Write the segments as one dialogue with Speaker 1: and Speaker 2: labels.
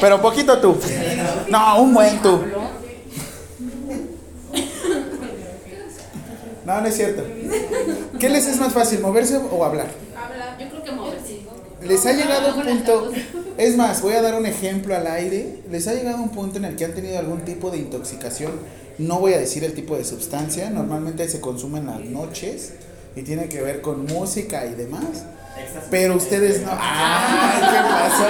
Speaker 1: Pero poquito tú. No, un buen tú. No, no es cierto. ¿Qué les es más fácil, moverse o hablar?
Speaker 2: Yo creo que moverse.
Speaker 1: Les ha llegado un punto, es más, voy a dar un ejemplo al aire, les ha llegado un punto en el que han tenido algún tipo de intoxicación, no voy a decir el tipo de sustancia, normalmente se consume en las noches y tiene que ver con música y demás, pero ustedes no... ¡Ah! ¿Qué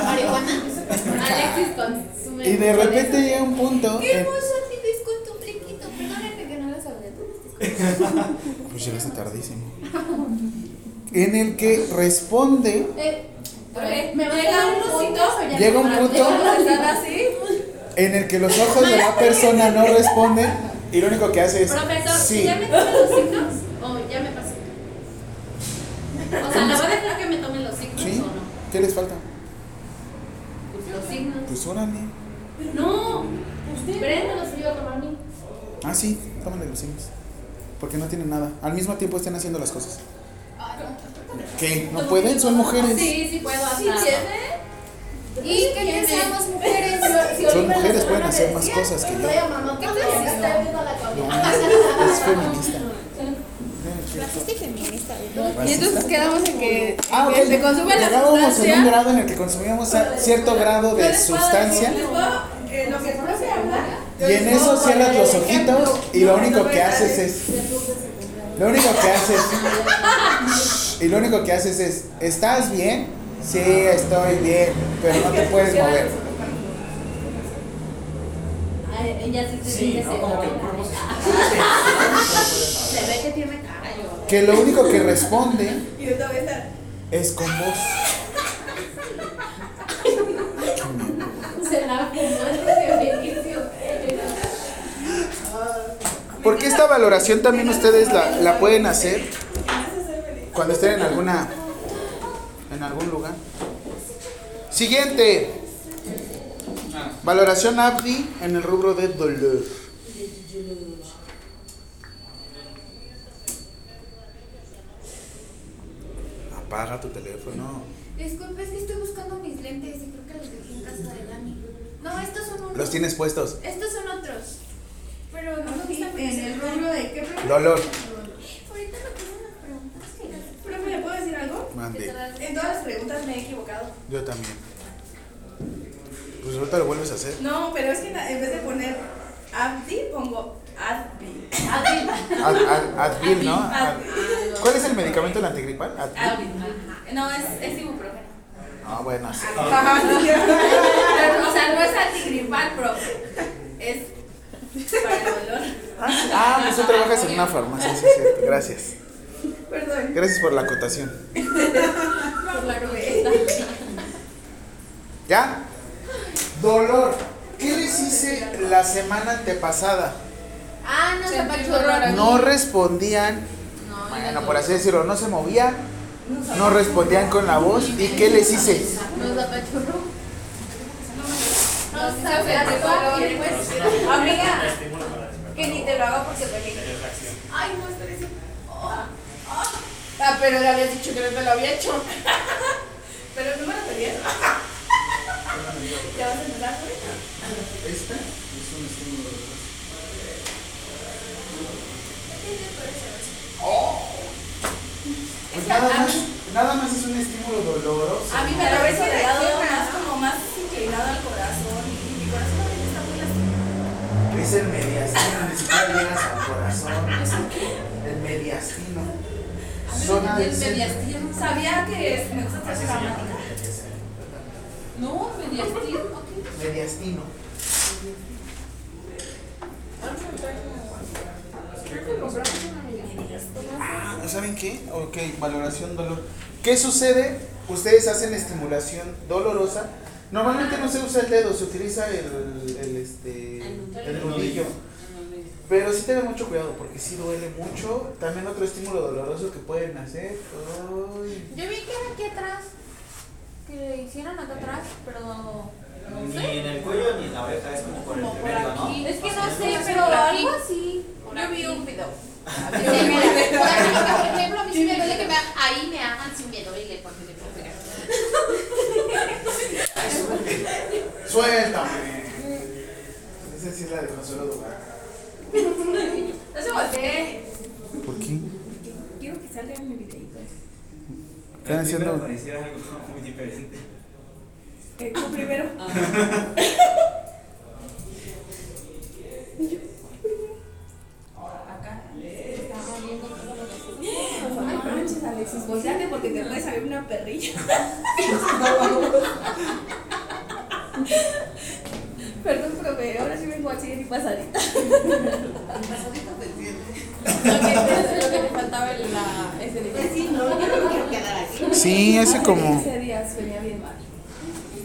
Speaker 2: Marihuana. Alexis consume.
Speaker 1: pasó? Y de repente llega un eh. punto...
Speaker 3: Qué
Speaker 1: en-
Speaker 3: hermoso mi bizcocho, un trinquito. Perdóname que no lo sabía. ¿Tú lo estás
Speaker 1: Pues llegaste tardísimo. En el que responde...
Speaker 3: Eh,
Speaker 2: Pero
Speaker 3: me
Speaker 2: me
Speaker 3: llega
Speaker 2: llega
Speaker 3: un
Speaker 2: un
Speaker 3: punto.
Speaker 2: punto,
Speaker 3: ya
Speaker 1: Llega
Speaker 3: no
Speaker 1: un
Speaker 3: me
Speaker 1: punto.
Speaker 3: acuerdo, ¿verdad? así?
Speaker 1: en el que los ojos de la persona no responden y lo único que hace es
Speaker 2: Profesor,
Speaker 1: sí.
Speaker 2: ¿ya me tomé los signos? O ya me pasó. O sea, ¿le voy a dejar que me tomen los signos
Speaker 1: ¿Sí?
Speaker 2: o no?
Speaker 1: ¿Qué les falta?
Speaker 2: Pues los signos.
Speaker 1: Pues órale.
Speaker 2: No. Brenda los iba a tomar a mí.
Speaker 1: Ah, sí, tómale los signos. Porque no tienen nada. Al mismo tiempo están haciendo las cosas. ¿Qué? ¿No pueden? Son mujeres.
Speaker 2: Sí, sí puedo
Speaker 3: Sí,
Speaker 2: hasta.
Speaker 3: tiene. Y que
Speaker 2: tiene.
Speaker 3: que seamos mujeres. Si ahorita
Speaker 1: Son mujeres,
Speaker 3: nos
Speaker 1: pueden
Speaker 3: van a
Speaker 1: hacer más
Speaker 3: decir,
Speaker 1: cosas que yo.
Speaker 3: Estoy amamantando, ya está viendo la
Speaker 1: No,
Speaker 3: comida.
Speaker 1: es, es feminista.
Speaker 4: Y entonces quedamos en que
Speaker 1: Ah, ok.
Speaker 4: el que consume la
Speaker 1: Llegábamos en un
Speaker 4: sustancia.
Speaker 1: grado en el que consumíamos a- cierto grado de sustancia.
Speaker 4: eh, Lo que profe habla.
Speaker 1: Y en eso cierras los ojitos y lo único que haces es. Lo único que haces. Shh, Y lo único que haces es. ¿Estás bien? Sí, estoy bien, pero no te puedes mover.
Speaker 2: Ah, Ella sí, sí,
Speaker 5: Sí,
Speaker 2: ella
Speaker 5: ¿no?
Speaker 2: se
Speaker 5: Como que un
Speaker 2: droga.
Speaker 5: propósito.
Speaker 2: Se ve que tiene cara, yo.
Speaker 1: Que lo único que responde
Speaker 4: Y otra vez la-
Speaker 1: es con vos.
Speaker 2: Se la fumó desde el inicio.
Speaker 1: Porque esta valoración también ustedes la, la pueden hacer cuando estén en alguna. en algún lugar. Siguiente. Valoración APDI en el rubro de dolor. Apaga tu teléfono.
Speaker 3: Disculpe, es que estoy buscando mis lentes y creo que los dejé en casa de Dani. No, estos son unos.
Speaker 1: Los tienes puestos.
Speaker 3: Estos son otros. Pero no me gustan porque
Speaker 4: En
Speaker 3: se
Speaker 4: el
Speaker 3: ven
Speaker 4: rubro de qué profe.
Speaker 1: Dolor.
Speaker 3: Ahorita me quedan las preguntas que las-
Speaker 4: Profe, ¿le puedo decir algo?
Speaker 1: Mande.
Speaker 4: En todas las preguntas me he equivocado.
Speaker 1: Yo también. Pues ahorita lo vuelves a hacer.
Speaker 4: No, pero es que na- en vez de poner Abdi, pongo Advi.
Speaker 1: Ad- ad- Advil, ¿no?
Speaker 4: Advil.
Speaker 1: Ad- ¿Cuál es el medicamento del antigripal? Advil.
Speaker 4: No, es, es ibuprofeno.
Speaker 1: Ah, bueno. sí.
Speaker 4: Ajá, sí.
Speaker 2: Pero, o sea, no es antigripal, profe. Es para el dolor.
Speaker 1: Ah, pues tú trabajas en una farmacia, sí, es cierto. Gracias.
Speaker 4: Perdón.
Speaker 1: Gracias por la acotación.
Speaker 2: Por la rubeta.
Speaker 1: ¿Ya? Dolor. ¿Qué les hice la semana antepasada?
Speaker 3: Ah, no,
Speaker 2: Se
Speaker 3: zapachorro.
Speaker 1: No respondían, bueno, por así decirlo, no se movían, no respondían con la voz. ¿Y qué les hice?
Speaker 2: Nos apachurró.
Speaker 3: No,
Speaker 2: Se fue
Speaker 3: zapachorro.
Speaker 2: a
Speaker 3: Y después-
Speaker 2: pues.
Speaker 4: Amiga,
Speaker 5: Estímulo para despertar.
Speaker 4: que ni te lo hago porque duele.
Speaker 3: Ay, no, espérese.
Speaker 4: Ah, pero le habías dicho que no te lo había hecho. pero no me lo pedías. ¿Ya vas a empezar por eso?
Speaker 1: Pues nada más, nada más es un estímulo doloroso.
Speaker 4: A mí me lo ves regalado más como más inclinado al corazón. Y mi corazón ahorita está muy lastimado.
Speaker 1: Es el mediastino, ni siquiera llegas al corazón. ¿Es el qué? El mediastino. Zona del centro.
Speaker 4: Sabía que es- me gusta hacer gramática.
Speaker 2: No, mediastino.
Speaker 1: Mediastino. Ah, ¿Saben qué? Ok, valoración dolor. ¿Qué sucede? Ustedes hacen estimulación dolorosa. Normalmente no se usa el dedo, se utiliza el, el, este, el nudillo. Pero sí tengan mucho cuidado porque sí duele mucho. También otro estímulo doloroso que pueden hacer. Ay.
Speaker 3: Yo vi que era aquí atrás. Que hicieron acá atrás, pero. No
Speaker 5: Ni
Speaker 3: sé.
Speaker 5: en el cuello ni en la oreja, es como por el
Speaker 4: Como por
Speaker 5: medio, ¿no?
Speaker 4: aquí.
Speaker 3: Es que no
Speaker 5: Así
Speaker 3: sé,
Speaker 5: es.
Speaker 3: pero algo así.
Speaker 4: Yo vi un video.
Speaker 3: Sí, mira, por ejemplo, por ejemplo, a mí sí me duele que me hagan- ahí me hagan sin me duele porque me puedo pegar.
Speaker 1: Suéltame. Esa sí es la de Consuelo Duval.
Speaker 4: No se voltee.
Speaker 1: ¿Por qué?
Speaker 4: Quiero que salga en mi videito.
Speaker 1: Están haciendo-
Speaker 5: Pareciera algo muy diferente.
Speaker 4: Eh, tú primero. Acá. Estaba viendo todo lo que- Ay, no manches, Alexis, volteate porque te puede salir una perrilla. Perdón, profe, ahora sí vengo así de mi pasadita.
Speaker 2: Lo que te faltaba en la. Ese nivel.
Speaker 1: Sí, hace
Speaker 4: Hace
Speaker 1: como.
Speaker 4: 15 días venía bien mal.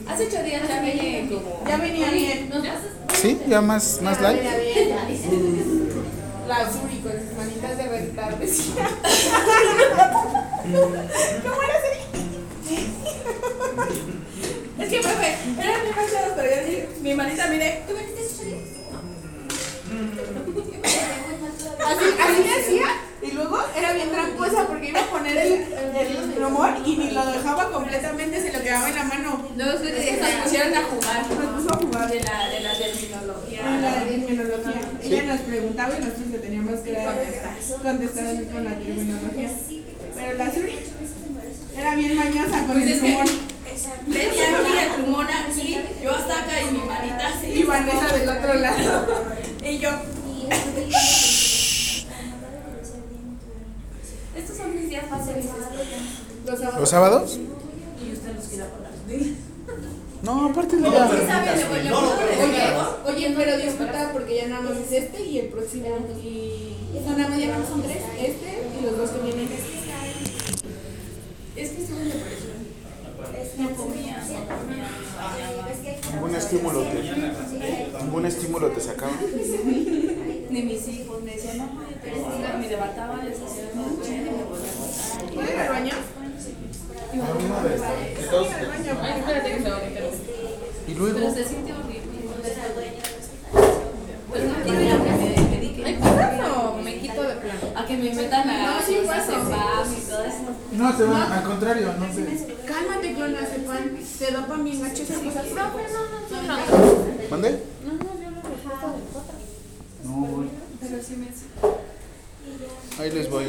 Speaker 4: Hace 8 días ya venía como.
Speaker 6: Ya venía bien.
Speaker 2: ¿Nos vas
Speaker 1: Sí, ya más, más light.
Speaker 6: Ya venía bien. Las Uri con sus manitas de verdad. decía.
Speaker 4: Es que, profe, era mi pasado, pero yo dije, mi manita, mire, ¿tú veniste a suceder?
Speaker 6: Así,
Speaker 1: Ah,
Speaker 6: así me hacía. Y luego era bien tramposa porque iba a poner el, el plumón y ni lo dejaba completamente, se lo quedaba en la mano.
Speaker 4: Luego se nos pusieron a jugar.
Speaker 6: Nos puso a jugar.
Speaker 4: De la, de la
Speaker 6: En la
Speaker 4: terminología.
Speaker 6: terminología.
Speaker 1: Ah,
Speaker 6: Ella nos preguntaba y nosotros le teníamos que contestar, contestar así con la terminología. Pero la Suri era bien mañosa con
Speaker 4: Pues
Speaker 6: el
Speaker 4: es que-
Speaker 6: plumón.
Speaker 4: Venía aquí el plumón aquí, yo hasta acá y mi manita así.
Speaker 6: Y Vanessa del otro lado.
Speaker 4: Y yo, estos son mis días más felices. Los
Speaker 1: ¿Los sábados?
Speaker 4: Y usted los quiere acordar.
Speaker 1: No, aparte de
Speaker 5: No,
Speaker 1: ya.
Speaker 5: pero-
Speaker 4: ¿Sabe? Le voy a
Speaker 5: No, no,
Speaker 4: le voy a-
Speaker 6: Oye, pero disfruta porque ya nada más es este y el próximo. Y no, nada más ya nada más son tres, este y los dos que vienen.
Speaker 4: Es que estuve en depresión. No comía, no comía, no comía.
Speaker 1: Ningún estímulo te, ningún estímulo te sacaba.
Speaker 4: Ni mis hijos me decían, no, madre, pero es que me levantaba, les hacía la noche y me volvía a acostar.
Speaker 6: ¿Puedo ir al baño? Puedo ir al baño.
Speaker 2: Espérate que se va a meter.
Speaker 1: Y luego.
Speaker 4: Pero se siente horrible. Pero no tiene hambre, me- me di que-
Speaker 2: ¿Me quitas o me quito de plano?
Speaker 4: A que me metan a
Speaker 6: No, sí,
Speaker 4: a
Speaker 6: paso.
Speaker 4: Cefam y todo eso.
Speaker 1: No, te van, al contrario, no te.
Speaker 6: Cálmate con la cepan, te da para mi macho esa cosa.
Speaker 2: Profe, no, no, yo no.
Speaker 1: ¿Mande?
Speaker 2: No, no, yo no.
Speaker 1: No, voy.
Speaker 4: Pero sí me
Speaker 1: Ahí les voy.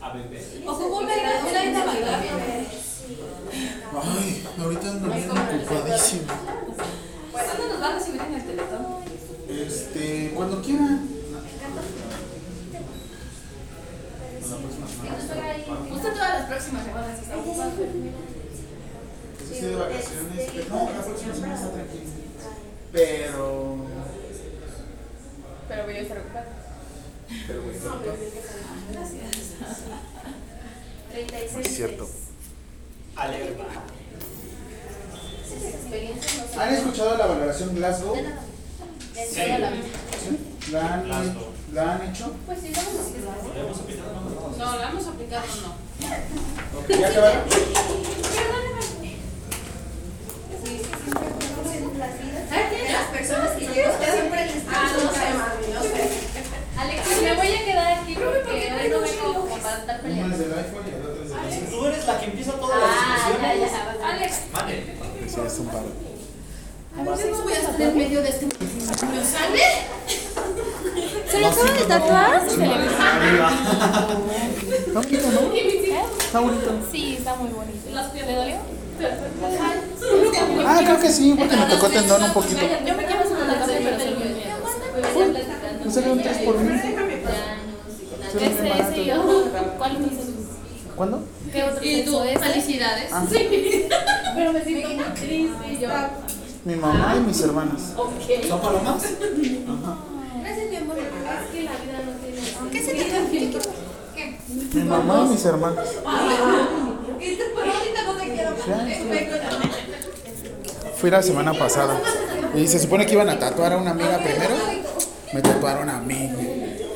Speaker 5: A bebé.
Speaker 4: Ocupo una ida una ida a bailar.
Speaker 1: Ay, ahorita ando bien ocupadísimo.
Speaker 4: ¿Cuándo nos va a recibir en el teletón?
Speaker 1: Este, cuando quieran.
Speaker 4: Usted todas las próximas semanas está ocupado.
Speaker 1: Estoy de vacaciones, pero no, la próxima semana está tranquila. Pero.
Speaker 2: Pero voy a estar ocupada.
Speaker 1: Pero bueno.
Speaker 4: Ah, Gracias.
Speaker 1: Es cierto.
Speaker 5: Alegre.
Speaker 1: ¿Han escuchado la valoración Glasgow?
Speaker 5: Sí.
Speaker 1: ¿Sí? ¿La han,
Speaker 5: Glasgow.
Speaker 1: ¿La han hecho?
Speaker 2: Pues sí, vamos
Speaker 5: ¿Le hemos aplicado? No, no,
Speaker 2: a
Speaker 5: no.
Speaker 2: No, la hemos aplicado o no.
Speaker 1: Ok, ¿Ya acabaron?
Speaker 4: Las personas que siempre les Ah, no sé, mami, no sé.
Speaker 2: Alexis, me voy a quedar aquí
Speaker 4: Profe,
Speaker 2: porque
Speaker 4: ¿por qué
Speaker 2: hoy no
Speaker 4: traes un
Speaker 2: vengo
Speaker 4: reloj?
Speaker 2: como para estar
Speaker 1: Uno
Speaker 2: peleando.
Speaker 1: es del iPhone y el otro es del iPhone.
Speaker 5: Tú eres la que empieza todas las
Speaker 2: Ah, ya,
Speaker 5: discusiones.
Speaker 2: ya. Alex,
Speaker 5: Mande.
Speaker 1: Sí, es un paro.
Speaker 4: Yo no voy a estar en medio de este. ¿Lo sale?
Speaker 2: ¿se lo acaban de tatuar? Se le
Speaker 1: No, quita, ¿no? Está bonito.
Speaker 2: Sí, está muy bonito. ¿Las piernas le dolió?
Speaker 1: Ah, creo que sí, porque me tocó tendón un poquito.
Speaker 2: Yo me quiero hacer una tatuaje, pero se lo
Speaker 1: No sería un 3 por 1.
Speaker 6: Déjame pasar.
Speaker 1: Sería muy
Speaker 2: Ese, ese y
Speaker 1: barato.
Speaker 2: yo. ¿Cuál utilizas?
Speaker 1: ¿Cuándo?
Speaker 2: ¿Qué otro ¿Y tú? Felicidades.
Speaker 1: Ah.
Speaker 2: Sí. Pero me siento muy triste. Y yo.
Speaker 1: Mi mamá y mis hermanas.
Speaker 2: Ok.
Speaker 5: ¿Son palomas?
Speaker 2: Gracias, mi amor. Es que la vida no tiene.
Speaker 4: ¿Qué se te cambia?
Speaker 1: Mi mamá y mis hermanas.
Speaker 4: Y te por ahorita no te quiero
Speaker 1: Ya,
Speaker 4: Vengo.
Speaker 1: Fui la semana pasada. Y se supone que iban a tatuar a una amiga primero. Me tatuaron a mí.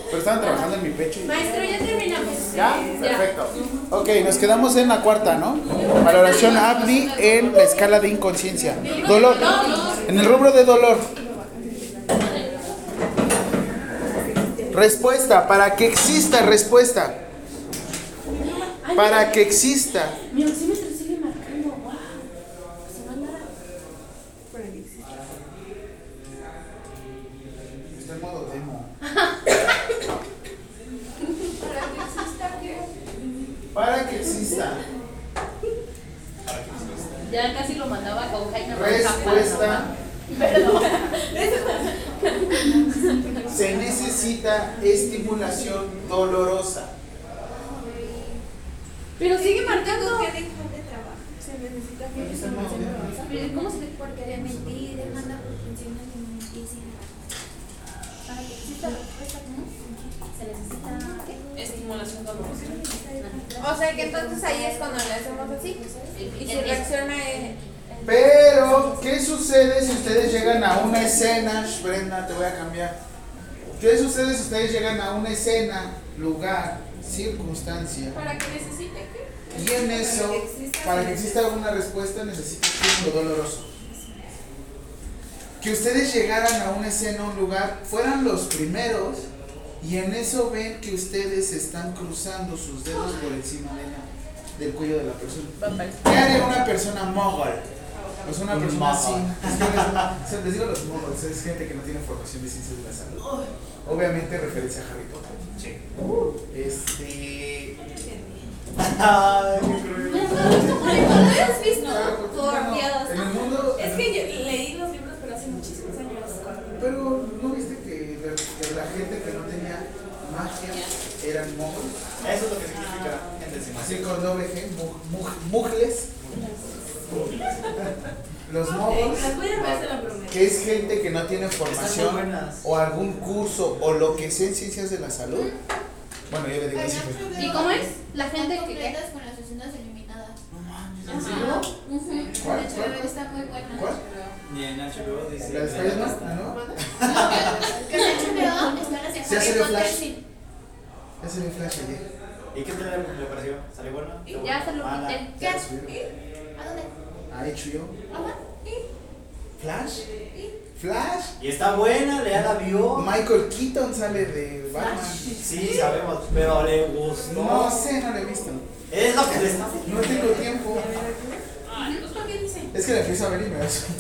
Speaker 1: Pero estaban trabajando en mi pecho. y-
Speaker 2: Maestro, ya terminamos.
Speaker 1: ¿Ya? Perfecto. Ok, nos quedamos en la cuarta, ¿no? Valoración APNI en la escala de inconsciencia. Dolor. En el rubro de dolor. Respuesta. Para que exista respuesta. Para que exista.
Speaker 2: Pues Mi oxímetro sigue marcando. Wow. Se va a andar.
Speaker 6: por el elixir.
Speaker 1: Está en modo demo.
Speaker 3: Para que exista que.
Speaker 1: Para que exista
Speaker 2: Ya casi lo mandaba con Jaina
Speaker 1: Pues, respuesta,
Speaker 2: Perdón.
Speaker 1: se necesita estimulación dolorosa.
Speaker 2: Pero sigue marcando.
Speaker 3: ¿Qué dejar de trabajar?
Speaker 6: Se necesita
Speaker 1: Aquí
Speaker 6: que
Speaker 1: está el modo demo.
Speaker 2: ¿Cómo se le
Speaker 3: Porque le mentí, demanda por funciones de justicia. Para que exista respuesta, ¿no?
Speaker 2: se necesita?
Speaker 4: Estimulación dolorosa.
Speaker 3: O sea que entonces ahí es cuando le hacemos así.
Speaker 2: Eh,
Speaker 3: Y si reacciona eh,
Speaker 1: Pero, ¿qué sucede si ustedes llegan a una escena? Sh, Brenda, te voy a cambiar. ¿Qué sucede si ustedes llegan a una escena, lugar, circunstancia?
Speaker 3: para que necesite que.
Speaker 1: Y en eso, para que exista una respuesta, necesita lo doloroso. Que ustedes llegaran a una escena, a un lugar, fueran los primeros y en eso ven que ustedes están cruzando sus dedos por encima de la- del cuello de la persona. ¿Qué haría una persona mogol? Pues una
Speaker 5: Un
Speaker 1: persona así.
Speaker 5: mogol.
Speaker 1: Es que eres una- se- les digo los mogols, es gente que no tiene formación de ciencias de la salud. Obviamente referencia a Harry Potter.
Speaker 5: Sí.
Speaker 1: Este.
Speaker 5: Ay, qué cruel.
Speaker 2: ¿No has visto?
Speaker 1: No,
Speaker 2: Por Dios.
Speaker 1: En el mundo.
Speaker 4: Es que yo leí los libros, pero hace muchísimos años.
Speaker 1: Pero no viste que la, que la gente que no tenía magia eran moguls.
Speaker 5: Eso es lo que significa en decimal.
Speaker 1: Así con doble G, mug- mug- mugles. Los moguls.
Speaker 4: Las voy a ver, se la prometo.
Speaker 1: Que es gente que no tiene
Speaker 5: Están muy
Speaker 1: formación
Speaker 5: buenas.
Speaker 1: o algún curso o lo que sea en ciencias de la salud. Bueno, yo le digo así. pues, pero-
Speaker 2: ¿Y cómo es? La gente que.
Speaker 3: completas con las escenas eliminadas.
Speaker 1: No mames, ¿en serio?
Speaker 2: Ajá. Ujú.
Speaker 1: ¿Cuál?
Speaker 3: De hecho,
Speaker 1: ¿Cuál?
Speaker 3: está muy buena.
Speaker 1: ¿Cuál?
Speaker 5: Ni en HBO dice.
Speaker 1: ¿La de Spider-Man? ¿No?
Speaker 3: Que de hecho veo, están las de
Speaker 1: Se hace
Speaker 3: Harry
Speaker 1: de
Speaker 3: Potter
Speaker 1: Flash.
Speaker 3: sin-
Speaker 1: Ya se me flash ayer.
Speaker 5: ¿Y qué tal le le pareció? ¿Salió buena?
Speaker 2: Ya se lo
Speaker 5: Mala.
Speaker 2: quité.
Speaker 1: Ya lo subieron.
Speaker 3: ¿A dónde?
Speaker 1: A HBO.
Speaker 3: Ajá.
Speaker 1: ¿Flash? ¿Flash?
Speaker 5: Y está buena, Lea la vio.
Speaker 1: Michael Keaton sale de Batman.
Speaker 5: Sí, sabemos, pero le gustó.
Speaker 1: No sé, no lo he visto.
Speaker 5: Es lo que le está
Speaker 1: No tengo tiempo.
Speaker 4: Ah, ¿Por qué dicen?
Speaker 1: Es que la empiezo a ver y me da sueño.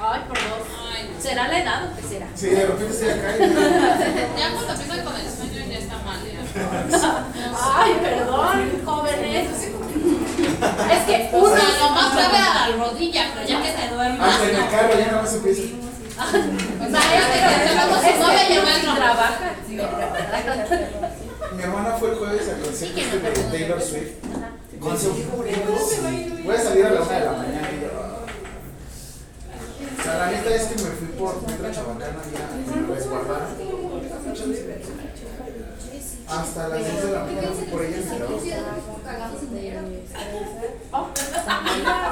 Speaker 2: Ay, por Dios. ¿Será la edad o qué será?
Speaker 1: Sí, de repente estoy acá y me-
Speaker 7: Ya cuando empieza con el sueño ya está mal. ya.
Speaker 2: Ay, perdón, jóvenes. Es que uno
Speaker 7: O sea, nomás
Speaker 2: nomás
Speaker 7: sabe
Speaker 2: sabe
Speaker 7: a la rodilla, pero ya que se duerme.
Speaker 1: Hasta Ah, en el carro ya no más empiezo.
Speaker 2: Vaya, pero luego
Speaker 7: Es
Speaker 2: su
Speaker 7: que
Speaker 2: novia ya
Speaker 7: sí
Speaker 2: no trabaja.
Speaker 1: Mi hermana fue el jueves al concierto este de Taylor Swift.
Speaker 5: Con su hijo
Speaker 1: Voy a salir a la una de la mañana y yo. O sea, la neta es que me fui por Metro Chabacano ya me resguardaron. Hasta las 10 de la mañana fui por ella y me daban-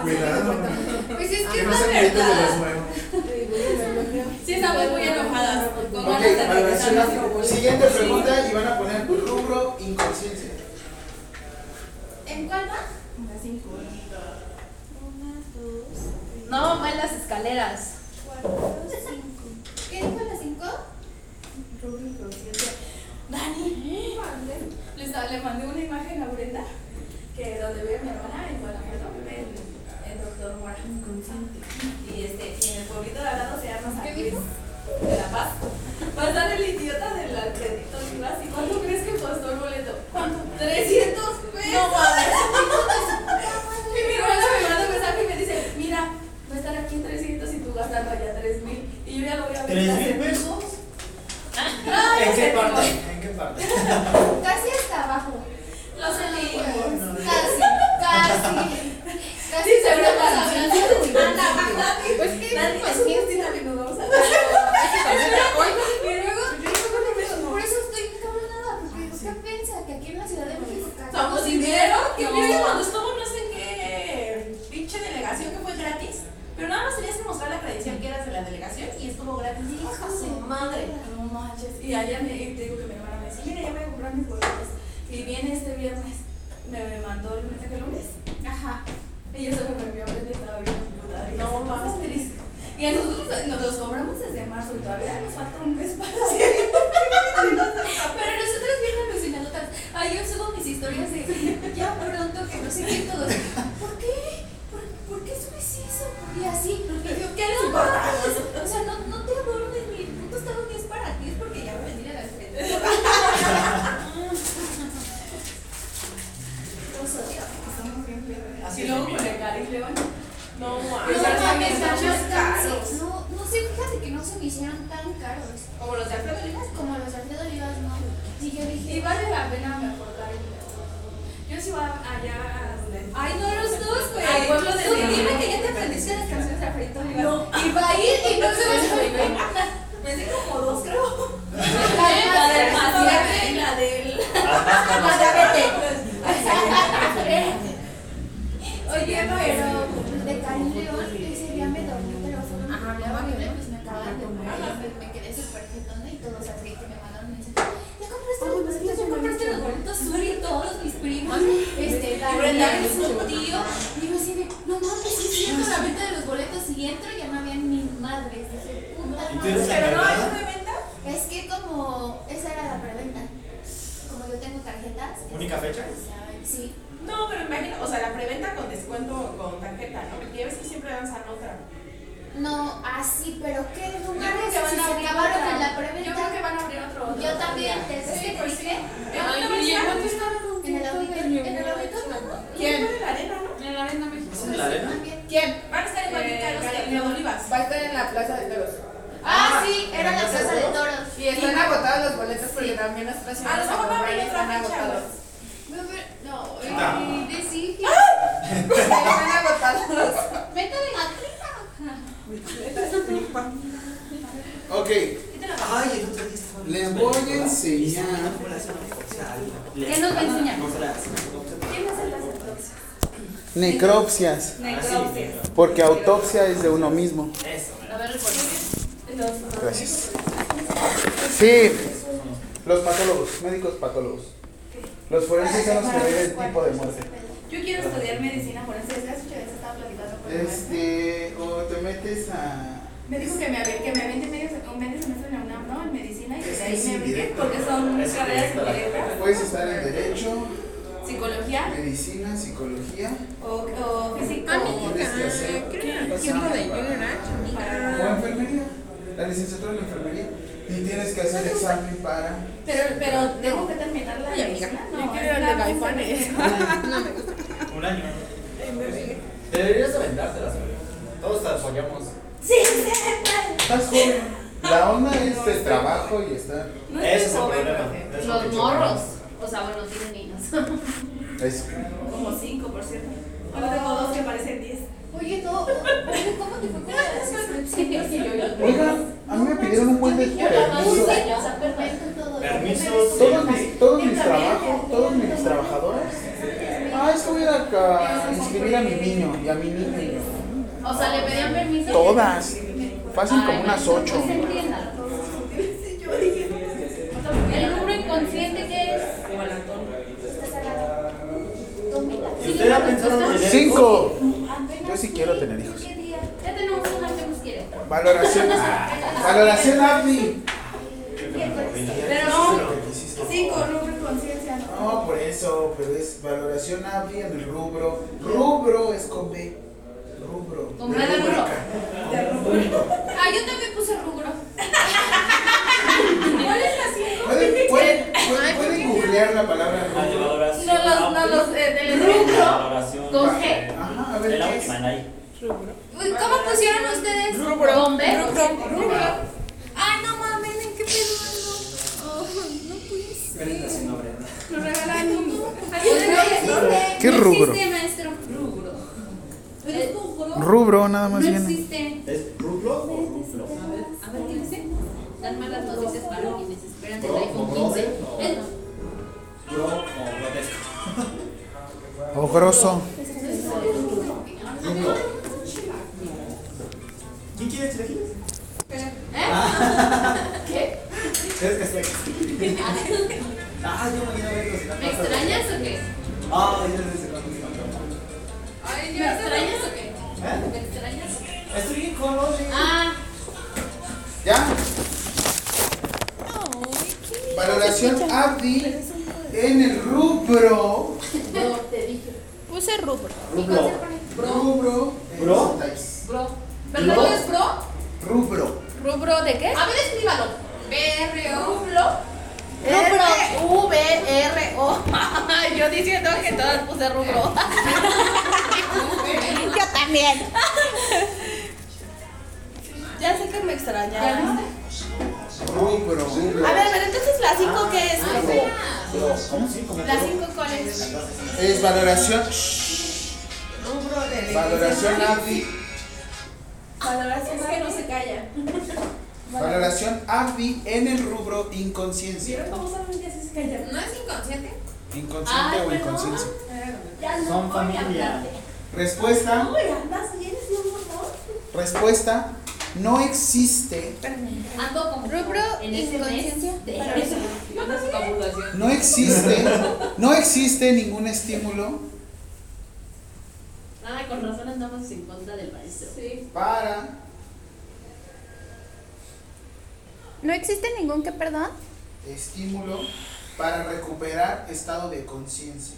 Speaker 1: Cuidado,
Speaker 3: Pues es
Speaker 2: Ah,
Speaker 1: que
Speaker 3: que
Speaker 1: no se meten de los nuevos.
Speaker 4: Sí, estamos muy enojadas. Con
Speaker 1: Ok,
Speaker 4: ganas de
Speaker 1: valoración.
Speaker 4: regresar a nuestro-
Speaker 1: Siguiente pregunta y van a poner rubro inconsciencia.
Speaker 3: ¿En cuál va?
Speaker 4: Unas cinco.
Speaker 3: Una, dos,
Speaker 2: No, va en las escaleras.
Speaker 3: cuatro, cinco. ¿Qué dijo la cinco?
Speaker 4: Rubro inconsciente. Dani, les da- le mandé una imagen a Brenda que donde vive mi hermana en Guanajuato vive el, el doctor Mora inconsciente. Y este, y en el pueblito de al lado se llama San
Speaker 3: ¿Qué
Speaker 4: Luis
Speaker 3: dijo?
Speaker 4: de la Paz. Va a estar el idiota del Alfredito Rivas. ¿Y cuánto crees que costó el boleto? ¿Cuánto? 300 pesos. No Y mi hermana me manda un mensaje y me dice, mira, va a estar aquí en 300 y tú gastando allá 3000. Y yo ya lo voy a ver.
Speaker 5: ¿Tres mil pesos?
Speaker 4: Ay,
Speaker 5: ¿En
Speaker 4: se
Speaker 5: qué parte?
Speaker 4: dijo.
Speaker 5: ¿En qué parte?
Speaker 3: Casi hasta abajo.
Speaker 4: Los sentimos.
Speaker 3: Casi, casi. Casi
Speaker 4: Sí, seguro
Speaker 3: estamos
Speaker 4: para
Speaker 3: hablando de
Speaker 4: Dani,
Speaker 3: Pues que
Speaker 4: Dani, es
Speaker 3: así
Speaker 4: que
Speaker 3: es.
Speaker 4: sí, también nos vamos a
Speaker 3: Y luego, por eso estoy encabronada, porque digo, ¿qué piensa? Que aquí en la Ciudad de México
Speaker 4: Somos
Speaker 3: cagamos
Speaker 4: dinero, que
Speaker 7: No.
Speaker 4: mira que cuando estuvo no sé qué pinche delegación que fue gratis, pero nada más tenías que mostrar la credencial que eras de la delegación y estuvo gratis. Y dije, "Hijo de su madre, no manches. Y allá me y te digo que mi hermana me dice, mira, ya me voy a comprar mis boletos. Y viene este viernes, me, me mandó el mensaje el lunes. Ajá. Y eso que me envió Brenda estaba bien putada. Y No mames, feliz. Y a nosotros nos los cobramos desde marzo y todavía nos falta un mes para hacer.
Speaker 7: Pero nosotros bien alucinando tan- Ay, yo subo mis historias de ya pronto que no sé qué todo.
Speaker 3: ¿Por qué? ¿Por, por qué subes eso? Y así,
Speaker 7: yo, ¿qué les importa? O sea, no, no te adornes, mi puto estado que es para ti, es porque ya me vendí a las frente.
Speaker 4: Así luego con el Gary León. No, mames.
Speaker 3: No,
Speaker 4: Los
Speaker 3: mames,
Speaker 4: artesanos
Speaker 3: están
Speaker 4: caros.
Speaker 3: caros. No, no sé, fíjate que no se me hicieron tan caros.
Speaker 4: Como los de Alfredo Olivas.
Speaker 3: Como los Alfredo Olivas, no. Sí, yo dije.
Speaker 7: Y vale la pena mejor dar el video. Yo sí voy a- allá a donde. Ay, no los dos, güey.
Speaker 4: Al pueblo de
Speaker 7: Tú
Speaker 4: Dios.
Speaker 7: dime que ya te aprendiste las canciones de Alfredo Olivas.
Speaker 3: Y va a ir y no se va a salir.
Speaker 4: Me sé como dos, creo.
Speaker 7: La del
Speaker 4: Maciate
Speaker 7: Maciate
Speaker 4: y la del.
Speaker 5: Ah,
Speaker 7: Oye, pero.
Speaker 3: Pero de Cari León, ese día me dormí, te lo juro, me dormí horrible, pues me acaban de morir, me quedé súper jetona y todos así que me mandaron un mensaje, ya compraste los boletos, ya compraste los boletos, Suri, todos mis primos, este, Daniel, su tío, y yo así de, no mames, sí es cierto, la venta de los boletos, y entro y ya no habían ni madres, dije, puta
Speaker 5: ¿Y tú eres
Speaker 3: madre.
Speaker 5: la
Speaker 4: Pero no,
Speaker 5: verdad?
Speaker 4: es de venta.
Speaker 3: Es que como, esa era la preventa, como yo tengo tarjetas.
Speaker 5: ¿Única fecha?
Speaker 3: Sí,
Speaker 4: No, pero imagino, o sea, la preventa con descuento o con tarjeta, ¿no? Porque ya ves que siempre lanzan otra.
Speaker 3: no, así, pero qué
Speaker 7: Yo
Speaker 3: lugares
Speaker 7: creo que
Speaker 3: si
Speaker 7: van a
Speaker 3: se
Speaker 7: abrir
Speaker 3: acabaron en
Speaker 7: otra.
Speaker 3: la preventa.
Speaker 7: Yo creo que van a abrir otro. otro.
Speaker 3: Yo también, te
Speaker 7: Sí,
Speaker 3: sí,
Speaker 7: por
Speaker 3: por
Speaker 7: sí.
Speaker 3: qué?
Speaker 4: Ay,
Speaker 7: ¿Dónde
Speaker 4: Guille,
Speaker 7: está?
Speaker 4: ¿dónde
Speaker 3: En el auditorio. En el auditorio.
Speaker 4: ¿Quién? ¿En la arena, no?
Speaker 6: En la arena México.
Speaker 5: ¿En la arena?
Speaker 6: ¿Quién?
Speaker 4: Van a estar igual de
Speaker 6: Eh,
Speaker 4: caros que
Speaker 6: Gary
Speaker 4: Alfredo Olivas.
Speaker 6: Va a estar en la Plaza de Toros.
Speaker 3: Ah, sí, era la plaza de toros.
Speaker 6: Y están agotados los boletos porque también las otras
Speaker 4: A lo
Speaker 6: ciudades
Speaker 4: mejor va a
Speaker 6: acompañan,
Speaker 4: abrir
Speaker 6: están
Speaker 4: otra fecha,
Speaker 6: agotados.
Speaker 4: güey.
Speaker 7: No, pero- No,
Speaker 5: No.
Speaker 7: eh, decí que-
Speaker 6: Están agotados.
Speaker 7: Vete de gatita.
Speaker 1: Ok,
Speaker 5: Ay, el otro día estaba-
Speaker 1: Les voy a enseñar.
Speaker 5: Y se me fue la zona coxal.
Speaker 7: ¿Qué nos va a enseñar?
Speaker 5: No, la zona coxal.
Speaker 4: ¿Quién hace las entonces?
Speaker 1: necropsias.
Speaker 5: Ah, sí, pero-
Speaker 1: Porque autopsia es de uno mismo.
Speaker 5: Eso,
Speaker 7: A ver, recuerda.
Speaker 1: Gracias. Sí, los patólogos, médicos patólogos. Los forenses son los que ven el tipo de muerte.
Speaker 4: Yo quiero estudiar medicina forense. Desde hace ocho veces estaba platicando con mi
Speaker 5: Eh.
Speaker 4: maestra.
Speaker 1: Este, o te metes a.
Speaker 4: Me dijo que me, avi- que me aviente medio, se- un medio semestre en la UNAM, ¿no? En medicina y que de ahí
Speaker 1: Es
Speaker 4: me aviente
Speaker 1: indirecto.
Speaker 4: porque son
Speaker 5: Es
Speaker 4: carreras
Speaker 5: indirecto.
Speaker 4: indirectas.
Speaker 1: Puedes estar en Derecho,
Speaker 4: Psicología
Speaker 1: Medicina, Psicología.
Speaker 4: o, o físico.
Speaker 5: Ah,
Speaker 1: Investigación. O Enfermería. La licenciatura en Enfermería. Y tienes que hacer examen para.
Speaker 4: Pero, pero tengo que terminar la medicina. No,
Speaker 6: quiero
Speaker 4: es
Speaker 6: el
Speaker 4: la
Speaker 6: de Caifanes.
Speaker 5: Un año. Deberías aventártelas, amigo. Todos te apoyamos.
Speaker 4: Sí, sí.
Speaker 1: Estás joven. La onda es de trabajo y estar.
Speaker 4: No
Speaker 5: Ese
Speaker 4: estoy
Speaker 5: es el
Speaker 4: joven,
Speaker 5: problema.
Speaker 4: profe.
Speaker 5: Eso que
Speaker 2: Los
Speaker 5: choca.
Speaker 2: morros. O sea, bueno, tienen niños.
Speaker 1: Es
Speaker 4: Como cinco, por cierto. Ahora tengo dos que parecen diez.
Speaker 3: Oye, no, oye, ¿cómo te fue con las suscripciones?
Speaker 1: Oiga, a mí me pidieron un buen de permisos.
Speaker 5: Permisos.
Speaker 1: Todos mis, todos mis trabajos, todas mis trabajadoras. Ah, es que voy a ir acá a inscribir a mi niño y a mi niño.
Speaker 2: O sea, le pedían permiso.
Speaker 1: Todas. Pasan
Speaker 2: Ay,
Speaker 1: como
Speaker 2: no,
Speaker 1: unas
Speaker 2: no
Speaker 1: ocho.
Speaker 2: se entienda. El número inconsciente que es.
Speaker 5: ¿Y usted ha pensado en tener
Speaker 1: Cinco. Yo sí quiero tener hijos.
Speaker 2: Ya tenemos una que nos quiere.
Speaker 1: Valoración. Valoración API.
Speaker 4: Pero no. Cinco, rubro y conciencia.
Speaker 1: No, por eso, pero es valoración API en el rubro. Rubro es con B. Rubro.
Speaker 2: Con B de burro.
Speaker 4: De rubro.
Speaker 7: Ah, yo también puse rubro.
Speaker 4: ¿Cuál es la cinco?
Speaker 1: Pueden, pueden, pueden, pueden googlear la palabra
Speaker 8: La
Speaker 1: rubro.
Speaker 8: valoración.
Speaker 2: No los, no los, eh, del rubro.
Speaker 8: Valoración.
Speaker 2: Con G.
Speaker 8: de-
Speaker 5: Ah,
Speaker 1: Ajá, a ver,
Speaker 8: de la
Speaker 1: ¿qué es?
Speaker 8: última, Nay.
Speaker 2: Pues,
Speaker 7: Uy, ¿Cómo pusieron ustedes?
Speaker 2: Con B. Ah,
Speaker 7: Ay, no mames, ¿en qué pedo ando? Ay, no puede ser.
Speaker 5: Brenda sin nombre? ¿no?
Speaker 7: Lo regalaron. Ay, no existe.
Speaker 1: ¿Qué
Speaker 7: No
Speaker 1: rubro?
Speaker 7: existe, maestro. Rubro.
Speaker 2: Eh,
Speaker 7: ¿Pero es rubro?
Speaker 1: Rubro, nada
Speaker 7: No
Speaker 1: más viene.
Speaker 7: existe.
Speaker 5: ¿Es rublo o rublo?
Speaker 2: A ver, ¿qué dice? Dan malas noticias para quienes esperan del
Speaker 5: Pro,
Speaker 2: iPhone
Speaker 5: como
Speaker 2: 15.
Speaker 5: doble, o-
Speaker 2: Eh,
Speaker 5: Yo o grotesco.
Speaker 1: O grosso.
Speaker 5: Rublo. ¿Quién quiere chilaquiles?
Speaker 2: ¿Eh? ¿Qué?
Speaker 5: Ustedes que estoy. Ah, yo mañana voy a cocinar.
Speaker 2: ¿Me
Speaker 5: pasta.
Speaker 2: extrañas o qué?
Speaker 5: Ah, ya desde cuando se cambió.
Speaker 2: ¿Me extrañas o qué?
Speaker 5: ¿Eh?
Speaker 2: ¿Me extrañas?
Speaker 5: Estoy bien con los de-
Speaker 2: Ah,
Speaker 1: ¿Ya? Valoración API en el rubro.
Speaker 2: bro, te dije.
Speaker 7: Puse rubro.
Speaker 5: Rublo.
Speaker 1: Rubro.
Speaker 5: ¿Bro?
Speaker 1: eh,
Speaker 2: Bro.
Speaker 7: ¿Verdad que es pro?
Speaker 1: Rubro.
Speaker 8: ¿Rubro de qué?
Speaker 7: A ver, escríbalo. B-R-O.
Speaker 8: Rubro. V-R-O. Yo diciendo que todas puse rubro. Yo también. Ya sé que me extrañaron.
Speaker 1: Rubro, rubro.
Speaker 8: A ver, pero entonces la 5 qué es?
Speaker 3: Ah,
Speaker 5: ¿Cómo sí? ¿Cómo
Speaker 7: Las cinco coles.
Speaker 1: Es valoración. shh,
Speaker 5: Rubro de
Speaker 1: Valoración AVI.
Speaker 4: Es que no se calla.
Speaker 1: Valoración AVI en el rubro inconsciencia.
Speaker 4: ¿Vieron cómo saben que así se calla?
Speaker 7: ¿No es inconsciente? Ah,
Speaker 1: Inconsciente o inconsciencia.
Speaker 5: Son familia.
Speaker 1: Respuesta.
Speaker 4: Uy, andas bien, es un montón.
Speaker 1: Respuesta. No existe.
Speaker 7: Ando como.
Speaker 8: Rubro
Speaker 7: en este
Speaker 8: inconsciencia.
Speaker 7: mes de confabulación.
Speaker 1: No existe. No existe ningún estímulo
Speaker 2: Ah, con razón andamos en contra del maestro.
Speaker 4: Sí.
Speaker 1: para.
Speaker 8: No existe ningún que, perdón.
Speaker 1: Estímulo para recuperar estado de conciencia.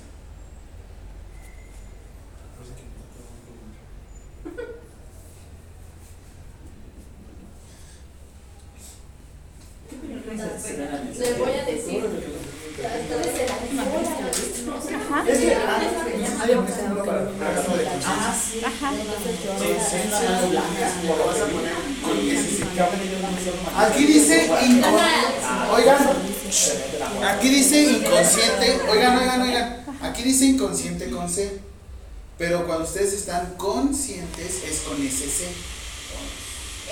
Speaker 4: Le voy a decir.
Speaker 8: Ajá.
Speaker 1: Es que ah, no hay un estímulo para recuperar estado de conciencia.
Speaker 5: Ah, sí.
Speaker 8: Ajá.
Speaker 5: Conciencia blanca. Lo vas a poner con que si se cabe, yo no me sé cómo-
Speaker 1: Aquí dice
Speaker 5: Ah,
Speaker 1: inconsciente. Oigan,
Speaker 5: shh.
Speaker 1: aquí dice inconsciente. Oigan, oigan, oigan. Aquí dice inconsciente con C. Pero cuando ustedes están conscientes es con ese C.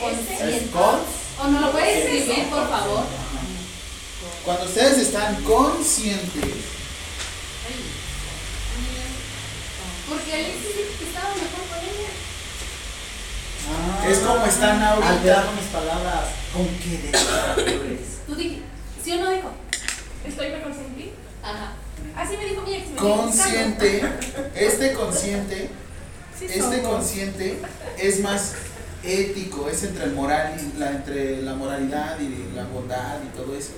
Speaker 5: Es con.
Speaker 7: O no lo puedes escribir, por favor.
Speaker 1: Cuando ustedes están conscientes.
Speaker 7: Porque Alexis dijo que estaba mejor con ella.
Speaker 5: Ah.
Speaker 1: Es como están ahorita.
Speaker 5: Alteraron mis palabras. ¿Con qué detrás?
Speaker 7: Tú dije, ¿sí o no dijo?
Speaker 4: Estoy mejor sin ti.
Speaker 7: Ajá.
Speaker 4: Así me dijo mi ex. me dijo,
Speaker 1: consciente, este consciente,
Speaker 4: Sí,
Speaker 1: este
Speaker 4: somos.
Speaker 1: consciente es más ético, es entre el moral y la entre la moralidad y la bondad y todo eso.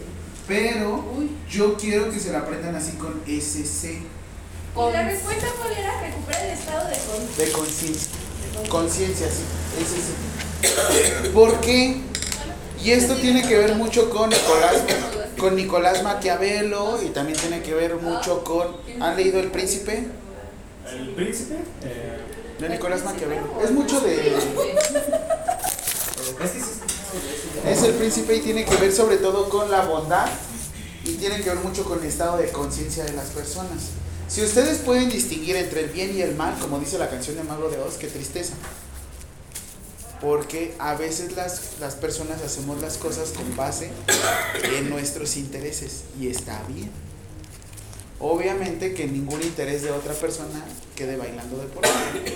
Speaker 1: Pero yo quiero que se la aprendan así con SC
Speaker 4: Y la respuesta cuál era recuperar el estado de conciencia.
Speaker 1: de conciencia. Conciencia, sí, SC. ¿Por qué? Y esto tiene que ver mucho con Nicolás, con Nicolás Maquiavelo y también tiene que ver mucho con ¿Han leído El Príncipe?
Speaker 5: ¿El príncipe? Eh,
Speaker 1: De Nicolás Maquiavelo. Es mucho de
Speaker 5: es que sí es-
Speaker 1: Es el príncipe y tiene que ver sobre todo con la bondad y tiene que ver mucho con el estado de conciencia de las personas. Si ustedes pueden distinguir entre el bien y el mal, como dice la canción de Mago de Oz, qué tristeza. Porque a veces las, las personas hacemos las cosas con base en nuestros intereses y está bien. Obviamente que ningún interés de otra persona quede bailando de por medio.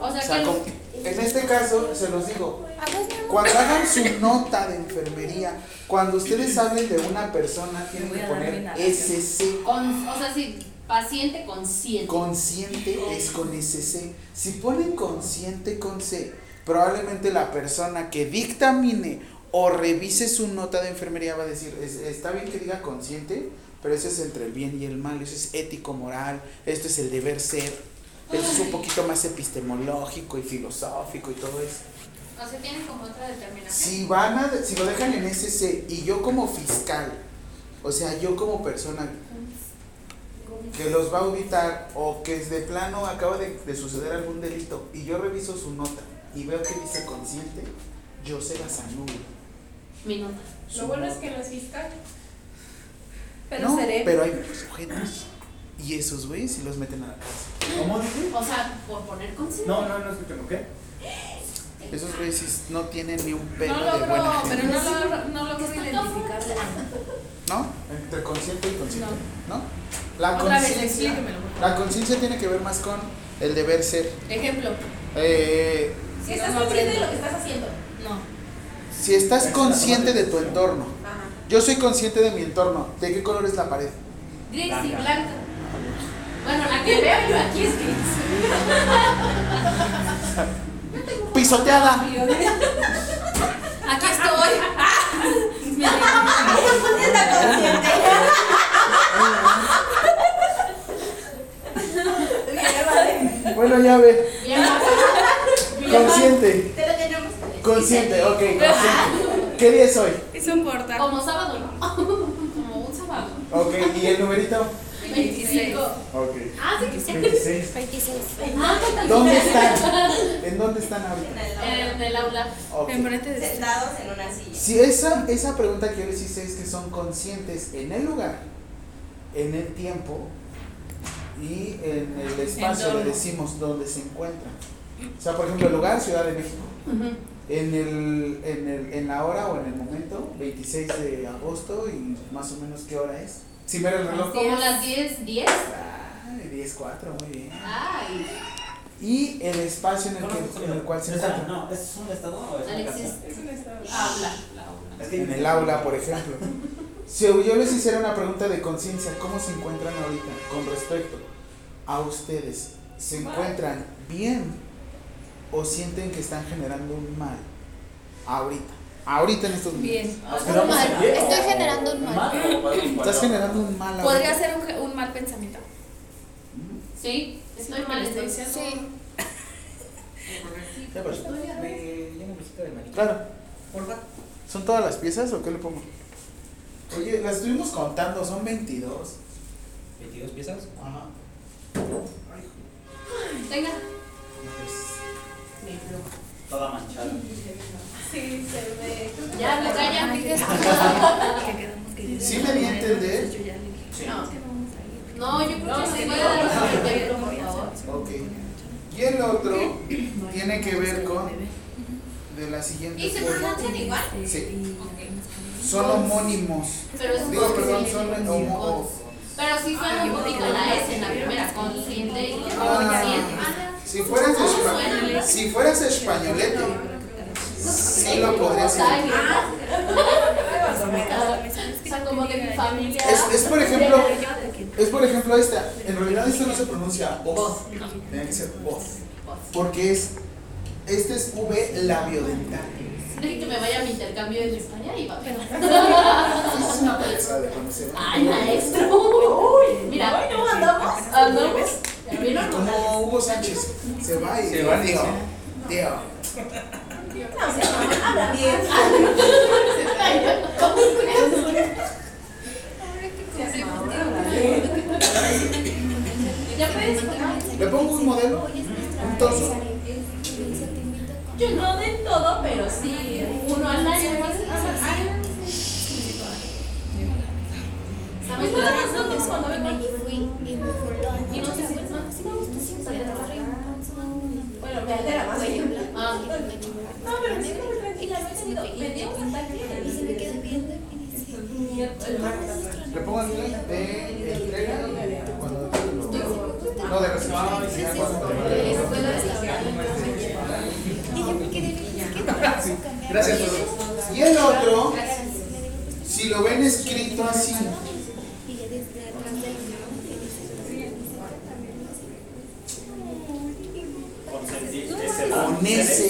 Speaker 7: O sea,
Speaker 1: O sea,
Speaker 7: que
Speaker 1: como- en este caso, se los digo,
Speaker 8: Ajá.
Speaker 1: cuando hagan su nota de enfermería, cuando ustedes hablen de una persona, tienen que poner SC.
Speaker 7: con- o sea, si paciente consciente.
Speaker 1: Consciente es con SC. Si ponen consciente con C, probablemente la persona que dictamine o revise su nota de enfermería va a decir, "Es- está bien que diga consciente, pero eso es entre el bien y el mal, eso es ético, moral, esto es el deber ser, esto es un poquito más epistemológico y filosófico y todo eso.
Speaker 7: O sea, tienen como otra determinación.
Speaker 1: Si van a, si lo dejan en SC y yo como fiscal, o sea, yo como persona que los va a auditar o que de plano acaba de, de suceder algún delito y yo reviso su nota y veo que dice consciente, yo se las anulo.
Speaker 7: Mi nota.
Speaker 4: Lo
Speaker 1: Su
Speaker 4: bueno es
Speaker 1: nota.
Speaker 4: que no es fiscal.
Speaker 6: Pero
Speaker 1: No,
Speaker 6: seré.
Speaker 1: pero hay muchos sujetos y esos güeyes si los meten a la cárcel.
Speaker 5: ¿Cómo dije?
Speaker 7: O sea, por poner consciente.
Speaker 5: No, no, no escuché, ¿por qué?
Speaker 1: Esos güeyes sí no tienen ni un pelo
Speaker 8: No
Speaker 1: de
Speaker 8: logro,
Speaker 1: buena gente.
Speaker 8: pero no logro, no logro identificarla.
Speaker 1: ¿No? Entre consciente y consciente. ¿No? La
Speaker 8: Otra vez,
Speaker 1: conciencia.
Speaker 8: explíquemelo. por favor.
Speaker 1: La conciencia tiene que ver más con el deber ser.
Speaker 8: Ejemplo.
Speaker 1: Eh,
Speaker 4: Si estás
Speaker 8: no
Speaker 4: consciente de
Speaker 8: aprendo.
Speaker 4: lo que estás haciendo.
Speaker 8: No.
Speaker 1: si estás consciente de tu entorno,
Speaker 4: Ajá.
Speaker 1: yo soy consciente de mi entorno. ¿De qué color es la pared?
Speaker 7: Gris y
Speaker 5: Blanca.
Speaker 7: blanco. Bueno, la que veo yo aquí es gris.
Speaker 1: Pisoteada.
Speaker 7: Aquí estoy.
Speaker 1: Bueno, ya ve.
Speaker 7: Bien,
Speaker 1: Consciente.
Speaker 4: Te lo tenemos.
Speaker 1: Consciente, ok, consciente. ¿Qué día es hoy?
Speaker 6: Eso importa.
Speaker 2: Como sábado, ¿no? Como un sábado.
Speaker 1: Ok, ¿y el numerito?
Speaker 2: 26.
Speaker 1: Ok.
Speaker 2: Ah, sí, sí.
Speaker 1: 26.
Speaker 8: 26.
Speaker 7: Ah,
Speaker 1: ¿Dónde están? ¿En dónde están ahorita?
Speaker 4: Eh,
Speaker 2: En el aula.
Speaker 1: Ok.
Speaker 6: Enfrente de
Speaker 4: Sentados en una silla.
Speaker 1: Si esa, esa pregunta que yo les hice es que son conscientes en el lugar, en el tiempo y en el espacio, le decimos dónde se encuentran. O sea, por ejemplo, el lugar, Ciudad de México. En, el, en, el, en la hora o en el momento, 26 de agosto y más o menos qué hora es. Si ver el reloj.
Speaker 2: Como las 10, 10.
Speaker 1: Ay, 10.4, muy bien.
Speaker 2: Ay,
Speaker 1: Y el espacio en el, que, en el cual se encuentran.
Speaker 5: No, ¿es un estado o es una
Speaker 2: Alexis.
Speaker 5: casa?
Speaker 2: Habla.
Speaker 5: Es que-
Speaker 1: en el aula,
Speaker 5: pues.
Speaker 1: por ejemplo. Si yo les hiciera una pregunta de conciencia, ¿cómo se encuentran ahorita con respecto a ustedes? ¿Se encuentran bien o sienten que están generando un mal ahorita? Ahorita en estos momentos.
Speaker 8: Bien.
Speaker 4: Pues
Speaker 5: ¿Pero vamos a
Speaker 8: mal.
Speaker 5: bien o-
Speaker 8: Estoy generando un mal.
Speaker 5: o para-
Speaker 1: ¿Estás
Speaker 5: para-
Speaker 1: generando un mal ahorita?
Speaker 6: ¿Podría ser un, un mal pensamiento?
Speaker 2: sí, estoy mal. estoy-
Speaker 8: Sí.
Speaker 1: Ya, pues.
Speaker 5: Me llamo Luisito del Maniquí.
Speaker 1: Claro.
Speaker 5: Porfa.
Speaker 1: ¿Son todas las piezas o qué le pongo? Oye, las estuvimos contando, son 22.
Speaker 5: 22 piezas.
Speaker 1: Ajá.
Speaker 2: Venga.
Speaker 5: Toda manchada.
Speaker 4: Sí, se ve.
Speaker 2: Ya, no, ya,
Speaker 1: Sí me di a entender.
Speaker 2: No, yo creo que se voy a dar un comentario, por favor.
Speaker 1: Ok. Y el otro tiene que ver con de la siguiente
Speaker 4: ¿Y se
Speaker 1: forma.
Speaker 4: pronuncian igual?
Speaker 1: Sí. Son homónimos.
Speaker 2: Pero es un
Speaker 1: Digo,
Speaker 2: poco
Speaker 1: perdón,
Speaker 2: sí,
Speaker 1: son
Speaker 2: sí,
Speaker 1: homo-
Speaker 2: con-
Speaker 1: o-
Speaker 2: Pero sí suena un poquito la S en la primera, consciente y
Speaker 1: Ah.
Speaker 2: consciente.
Speaker 1: Si fueras
Speaker 2: ¿Cómo
Speaker 1: espa-
Speaker 2: suena?
Speaker 1: si fueras españolete, sí lo podrías hacer.
Speaker 2: Ah, O sea, como de mi familia.
Speaker 1: Es, es por ejemplo,
Speaker 2: de la-
Speaker 1: es por ejemplo esta. En realidad esto no se pronuncia voz. Tiene que ser voz. Porque es este es V labiodental.
Speaker 2: Dejen que me vaya a mi intercambio en España y va a ver.
Speaker 1: Es una palabra de conocer.
Speaker 2: ¡Ay, maestro! Mira,
Speaker 4: ¿Cómo andamos?
Speaker 2: andamos. Ya
Speaker 1: Y
Speaker 2: vieron,
Speaker 1: Como Hugo Sánchez se va y
Speaker 5: Se va,
Speaker 1: tío,
Speaker 5: dice.
Speaker 1: tío.
Speaker 4: No, se habla bien.
Speaker 2: ya puedes.
Speaker 1: ¿Le pongo un modelo? ¿Un torso?
Speaker 2: Yo no de todo, pero sí. Uno al año.
Speaker 3: Ah,
Speaker 2: ¿Sabes nada más nosotros cuando vemos? Y no sé si es más.
Speaker 4: Bueno, me altera más.
Speaker 2: Ah,
Speaker 4: No, pero sí, pero tranquila, no he tenido. Me dio un ataque.
Speaker 3: Y se me queda viendo y dice,
Speaker 1: ¿Le pongo el de entrega? Cuando te lo- No, de recepción. ya cuando te lo-
Speaker 3: y yo me quedé viendo, es que no me su cambiar.
Speaker 1: Gracias. Y el otro, si lo ven escrito así,
Speaker 3: Y ya desde atrás del reloj, y dice,
Speaker 1: con ese,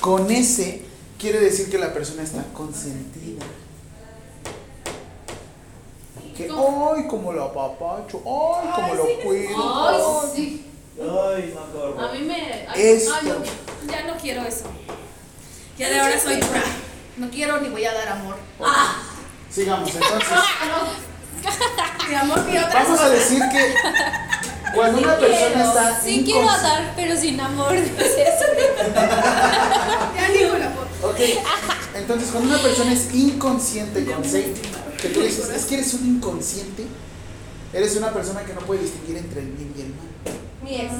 Speaker 1: con ese, quiere decir que la persona está consentida. Que, ay, como lo apapacho, ay, como lo cuido.
Speaker 2: Ay,
Speaker 4: Oh,
Speaker 2: sí.
Speaker 5: Ay, no corvo.
Speaker 2: A mí me. ay,
Speaker 1: Esto.
Speaker 2: ay, yo-
Speaker 6: Ya no quiero eso. Ya de ahora soy pura.
Speaker 8: No quiero ni voy a dar amor.
Speaker 1: Sigamos, entonces.
Speaker 6: De amor y otras
Speaker 1: Vamos a decir que cuando una persona está
Speaker 7: Sí quiero
Speaker 1: incons-
Speaker 7: dar, pero sin amor.
Speaker 6: Ya digo la voz.
Speaker 1: Ok. Entonces, cuando una persona es inconsciente con seis, que tú dices, es que eres un inconsciente, eres una persona que no puede distinguir entre el bien y el mal.
Speaker 4: Mi ex.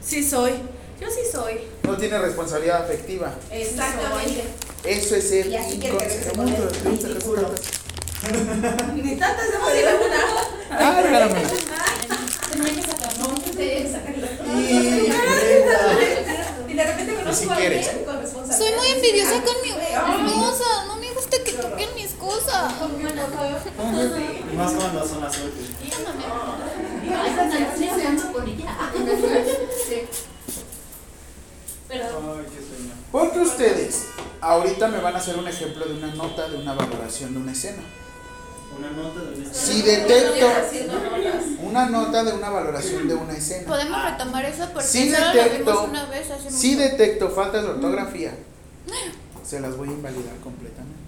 Speaker 6: Sí soy. Yo sí soy.
Speaker 1: No tiene responsabilidad afectiva.
Speaker 4: Exactamente.
Speaker 1: Eso es ser
Speaker 3: Y así que
Speaker 1: inconsciente.
Speaker 3: te regrese con el
Speaker 1: Te regrese
Speaker 3: ridículo.
Speaker 1: con el-
Speaker 6: Ni tantas se podía una.
Speaker 1: Ah, regálame. Y
Speaker 4: Y de repente
Speaker 1: Ni Pues si
Speaker 4: conozco a
Speaker 1: quieres.
Speaker 4: alguien con responsabilidad.
Speaker 7: Soy muy envidiosa con mi hermosa. No me gusta que toquen mis cosas.
Speaker 5: Más cuando son las últimas.
Speaker 2: Ay, con la niña se anda por ella. Sí. Pero.
Speaker 5: Ay, qué sueño.
Speaker 1: Porque ustedes ahorita me van a hacer un ejemplo de una nota, de una valoración de una escena.
Speaker 5: Una nota de un
Speaker 1: Si detecto
Speaker 4: Haciendo notas.
Speaker 1: una nota de una valoración de una escena,
Speaker 7: Podemos retomar eso porque
Speaker 1: Sí
Speaker 7: solo
Speaker 1: detecto.
Speaker 7: lo vimos una vez hace
Speaker 1: si
Speaker 7: mucho.
Speaker 1: detecto faltas de ortografía, se las voy a invalidar completamente.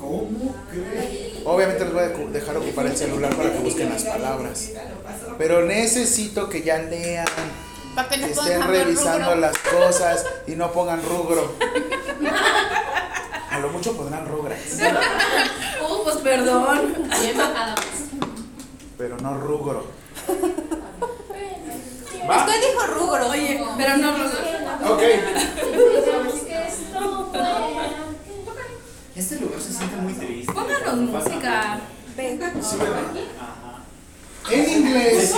Speaker 5: ¿Cómo crees?
Speaker 1: Obviamente les voy a cu- dejar ocupar el celular para que busquen las palabras. Pero necesito que ya lean,
Speaker 7: Para que
Speaker 1: que
Speaker 7: nos
Speaker 1: estén
Speaker 7: pongan
Speaker 1: revisando las cosas y no pongan rugro. A lo mucho pondrán rugras,
Speaker 2: Uh, pues perdón. Bien bajada.
Speaker 1: pero no rugro. ¿Va?
Speaker 7: Usted dijo rugro. Oye,
Speaker 2: Pero no, no,
Speaker 1: Ok.
Speaker 5: Este lugar se siente muy triste.
Speaker 2: Pónganos música.
Speaker 1: Sí, ¿verdad?
Speaker 5: Ajá.
Speaker 1: En inglés.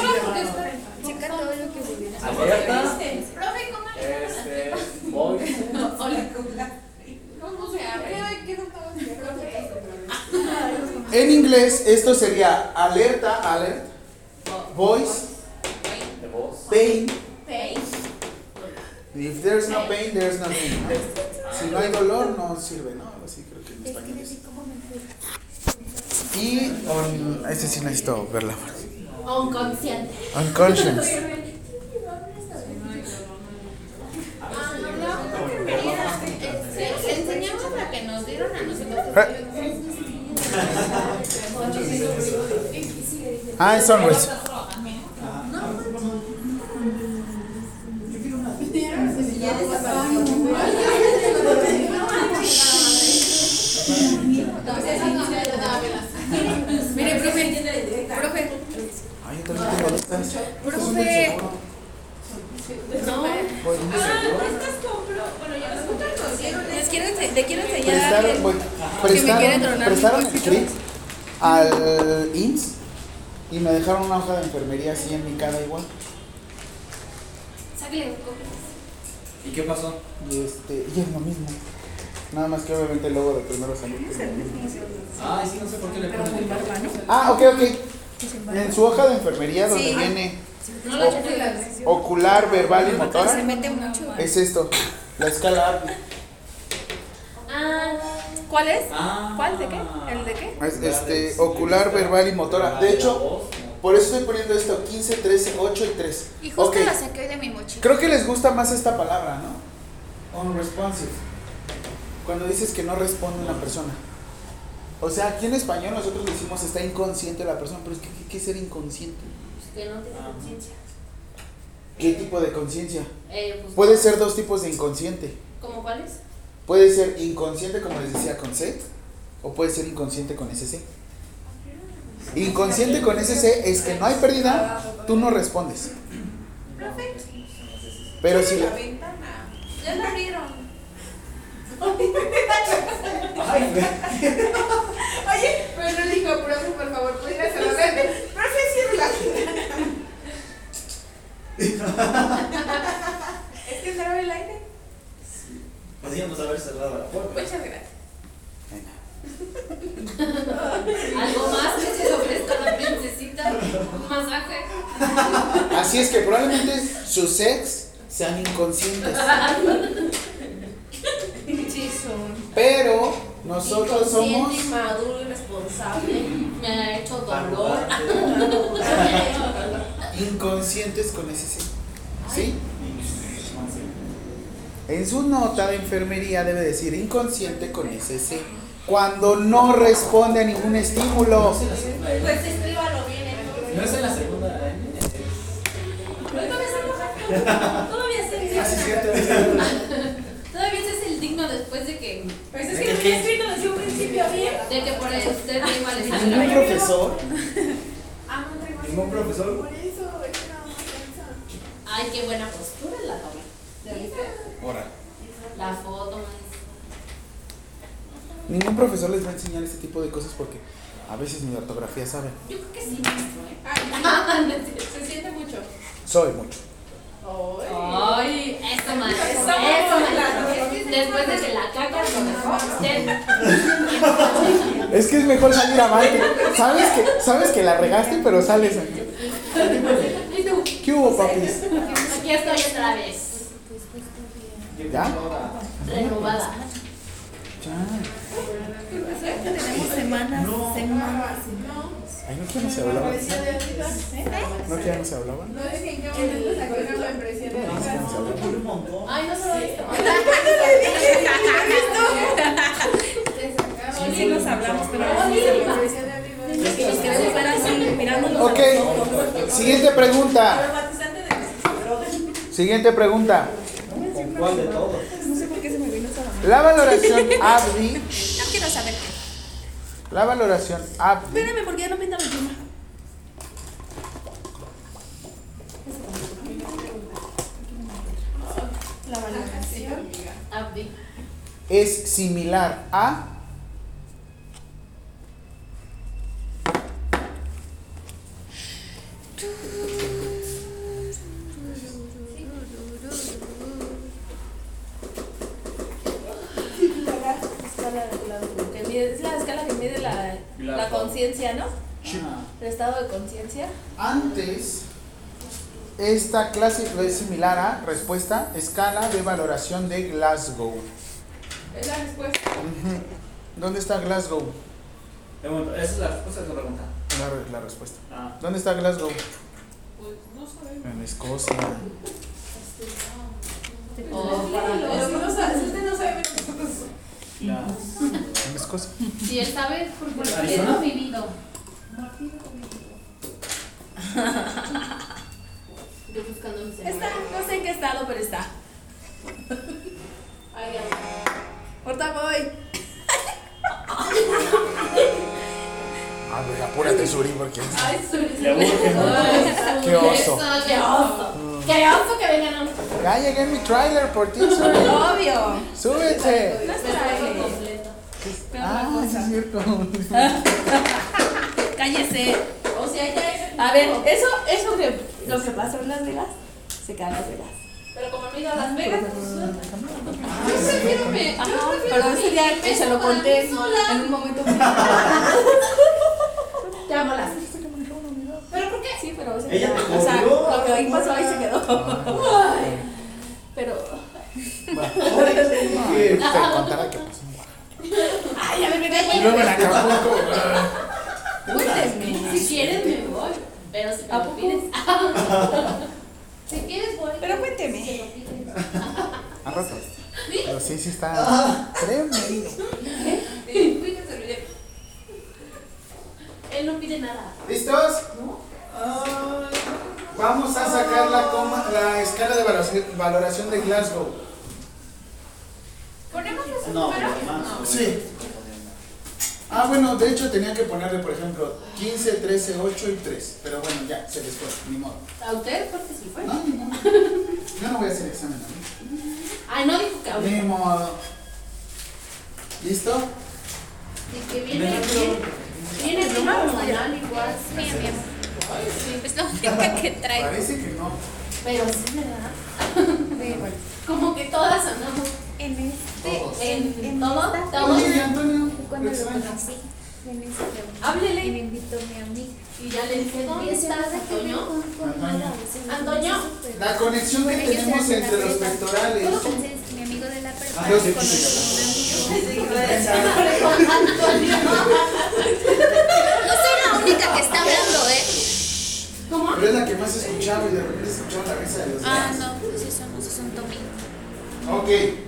Speaker 7: checa todo lo que subiera.
Speaker 5: Alerta.
Speaker 3: Profe, ¿cómo le llaman a
Speaker 5: Este. Voy.
Speaker 4: ¿Cómo se abre?
Speaker 1: En inglés esto sería alerta, alert, voice,
Speaker 5: De voz.
Speaker 1: pain.
Speaker 3: Pain.
Speaker 1: If there's no pain, there's no pain. Si no hay dolor, no sirve, ¿no? Algo así creo que en español es. Y on, este sí necesito verla más.
Speaker 2: Unconsciente.
Speaker 1: Unconscious.
Speaker 8: Sí, enseñamos la que nos dieron a nosotros.
Speaker 1: Ah, es sunrise.
Speaker 2: Mire, profe. Profe.
Speaker 1: Ay, yo también tengo Este de estas.
Speaker 8: Profe.
Speaker 1: Voy, voy.
Speaker 8: Ah, Les quiero, ense- le quiero enseñar.
Speaker 1: Prestaron, voy.
Speaker 8: quiere
Speaker 1: prestaron,
Speaker 8: tronar
Speaker 1: prestaron
Speaker 8: mi
Speaker 1: el
Speaker 8: coche.
Speaker 1: script al IMSS y me dejaron una hoja de enfermería así en mi cara igual.
Speaker 7: Sáquele un poco.
Speaker 5: ¿Y qué pasó?
Speaker 1: Y este, y es lo mismo. Nada más que obviamente el logo de primero salud. es lo mismo.
Speaker 5: Ay, sí, no sé por qué le ponen el carro.
Speaker 1: Ah, ok, ok. En su hoja de enfermería donde
Speaker 8: Sí.
Speaker 1: viene
Speaker 2: No lo cheques.
Speaker 1: ocular, verbal y
Speaker 8: Se
Speaker 1: motora,
Speaker 8: mete mucho.
Speaker 1: es esto, la escala Arby.
Speaker 8: ¿Cuál es?
Speaker 5: Ah.
Speaker 8: ¿Cuál de qué? ¿El de qué?
Speaker 1: Es, este, ocular, verbal y motora. De hecho, por eso estoy poniendo esto 15, 13, 8 y 3.
Speaker 7: Y justo
Speaker 1: Ok,
Speaker 7: la saqué hoy de mi mochila.
Speaker 1: creo que les gusta más esta palabra, ¿no? Unresponsive. Cuando dices que no responde una persona. O sea, aquí en español nosotros decimos está inconsciente la persona, pero es que ¿qué, qué es ser inconsciente?
Speaker 2: Que no tiene conciencia.
Speaker 1: ¿Qué tipo de conciencia?
Speaker 2: Eh, pues,
Speaker 1: Puede ser dos tipos de inconsciente.
Speaker 2: ¿Cómo cuáles?
Speaker 1: Puede ser inconsciente, como les decía, con C, o puede ser inconsciente con SC. Inconsciente con SC es que no hay pérdida, tú no respondes. Pero si la-
Speaker 4: Ya la abrieron.
Speaker 5: Ay, güey.
Speaker 6: Oye, pero no dijo, profe, por favor, pudiera saludarme. Profe, cierra la
Speaker 4: Es que cerró el aire.
Speaker 5: Podríamos haber cerrado la puerta.
Speaker 8: Pues,
Speaker 4: Muchas gracias.
Speaker 2: ¿Algo más que se le ofrezca a la princesita? Un masaje.
Speaker 1: así es que probablemente sus ex sean inconscientes. Pero nosotros somos
Speaker 2: Consciente, maduro y responsable. Me ha hecho dolor.
Speaker 5: Arrogante.
Speaker 1: inconscientes con SC. ¿Sí?
Speaker 5: Sí.
Speaker 1: En su nota de enfermería debe decir inconsciente con SC. Cuando no responde a ningún estímulo.
Speaker 5: No es en la segunda N.
Speaker 4: Pues escríbalo bien, entonces.
Speaker 5: No es en la segunda eh? N.
Speaker 4: Todavía se enoja. Todavía se
Speaker 1: Ah, sí,
Speaker 4: enoja.
Speaker 1: cierto.
Speaker 2: Todavía ese es el digno después de que,
Speaker 4: Pues es que no había escrito desde un principio bien.
Speaker 2: de que por el usted misma le
Speaker 1: Ningún
Speaker 2: salió.
Speaker 1: profesor.
Speaker 5: Ningún profesor.
Speaker 2: Ay, qué buena postura la toma.
Speaker 1: Ahora.
Speaker 2: La foto más.
Speaker 1: Ningún profesor les va a enseñar este tipo de cosas porque a veces ni de ortografía saben.
Speaker 2: Yo creo que sí.
Speaker 4: Ay, sí. Se siente mucho.
Speaker 1: Soy mucho.
Speaker 2: Ay, eso más. Eso
Speaker 4: Eso,
Speaker 2: más. Después de que la caca lo dejó usted.
Speaker 1: Es que es mejor salir avante. Sabes que, sabes que la regaste, pero sales.
Speaker 2: Y tú,
Speaker 1: ¿Qué hubo, papis?
Speaker 2: Aquí estoy otra vez.
Speaker 1: ¿Ya?
Speaker 2: Renovada.
Speaker 1: Ya.
Speaker 8: Tenemos semana. semanas,
Speaker 5: No.
Speaker 8: semanas.
Speaker 1: Ay, no que no se hablaba. No que ya no se hablaba.
Speaker 6: No decían que bonito sacó una membresía de
Speaker 1: No que ya no se hablaba.
Speaker 5: un montón.
Speaker 2: Ay, no se lo he visto.
Speaker 8: Sí, sí nos hablamos, pero no
Speaker 6: la
Speaker 8: se hablaba.
Speaker 6: membresía de arriba.
Speaker 8: Y nos queremos ver así, mirándonos.
Speaker 1: Ok, siguiente pregunta.
Speaker 4: Traumatizante de que se droguen.
Speaker 1: Siguiente pregunta.
Speaker 5: ¿Con cuál de todos?
Speaker 8: No sé por qué se me vino esa mamá.
Speaker 1: La valoración Abdi.
Speaker 8: No quiero saber qué.
Speaker 1: La valoración Abdi.
Speaker 8: Espérame, porque ya no pinta mi pluma.
Speaker 6: La valoración.
Speaker 2: Abdi.
Speaker 1: es similar a
Speaker 8: Escala de la- que mide- Es la escala que mide la,
Speaker 5: La-
Speaker 8: la conciencia, ¿no?
Speaker 5: Ah.
Speaker 8: El estado de conciencia.
Speaker 1: antes esta clase es similar a respuesta escala de valoración de Glasgow.
Speaker 6: Es la respuesta.
Speaker 1: Ujú. ¿Dónde está Glasgow?
Speaker 5: De momento, Esa es la respuesta de la pregunta.
Speaker 1: La, re- la respuesta.
Speaker 5: Ah.
Speaker 1: ¿Dónde está Glasgow?
Speaker 4: Pues no sabemos.
Speaker 1: En Escocia.
Speaker 2: Oh,
Speaker 4: Es que
Speaker 2: para-
Speaker 4: no sabe, si usted no sabe menos que nosotros.
Speaker 5: La,
Speaker 1: En Escocia.
Speaker 2: Si él sabe, por- por- porque
Speaker 5: ¿Arizona?
Speaker 2: hemos vivido. Yo buscando mi
Speaker 8: Está,
Speaker 2: celular.
Speaker 8: no sé en qué estado, pero está.
Speaker 2: Ay, ay.
Speaker 8: Ahorita voy.
Speaker 1: A ver, Ah, apúrate, Suri, porque.
Speaker 2: Ay, sorry.
Speaker 5: Le urge, ¿no?
Speaker 2: Ay,
Speaker 1: Qué oso.
Speaker 2: Qué oso. Qué oso que vengan a un
Speaker 1: Ya llegué mi trailer por ti, Suri.
Speaker 8: Obvio.
Speaker 1: ¡Súbete!
Speaker 8: No
Speaker 2: pedazo
Speaker 8: es traje.
Speaker 2: completo.
Speaker 1: Ah, sí es cierto.
Speaker 8: Cállese.
Speaker 4: O sea, ya es.
Speaker 8: A ver, eso es lo que, lo que pasó en Las Vegas. Se caen Las Vegas.
Speaker 4: Pero como no he ido a Las Vegas, pues.
Speaker 2: Yo prefiero me-
Speaker 8: Ajá,
Speaker 2: yo prefiero
Speaker 8: pero ese día
Speaker 2: vivirme
Speaker 8: que se lo
Speaker 2: para mí
Speaker 8: conté
Speaker 2: sola.
Speaker 8: en un momento.
Speaker 2: Ya, molas.
Speaker 8: ¿Pero por qué? Sí, pero ese
Speaker 5: Ella
Speaker 8: día.
Speaker 5: te
Speaker 8: O sea,
Speaker 5: jodió.
Speaker 8: lo que hoy pasó ahí se quedó. Pero.
Speaker 1: Te contara que pues, pasó.
Speaker 8: Ay, a ver, me
Speaker 1: Y
Speaker 8: caí.
Speaker 1: luego en Acapulco.
Speaker 2: Cuéntenme. Si quieres, me voy. Pero si me
Speaker 8: ¿A
Speaker 2: lo
Speaker 8: poco?
Speaker 2: pides. Si quieres, voy.
Speaker 8: Pero cuénteme.
Speaker 2: Si lo pides.
Speaker 1: A ratos. Pero sí, sí está tremendo.
Speaker 4: Fíjense, mire.
Speaker 2: Él no pide nada.
Speaker 1: ¿Listos? Vamos a sacar la, coma- la escala de valoración, valoración de Glasgow.
Speaker 4: Ponemos los
Speaker 5: No,
Speaker 4: números.
Speaker 5: más.
Speaker 1: Sí. Ah, bueno, de hecho tenía que ponerle, por ejemplo, 15, 13, 8 y 3. Pero bueno, ya, se les fue, ni modo.
Speaker 2: A usted, porque sí fue.
Speaker 1: No, ni modo. Yo no voy a hacer examen. ¿no?
Speaker 2: Ay, no dijo que a
Speaker 1: Ni modo. ¿Listo?
Speaker 2: Y que viene bien. Viene bien hormonal igual. Bien, bien.
Speaker 8: Es la única que traigo.
Speaker 1: Parece que no.
Speaker 2: Pero sí, ¿verdad? Como que todas andamos
Speaker 7: En este.
Speaker 1: Todos.
Speaker 2: en, todo. Todos.
Speaker 1: Oye, Antonio,
Speaker 7: Cuando lo
Speaker 1: extraño.
Speaker 7: conocí, en este.
Speaker 2: Háblele.
Speaker 7: Me invitó mi amiga.
Speaker 2: Y ya le dije, ¿dónde estás, Antonio?
Speaker 1: Antonio.
Speaker 2: Antonio.
Speaker 1: La conexión que tenemos entre los pectorales.
Speaker 7: Entonces, mi amigo de la prepa
Speaker 1: Ah, yo sí.
Speaker 7: conoció a un amigo.
Speaker 8: No soy la única que está hablando, ¿eh?
Speaker 2: ¿Cómo?
Speaker 1: Pero es la que más escuchaba y de repente escuchaba la risa de los
Speaker 7: Ah,
Speaker 1: demás.
Speaker 7: no, pues eso no, eso es un topic.
Speaker 1: Ok.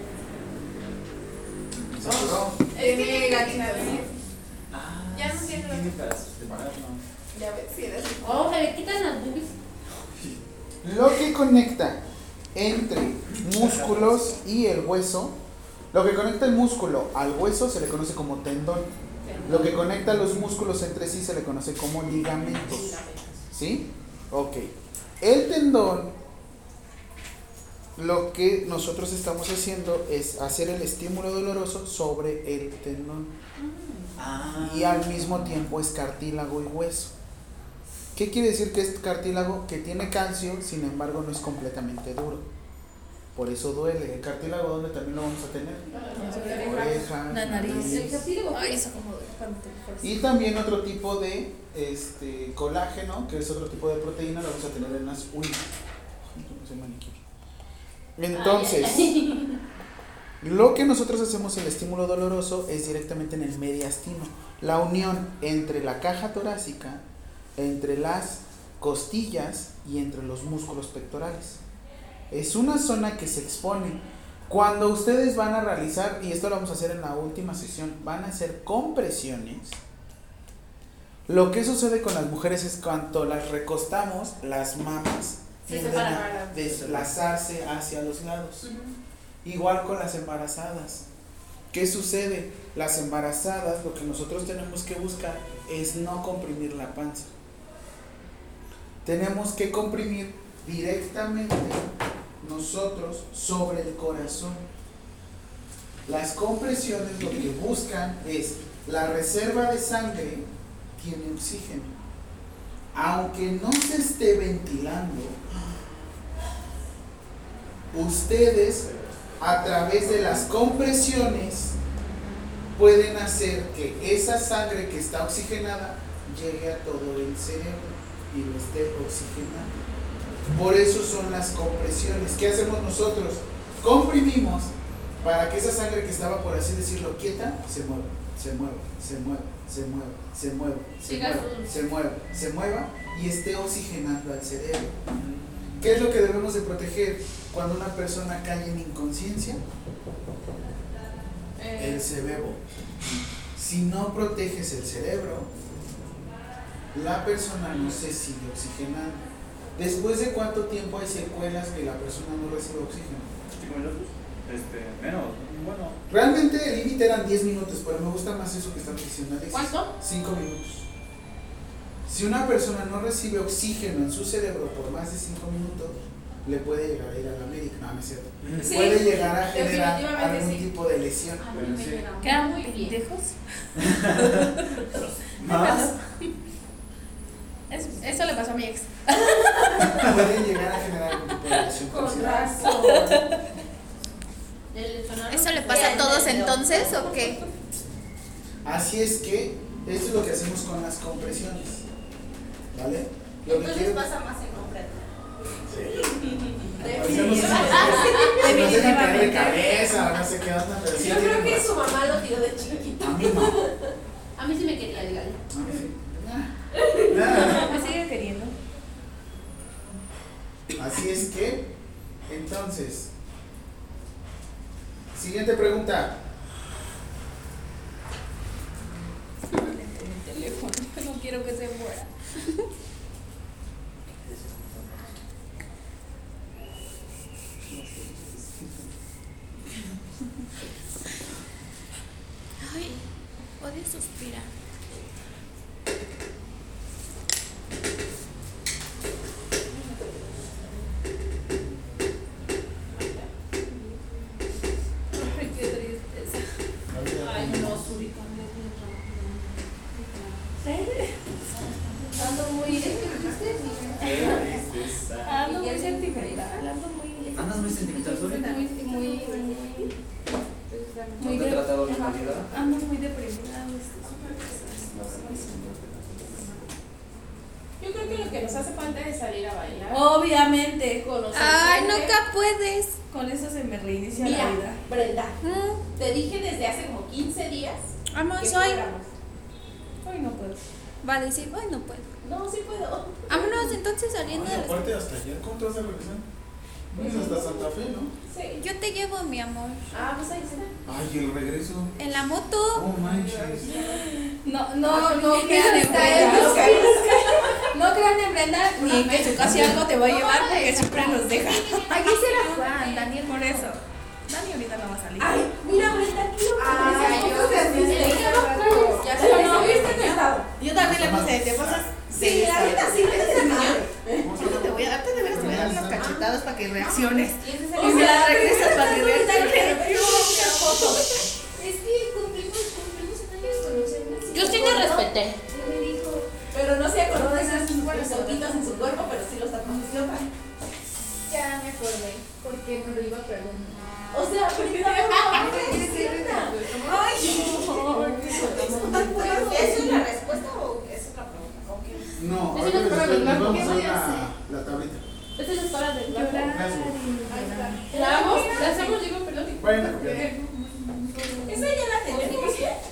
Speaker 1: Saludó.
Speaker 6: Es que Gatina dice,
Speaker 5: Ah,
Speaker 6: Ya no tiene-
Speaker 5: sí, para sustentarlo.
Speaker 6: ya ves, si eres
Speaker 2: Oh, me quitan las boobies.
Speaker 1: Lo que conecta entre músculos y el hueso, lo que conecta el músculo al hueso se le conoce como tendón. Lo que conecta los músculos entre sí se le conoce como ligamentos. ¿Sí? Ok. El tendón, lo que nosotros estamos haciendo es hacer el estímulo doloroso sobre el tendón.
Speaker 5: Ah.
Speaker 1: y al mismo tiempo es cartílago y hueso. ¿Qué quiere decir que es cartílago? Que tiene calcio, sin embargo no es completamente duro. Por eso duele. ¿El cartílago dónde también lo vamos a tener? Oreja,
Speaker 8: La nariz. Ay,
Speaker 2: Ay,
Speaker 8: eso como duele cuando te fuerzas.
Speaker 1: Y también otro tipo de este, colágeno, que es otro tipo de proteína, lo vamos a tener en las uñas. Ay, no soy maniquí. Entonces,
Speaker 2: ay, ay.
Speaker 1: Lo que nosotros hacemos en el estímulo doloroso es directamente en el mediastino, la unión entre la caja torácica, entre las costillas y entre los músculos pectorales. Es una zona que se expone. Cuando ustedes van a realizar, y esto lo vamos a hacer en la última sesión, van a hacer compresiones. Lo que sucede con las mujeres es cuando las recostamos, las mamas
Speaker 2: Se
Speaker 1: tienden a
Speaker 2: separan.
Speaker 1: deslazarse hacia los lados.
Speaker 2: Ujú.
Speaker 1: Igual con las embarazadas. ¿Qué sucede? Las embarazadas, lo que nosotros tenemos que buscar es no comprimir la panza. Tenemos que comprimir directamente nosotros sobre el corazón. Las compresiones lo que buscan es la reserva de sangre tiene oxígeno. Aunque no se esté ventilando, ustedes a través de las compresiones pueden hacer que esa sangre que está oxigenada llegue a todo el cerebro y lo esté oxigenando. Por eso son las compresiones. ¿Qué hacemos nosotros? Comprimimos para que esa sangre que estaba, por así decirlo, quieta, se mueva, se mueva, se mueva, se mueva, se mueva, se
Speaker 2: Siga
Speaker 1: mueva,
Speaker 2: su-
Speaker 1: se mueva, se mueva y esté oxigenando al cerebro. ¿Qué es lo que debemos de proteger cuando una persona cae en inconsciencia?
Speaker 2: Eh,
Speaker 1: El cerebro. Si no proteges el cerebro, la persona no se sigue oxigenando. ¿Después de cuánto tiempo hay secuelas que la persona no recibe oxígeno?
Speaker 5: Este, menos. Bueno.
Speaker 1: Realmente el límite eran 10 minutos, pero me gusta más eso que están diciendo Alexis.
Speaker 2: ¿Cuánto?
Speaker 1: 5 minutos. Si una persona no recibe oxígeno en su cerebro por más de 5 minutos, le puede llegar a ir a la médica. No, no es cierto.
Speaker 4: Sí,
Speaker 1: puede llegar a generar
Speaker 4: definitivamente
Speaker 1: algún
Speaker 4: sí.
Speaker 1: tipo de lesión.
Speaker 2: Ah,
Speaker 4: A mí
Speaker 5: Bueno,
Speaker 4: me
Speaker 5: sí.
Speaker 4: llega.
Speaker 8: ¿Quedan
Speaker 2: Muy bien.
Speaker 8: pendejos?
Speaker 5: Más.
Speaker 8: Es- eso le pasó a mi ex.
Speaker 1: Puede llegar a generar algún tipo de lesión.
Speaker 4: Con
Speaker 1: considerable.
Speaker 4: razón.
Speaker 2: El sonar-
Speaker 8: ¿Eso le pasa a todos entonces o qué?
Speaker 1: Así es que eso es lo que hacemos con las compresiones. ¿Vale? Lo que
Speaker 7: Entonces
Speaker 1: quiero.
Speaker 7: pasa más en concreto.
Speaker 1: Parecemos-
Speaker 4: Ah,
Speaker 1: Nos dejan caer de cabeza, no sé qué onda, pero sí
Speaker 4: Yo
Speaker 1: tienen
Speaker 4: creo que
Speaker 1: razón.
Speaker 4: su mamá lo tiró de chiquito.
Speaker 1: A mí no.
Speaker 2: A mí sí me quería, dígale.
Speaker 1: A mí sí. Nah.
Speaker 8: Me sigue queriendo.
Speaker 1: Así es que, entonces, siguiente pregunta.
Speaker 8: Mi teléfono. No quiero que se muera.
Speaker 7: Ay, odio suspirar.
Speaker 2: Ay, qué tristeza. Ay, no, Suri, cambia de trabajo.
Speaker 7: Ando muy. ¿Es que me
Speaker 5: Qué tristeza.
Speaker 8: Ando muy sentimental. Ando muy.
Speaker 5: Andas muy sentimental, Suri.
Speaker 8: Muy, muy. Muy
Speaker 5: ¿No te ha
Speaker 8: de-
Speaker 5: tratado bien la vida?
Speaker 8: Ando muy deprimida.
Speaker 4: Yo creo que lo que nos hace falta es salir a bailar.
Speaker 8: Obviamente.
Speaker 4: Conocer
Speaker 8: Ay,
Speaker 4: gente.
Speaker 8: nunca puedes. Con eso se me reinicia
Speaker 4: Mira,
Speaker 8: la vida.
Speaker 4: Brenda,
Speaker 8: Mm,
Speaker 4: te dije desde hace como 15 días
Speaker 8: Amo,
Speaker 4: que
Speaker 8: soy.
Speaker 4: fuéramos.
Speaker 6: Hoy no puedo.
Speaker 8: Va a decir, ay, no puedo.
Speaker 4: No, sí puedo.
Speaker 8: Vámonos entonces
Speaker 1: Oye,
Speaker 8: saliendo de la-
Speaker 1: aparte, hasta allá, ¿cómo te vas a regresar? Pues hasta Santa Fe, ¿no?
Speaker 4: Sí.
Speaker 8: Yo te llevo, mi amor.
Speaker 4: Ah, pues ahí está.
Speaker 1: Ay, el regreso.
Speaker 8: En la moto.
Speaker 1: Oh, manches.
Speaker 6: No, no, no
Speaker 8: Eso
Speaker 6: crean en
Speaker 8: está
Speaker 6: Brenda.
Speaker 8: en
Speaker 6: o sea, No crean en Brenda ni en que su casi algo te va a llevar porque siempre nos deja.
Speaker 8: Aquí será Juan, Daniel. Por eso. Dani ahorita no va a salir.
Speaker 4: Ay, mira, Brenda, aquí lo
Speaker 6: Ay,
Speaker 4: pones.
Speaker 6: yo sé, sí, sí,
Speaker 4: Ya se lo subiste en estado.
Speaker 6: Yo también le puse, te pasas.
Speaker 4: Sí, la neta sí, te es
Speaker 6: Te voy a darte de veras, te voy a dar unas cachetadas para que reacciones.
Speaker 8: Y me la regresas para que veas.
Speaker 7: Es que cumplimos, cumplimos un año de conocernos.
Speaker 2: Yo sí te respeté.
Speaker 7: Yo me dijo,
Speaker 4: Pero no se acordó de esas pesotitos en su cuerpo, pero sí los atmosfera.
Speaker 7: ya me acordé, porque me lo iba a preguntar.
Speaker 4: O sea, porque no
Speaker 7: ¿Eso es la respuesta o es otra pregunta? ¿O qué?
Speaker 1: No,
Speaker 2: Es
Speaker 1: ahorita
Speaker 2: una
Speaker 1: les- les
Speaker 2: prueba,
Speaker 1: vamos
Speaker 2: ¿qué
Speaker 1: a
Speaker 2: voy
Speaker 1: hacer
Speaker 2: a
Speaker 1: la, la tablita.
Speaker 2: Esta es la escuela del barco.
Speaker 1: Gracias.
Speaker 2: La vamos, la hacemos, digo, perdón.
Speaker 1: Vayan a copiar.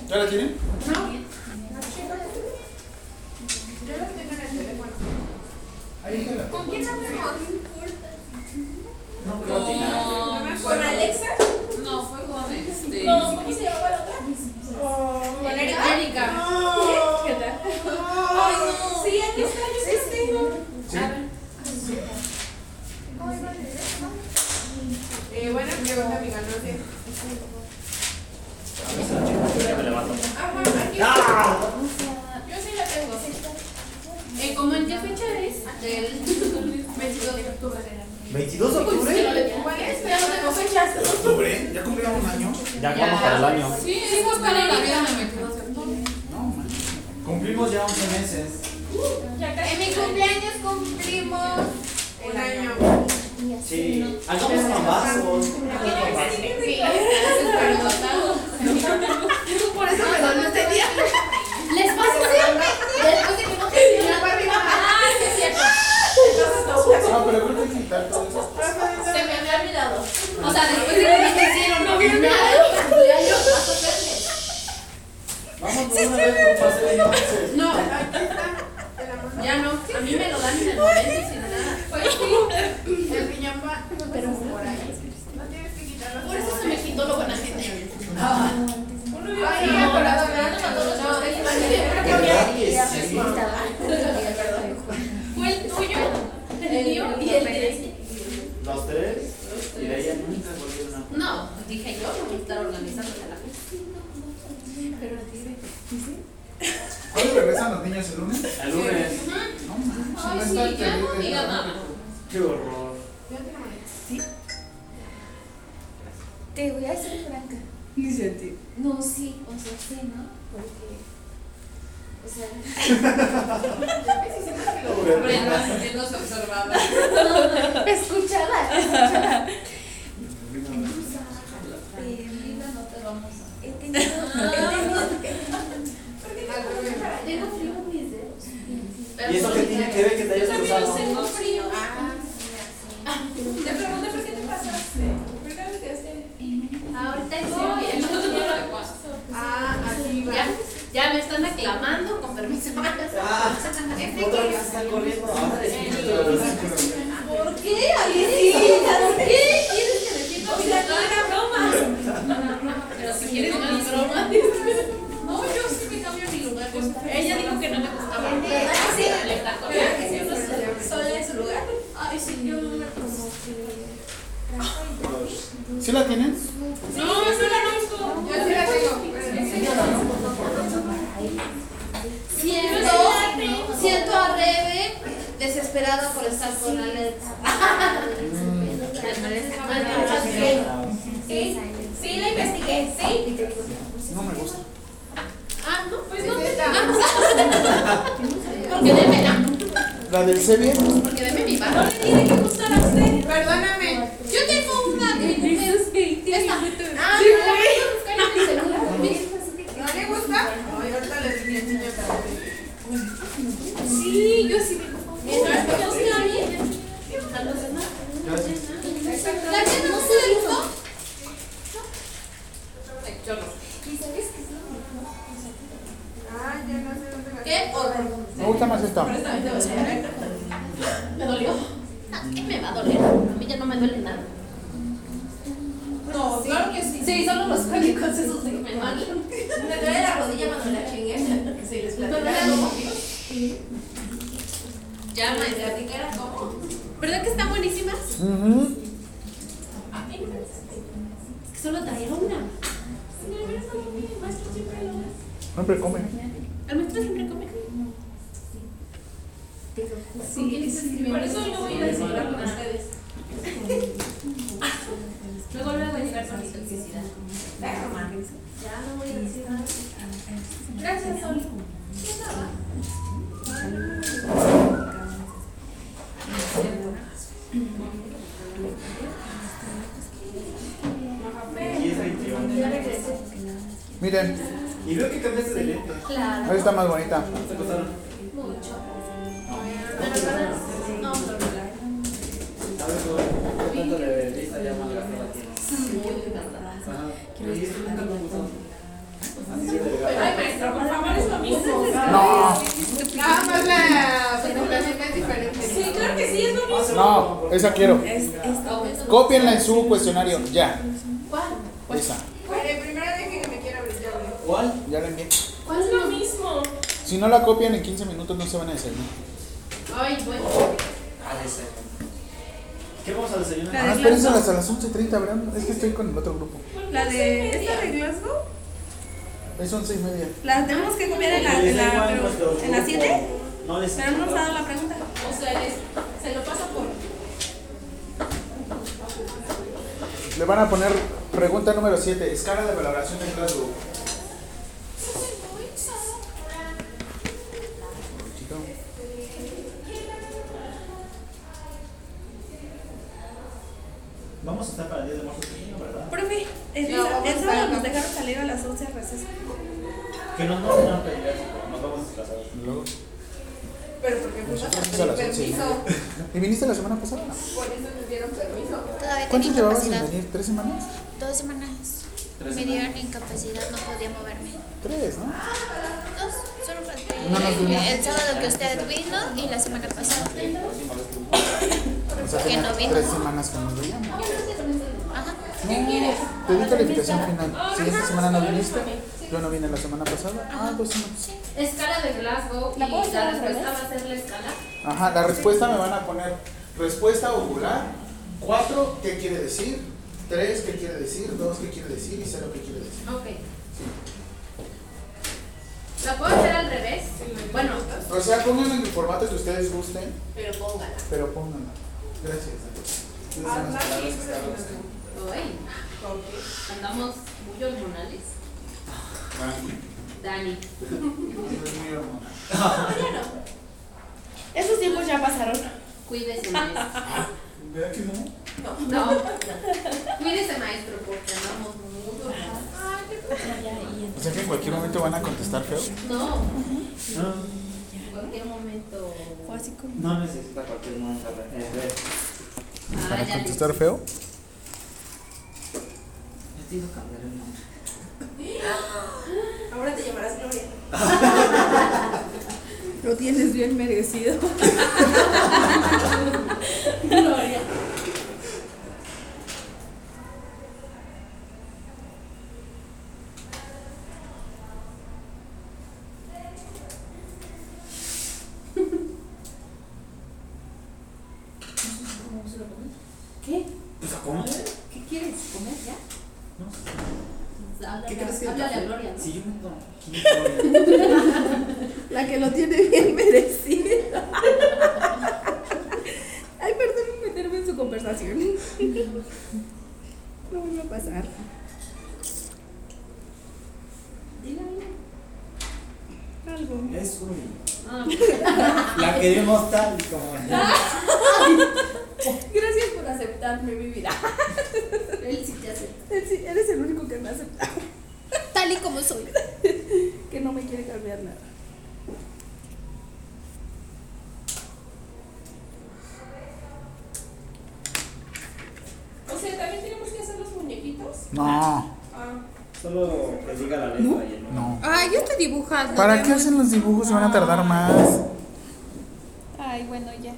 Speaker 1: ¿Ya la tienen?
Speaker 4: Yo la tengo en el teléfono.
Speaker 1: Ahí déjenla.
Speaker 7: ¿Con quién hablamos?
Speaker 5: No, pero tiene nada.
Speaker 4: Con,
Speaker 2: Con,
Speaker 4: con Alexa.
Speaker 2: No, fue con este.
Speaker 4: No, ¿cómo se llamaba la otra?
Speaker 2: Con Erika. Ah.
Speaker 4: ¿Qué tal? Ay, no. Sí, aquí está, yo sí la tengo.
Speaker 1: ¿Sí?
Speaker 4: Eh, buena pregunta, amiga, no sé.
Speaker 5: A veces la chica, ya me levanto.
Speaker 4: Ajá, aquí.
Speaker 5: ¡Ah!
Speaker 4: Yo sí la tengo.
Speaker 2: Eh, ¿Cómo en qué fecha es? Del 22 de octubre.
Speaker 5: 22 de octubre.
Speaker 4: ¿Cuál es? Pero no tengo fechas.
Speaker 1: ¿Octubre? ¿Ya cumplíamos un año?
Speaker 5: Ya vamos para el año.
Speaker 2: Sí, sí, fue para la vida me metí dos octubre.
Speaker 5: No, man. Cumplimos ya 11 meses.
Speaker 7: En mi cumpleaños cumplimos.
Speaker 4: Un año.
Speaker 5: Sí. Hagamos cambazos.
Speaker 6: Por eso me dolió este día.
Speaker 7: Les paso siempre. Después de que no te
Speaker 6: Yo fue arriba.
Speaker 2: Ah, sí, es cierto.
Speaker 1: Ah, pero creo que hay que quitar todo eso.
Speaker 2: Se me había olvidado. O sea, después de que me hicieron, no vi nada.
Speaker 5: Vamos de una vez por paseo de noche.
Speaker 2: No, ya no. A mí me lo dan en el momento y sin nada.
Speaker 4: El riñón va. Pero por ahí. No tienes que quitarlo.
Speaker 2: Por eso se me quitó lo buena gente.
Speaker 4: Ay, ya, por la dona.
Speaker 5: ¿Verdad que sí?
Speaker 2: Fue el tuyo, el mío y el de.
Speaker 5: Los tres. Y de ella nunca volvieron a.
Speaker 2: No, dije yo, no estar organizándose la fiesta. Pero dice.
Speaker 1: ¿Cuándo regresan los niños el lunes?
Speaker 5: El lunes.
Speaker 1: No, man.
Speaker 2: Ay,
Speaker 1: no
Speaker 2: sí,
Speaker 1: está
Speaker 2: ya no
Speaker 1: terrible,
Speaker 2: digas
Speaker 1: ¿no?
Speaker 2: nada.
Speaker 5: Qué horror.
Speaker 7: Te voy a ser franca.
Speaker 6: Ni sentí.
Speaker 7: No, sí, o sea, sí, ¿no? Porque. O sea,
Speaker 2: Brenda sintiéndose observada.
Speaker 7: escuchada. escuchada. Eh, Linda, no te vamos a. He tenido. he tenido- Tengo frío en mis dedos.
Speaker 5: ¿Y eso qué tiene que ver que te hayas cruzado?
Speaker 2: Tengo frío.
Speaker 3: Ah,
Speaker 4: Te pregunté por qué te pasaste. ¿Por qué no te quedaste?
Speaker 7: Ahorita
Speaker 2: No, y el
Speaker 7: estoy.
Speaker 2: otro no lo paso.
Speaker 4: Ah, aquí va.
Speaker 2: Ya, ya me están aclamando, con permiso.
Speaker 5: Ah, otra vez están corriendo. Ah, Ahora les pido que los
Speaker 2: ¿Por qué? Alicita? ¿Por qué quieres que repita mi no era broma? Pero si quieres no es broma. No, yo sí me cambio mi lugar. Ella dijo que no me gustaba. Ah,
Speaker 7: ¿Verdad que sí?
Speaker 2: Le está con-
Speaker 4: ¿Verdad que sí? No sé, sola en su lugar.
Speaker 7: Ay, sí, yo no me como
Speaker 1: ¿Sí la tienen?
Speaker 2: No, no la busco.
Speaker 4: Yo sí la tengo.
Speaker 7: Siento, siento a Rebe desesperada por estar con Alex.
Speaker 4: Sí, sí, la investigué. Sí.
Speaker 1: No me gusta.
Speaker 2: Ah, no, pues no. Porque deme, ah,
Speaker 1: ¿La del CB?
Speaker 2: porque deme mi barro.
Speaker 4: Tiene que gustar a usted. Perdóname.
Speaker 2: Yo tengo una que me Esta.
Speaker 4: Ah,
Speaker 2: Sí,
Speaker 4: no la voy a buscar en mi celular.
Speaker 3: pues,
Speaker 6: ¿No le gusta? Ay, ahorita le di el niño también.
Speaker 2: Sí, yo sí me como. Mientras me guste a mí. A los demás.
Speaker 1: Gracias.
Speaker 7: ¿La que no se le gustó?
Speaker 2: Yo no.
Speaker 7: ¿Y sabes qué es lo mejor?
Speaker 4: Ah, ya no sé dónde la
Speaker 2: ¿Qué horror?
Speaker 1: Me gusta más esta.
Speaker 2: Me dolió. No, ¿Qué me va a doler? A mí ya no me duele nada.
Speaker 4: No, claro que sí.
Speaker 2: Sí, solo los cólicos esos de que me duelen.
Speaker 4: Me duele la rodilla cuando la chingué. Que se les
Speaker 2: Me
Speaker 4: platicaba.
Speaker 2: duele los Ya,
Speaker 4: Me
Speaker 2: maestra.
Speaker 4: platicara cómo.
Speaker 2: ¿Verdad que están buenísimas?
Speaker 1: Ujú.
Speaker 2: Es que solo traía una.
Speaker 1: Siempre come.
Speaker 2: El maestro siempre come. Sí,
Speaker 4: Por eso no voy a ir a desayunar con ustedes.
Speaker 2: Luego luego a llegar con mi toxicidad.
Speaker 7: Ya no voy a decir nada.
Speaker 4: Gracias, Sol.
Speaker 5: Y es 21.
Speaker 7: Ya regresé.
Speaker 1: Miren,
Speaker 5: Y veo que cambiaste de lente.
Speaker 7: Claro.
Speaker 1: esta está más bonita.
Speaker 5: ¿Cuánto te costaron?
Speaker 7: Mucho.
Speaker 2: No,
Speaker 5: ¿Sabes todo? ¿Cuánto de vista ya más grande la Pues, tienes?
Speaker 2: muy verdad.
Speaker 5: Ajá. Y esto nunca me ha gustado. Así de delgado.
Speaker 4: Pero por favor es lo mismo.
Speaker 1: No.
Speaker 6: Nada más la presentación es diferente.
Speaker 4: Sí, claro que sí, es lo mismo.
Speaker 1: No, esa quiero. Cópienla en su cuestionario, ya. ¿Cuál? Esa,
Speaker 6: Vale, primero dejen que me quiera brillar.
Speaker 5: ¿Cuál?
Speaker 1: ya la envié.
Speaker 4: Es lo mismo.
Speaker 1: Si no la copian en 15 minutos no se van a desayunar.
Speaker 2: Ay, bueno.
Speaker 5: A desayunar. Ah, ¿Qué vamos a desayunar?
Speaker 1: Ah, espérense hasta las 11.30, Abraham. Es que estoy con el otro grupo.
Speaker 6: La de esta de Glasgow,
Speaker 1: Es 11 y media.
Speaker 6: la tenemos que copiar en la,
Speaker 5: Les
Speaker 6: en
Speaker 5: da
Speaker 6: la,
Speaker 5: igual nuestro
Speaker 6: en la
Speaker 5: grupo.
Speaker 6: 7,
Speaker 5: No les
Speaker 6: pero no nos ha dado la pregunta.
Speaker 4: O sea, es- se lo pasa por.
Speaker 1: Le van a poner pregunta número 7, escala de valoración del rasgo.
Speaker 5: Vamos a estar para el 10 de marzo, ¿verdad?
Speaker 6: Profe, el,
Speaker 2: No, vamos
Speaker 6: el
Speaker 2: para
Speaker 6: sábado nos
Speaker 2: acá.
Speaker 6: dejaron salir a las 11 a receso.
Speaker 5: Que nos no a pelear, nos vamos a desplazar.
Speaker 1: Luego.
Speaker 6: Pero porque
Speaker 1: Nosotros a las once y media. ¿Y viniste la semana pasada?
Speaker 6: por eso nos dieron permiso.
Speaker 3: Todavía tengo
Speaker 1: ¿Cuánto llevabas sin
Speaker 3: incapacidad.
Speaker 1: venir? ¿Tres semanas?
Speaker 3: Dos semanas.
Speaker 5: Tres
Speaker 3: Me
Speaker 5: semanas.
Speaker 3: dieron incapacidad, no podía moverme.
Speaker 1: Tres, ¿no?
Speaker 3: Dos, solo falté
Speaker 1: No nos vimos.
Speaker 3: el sábado que usted vino y la semana pasada.
Speaker 1: O sea,
Speaker 3: Que
Speaker 1: tenía
Speaker 3: no vino.
Speaker 1: tres semanas que nos veíamos.
Speaker 3: Ajá.
Speaker 1: No, te di calificación final. Si esta semana no viniste, yo no vine la semana pasada. Ah, pues no.
Speaker 2: Escala de Glasgow y
Speaker 6: ¿La
Speaker 2: la
Speaker 6: puedo hacer
Speaker 2: respuesta
Speaker 6: al
Speaker 2: va a ser la escala.
Speaker 1: Ajá, la respuesta me van a poner respuesta ocular. Cuatro, ¿qué quiere decir? Tres, ¿qué quiere decir? Dos, ¿qué quiere decir? Y cero, ¿qué quiere decir?
Speaker 2: Ok. ¿La puedo hacer al revés? Bueno,
Speaker 1: O sea, pónganlo en el formato que ustedes gusten,
Speaker 4: Pero póngala.
Speaker 1: pero pónganlo. Gracias. Esas son las palabras que estaba buscando.
Speaker 2: hoy andamos muy hormonales. Dani.
Speaker 1: Dios mío, hermana.
Speaker 6: Esos tiempos ya pasaron.
Speaker 2: Cuídese, maestro.
Speaker 1: ¿Verdad que no?
Speaker 2: No. Cuídese, maestro, porque andamos muy hormonales.
Speaker 1: O sea que en cualquier momento van a contestar feo.
Speaker 2: No, Pues,
Speaker 5: No,
Speaker 2: en cualquier momento.
Speaker 6: Fue así como.
Speaker 5: no necesita cualquier momento. eh, ver.
Speaker 2: Ah, ya
Speaker 1: contestar feo?
Speaker 5: Yo te digo cambiar el nombre.
Speaker 4: Ahora te llamarás Gloria.
Speaker 6: Lo tienes bien merecido.
Speaker 4: Gloria.
Speaker 2: ¿Qué?
Speaker 5: Pues a comer.
Speaker 2: ¿Qué quieres? ¿Comer ya?
Speaker 5: No sé.
Speaker 2: Háblale,
Speaker 5: ¿Qué crees que
Speaker 2: háblale a
Speaker 5: café?
Speaker 2: Gloria, ¿no?
Speaker 5: Si yo me tomo. ¿quién me
Speaker 6: La que lo tiene bien merecido. Ay, perdón por meterme en su conversación. No vuelve a pasar.
Speaker 2: Dile algo.
Speaker 6: Algo.
Speaker 5: toma? Es Uri.
Speaker 2: Ah,
Speaker 5: La queremos tal y como es.
Speaker 6: Gracias por aceptarme mi vida.
Speaker 2: él sí te hace.
Speaker 6: Sí, eres el único que me acepta.
Speaker 3: Tal y como soy.
Speaker 6: Que no me quiere cambiar nada.
Speaker 4: O sea, también tenemos que hacer los muñequitos.
Speaker 1: No,
Speaker 4: Ah.
Speaker 5: Solo que diga la letra y el nombre.
Speaker 1: no.
Speaker 3: Ay, yo estoy dibujando.
Speaker 1: ¿Para qué hacen los dibujos? Se van a tardar más.
Speaker 3: Ay, bueno, ya.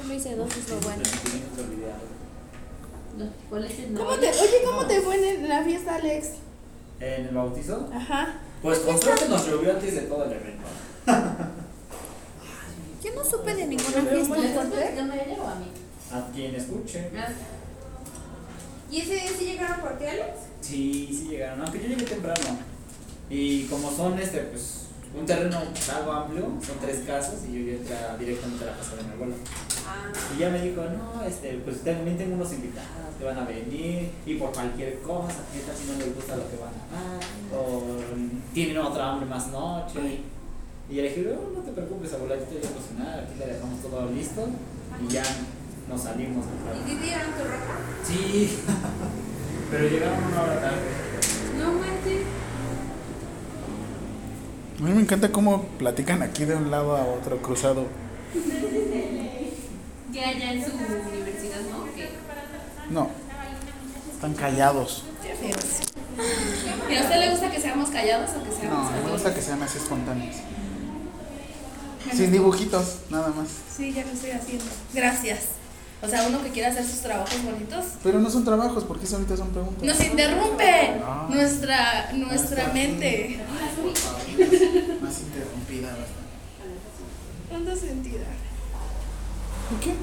Speaker 3: Solo hice dos, es lo bueno.
Speaker 5: Sentimientos olvidados.
Speaker 2: No, ¿Cuál es el
Speaker 6: ¿Cómo
Speaker 2: nombre?
Speaker 6: te, oye, ¿cómo te fue en la fiesta, Alex?
Speaker 5: ¿En el bautizo?
Speaker 6: Ajá.
Speaker 5: Pues con suerte nos llovió antes de todo el evento.
Speaker 3: Yo no supe de ninguna
Speaker 6: Pero
Speaker 3: fiesta.
Speaker 6: bueno.
Speaker 2: ¿Le estás platicando a ella o a mí?
Speaker 5: A quien escuche.
Speaker 2: Ah,
Speaker 4: ¿Y ese día sí llegaron por ti, Alex?
Speaker 5: Sí, sí llegaron, aunque yo llegué temprano. Y como son este, pues, un terreno algo amplio, son tres casas y yo ya entra directamente a la casa de mi abuelo.
Speaker 4: Ah.
Speaker 5: Y ya me dijo, no, este, pues también tengo unos invitados que van a venir y por cualquier cosa, ¿qué tal si no les gusta lo que van a dar? O mm, tienen otra hambre más noche. Y yo le dije, no, no te preocupes, abuela, yo te voy a cocinar, aquí le dejamos todo listo y ya nos salimos.
Speaker 4: ¿Y te dieron tu ropa?
Speaker 5: Sí, pero llegaron una hora tarde.
Speaker 4: No manches.
Speaker 1: A mí me encanta cómo platican aquí de un lado a otro cruzado.
Speaker 2: Ya, ya en su universidad, ¿no? ¿Qué?
Speaker 1: No. Están callados.
Speaker 6: Qué feos.
Speaker 2: ¿Y a usted le gusta que seamos callados o que seamos
Speaker 1: No, me
Speaker 2: activos?
Speaker 1: gusta que sean así espontáneos. Sin dibujitos, nada más.
Speaker 2: Sí, ya lo estoy haciendo. Gracias. O sea, uno que quiere hacer sus trabajos bonitos.
Speaker 1: Pero no son trabajos, porque eso ahorita son preguntas.
Speaker 2: Nos interrumpe
Speaker 1: Ah.
Speaker 2: nuestra, nuestra
Speaker 1: Nuestra
Speaker 2: mente.
Speaker 1: Más interrumpida, ¿verdad?
Speaker 2: ¿Cuánta sentida?
Speaker 1: ¿Por qué?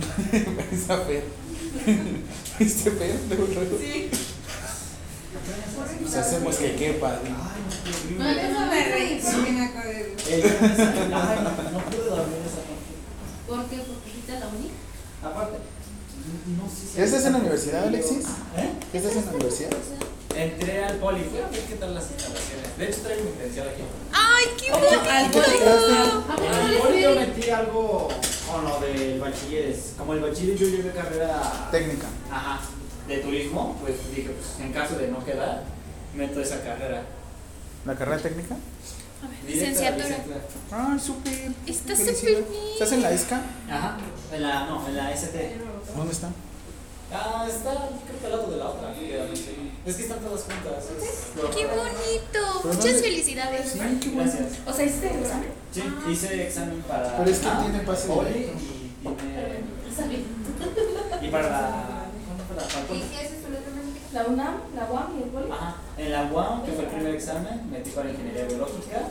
Speaker 1: Esa Este Fer. ¿Viste Fer? Luego, luego.
Speaker 4: Sí.
Speaker 1: Pues hacemos que quepa. ¿no?
Speaker 4: Eso me reí. porque me acordé.
Speaker 5: Ey, ay, no, no pude dormir esa noche.
Speaker 7: ¿Por qué? Porque quita la única.
Speaker 5: Aparte, no sé si.
Speaker 1: ¿Estás en la universidad, Alexis?
Speaker 5: ¿Eh?
Speaker 1: ¿Qué estás en la universidad?
Speaker 5: Entré al poli, fui a ver qué tal las instalaciones. De hecho, traigo mi credencial aquí.
Speaker 8: ¡Ay, qué
Speaker 1: ¿Por qué te quedaste?
Speaker 2: Ah,
Speaker 7: Ah,
Speaker 5: En Ah, el poli yo metí algo con lo del bachilleres. Como el bachiller yo llevé carrera
Speaker 1: Técnica.
Speaker 5: ajá, de turismo, pues dije, pues en caso de no quedar, meto esa carrera.
Speaker 1: ¿La carrera técnica?
Speaker 5: Directa a la
Speaker 8: Licenciatura.
Speaker 5: licenciatura.
Speaker 1: Ay, Ah, súper.
Speaker 8: Está
Speaker 1: Felicidad.
Speaker 8: súper bien.
Speaker 1: ¿Estás en la ESCA?
Speaker 5: Ajá, en la, no, en la ST.
Speaker 1: ¿Dónde está?
Speaker 5: Ah, está, creo que al lado de la otra. Es que están todas juntas. es lo
Speaker 8: ¡Qué
Speaker 5: raro.
Speaker 8: bonito!
Speaker 1: Pero
Speaker 8: Muchas
Speaker 1: no-
Speaker 8: felicidades.
Speaker 1: Sí, qué bueno.
Speaker 5: Gracias.
Speaker 2: O sea, ¿hiciste el examen?
Speaker 5: Sí,
Speaker 7: Ah,
Speaker 5: hice examen para.
Speaker 1: Pero es que tiene pase
Speaker 5: poli
Speaker 1: directo.
Speaker 5: y tiene. Y para la. ¿Cuándo fue la facultad?
Speaker 2: La UNAM, la UAM y el poli.
Speaker 5: Ajá, en la UAM, que fue el primer examen, metí para ingeniería biológica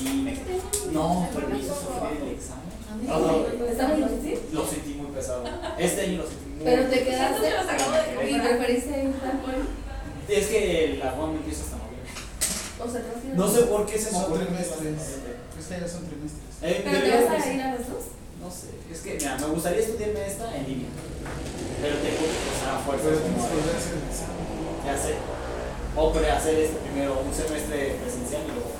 Speaker 5: y me quedé. No, pero me hizo sufrir el examen. Todo-
Speaker 2: ¿Está muy difícil?
Speaker 5: lo sentí muy pesado. Este año lo sentí muy
Speaker 7: Pero te quedaste
Speaker 4: Estos me los acabo de
Speaker 7: y
Speaker 4: comprar.
Speaker 7: preferiste irte al pueblo.
Speaker 5: Es que la UAM empieza hasta noviembre.
Speaker 7: O sea, te has ido.
Speaker 5: No sé por qué se me
Speaker 1: Son
Speaker 5: ocurrió que
Speaker 1: trimestres.
Speaker 5: iba a ser noviembre.
Speaker 1: Esta ya son trimestres.
Speaker 5: Eh,
Speaker 7: Pero te
Speaker 5: debería
Speaker 7: vas a
Speaker 5: ser-
Speaker 7: ir a las dos.
Speaker 5: No sé, es que mira, me gustaría estudiarme esta en línea. Pero tengo que pasar a fuerza.
Speaker 1: Pero tienes que volver a hacer el examen.
Speaker 5: Ya sé. O pre- hacer este primero un semestre presencial y luego.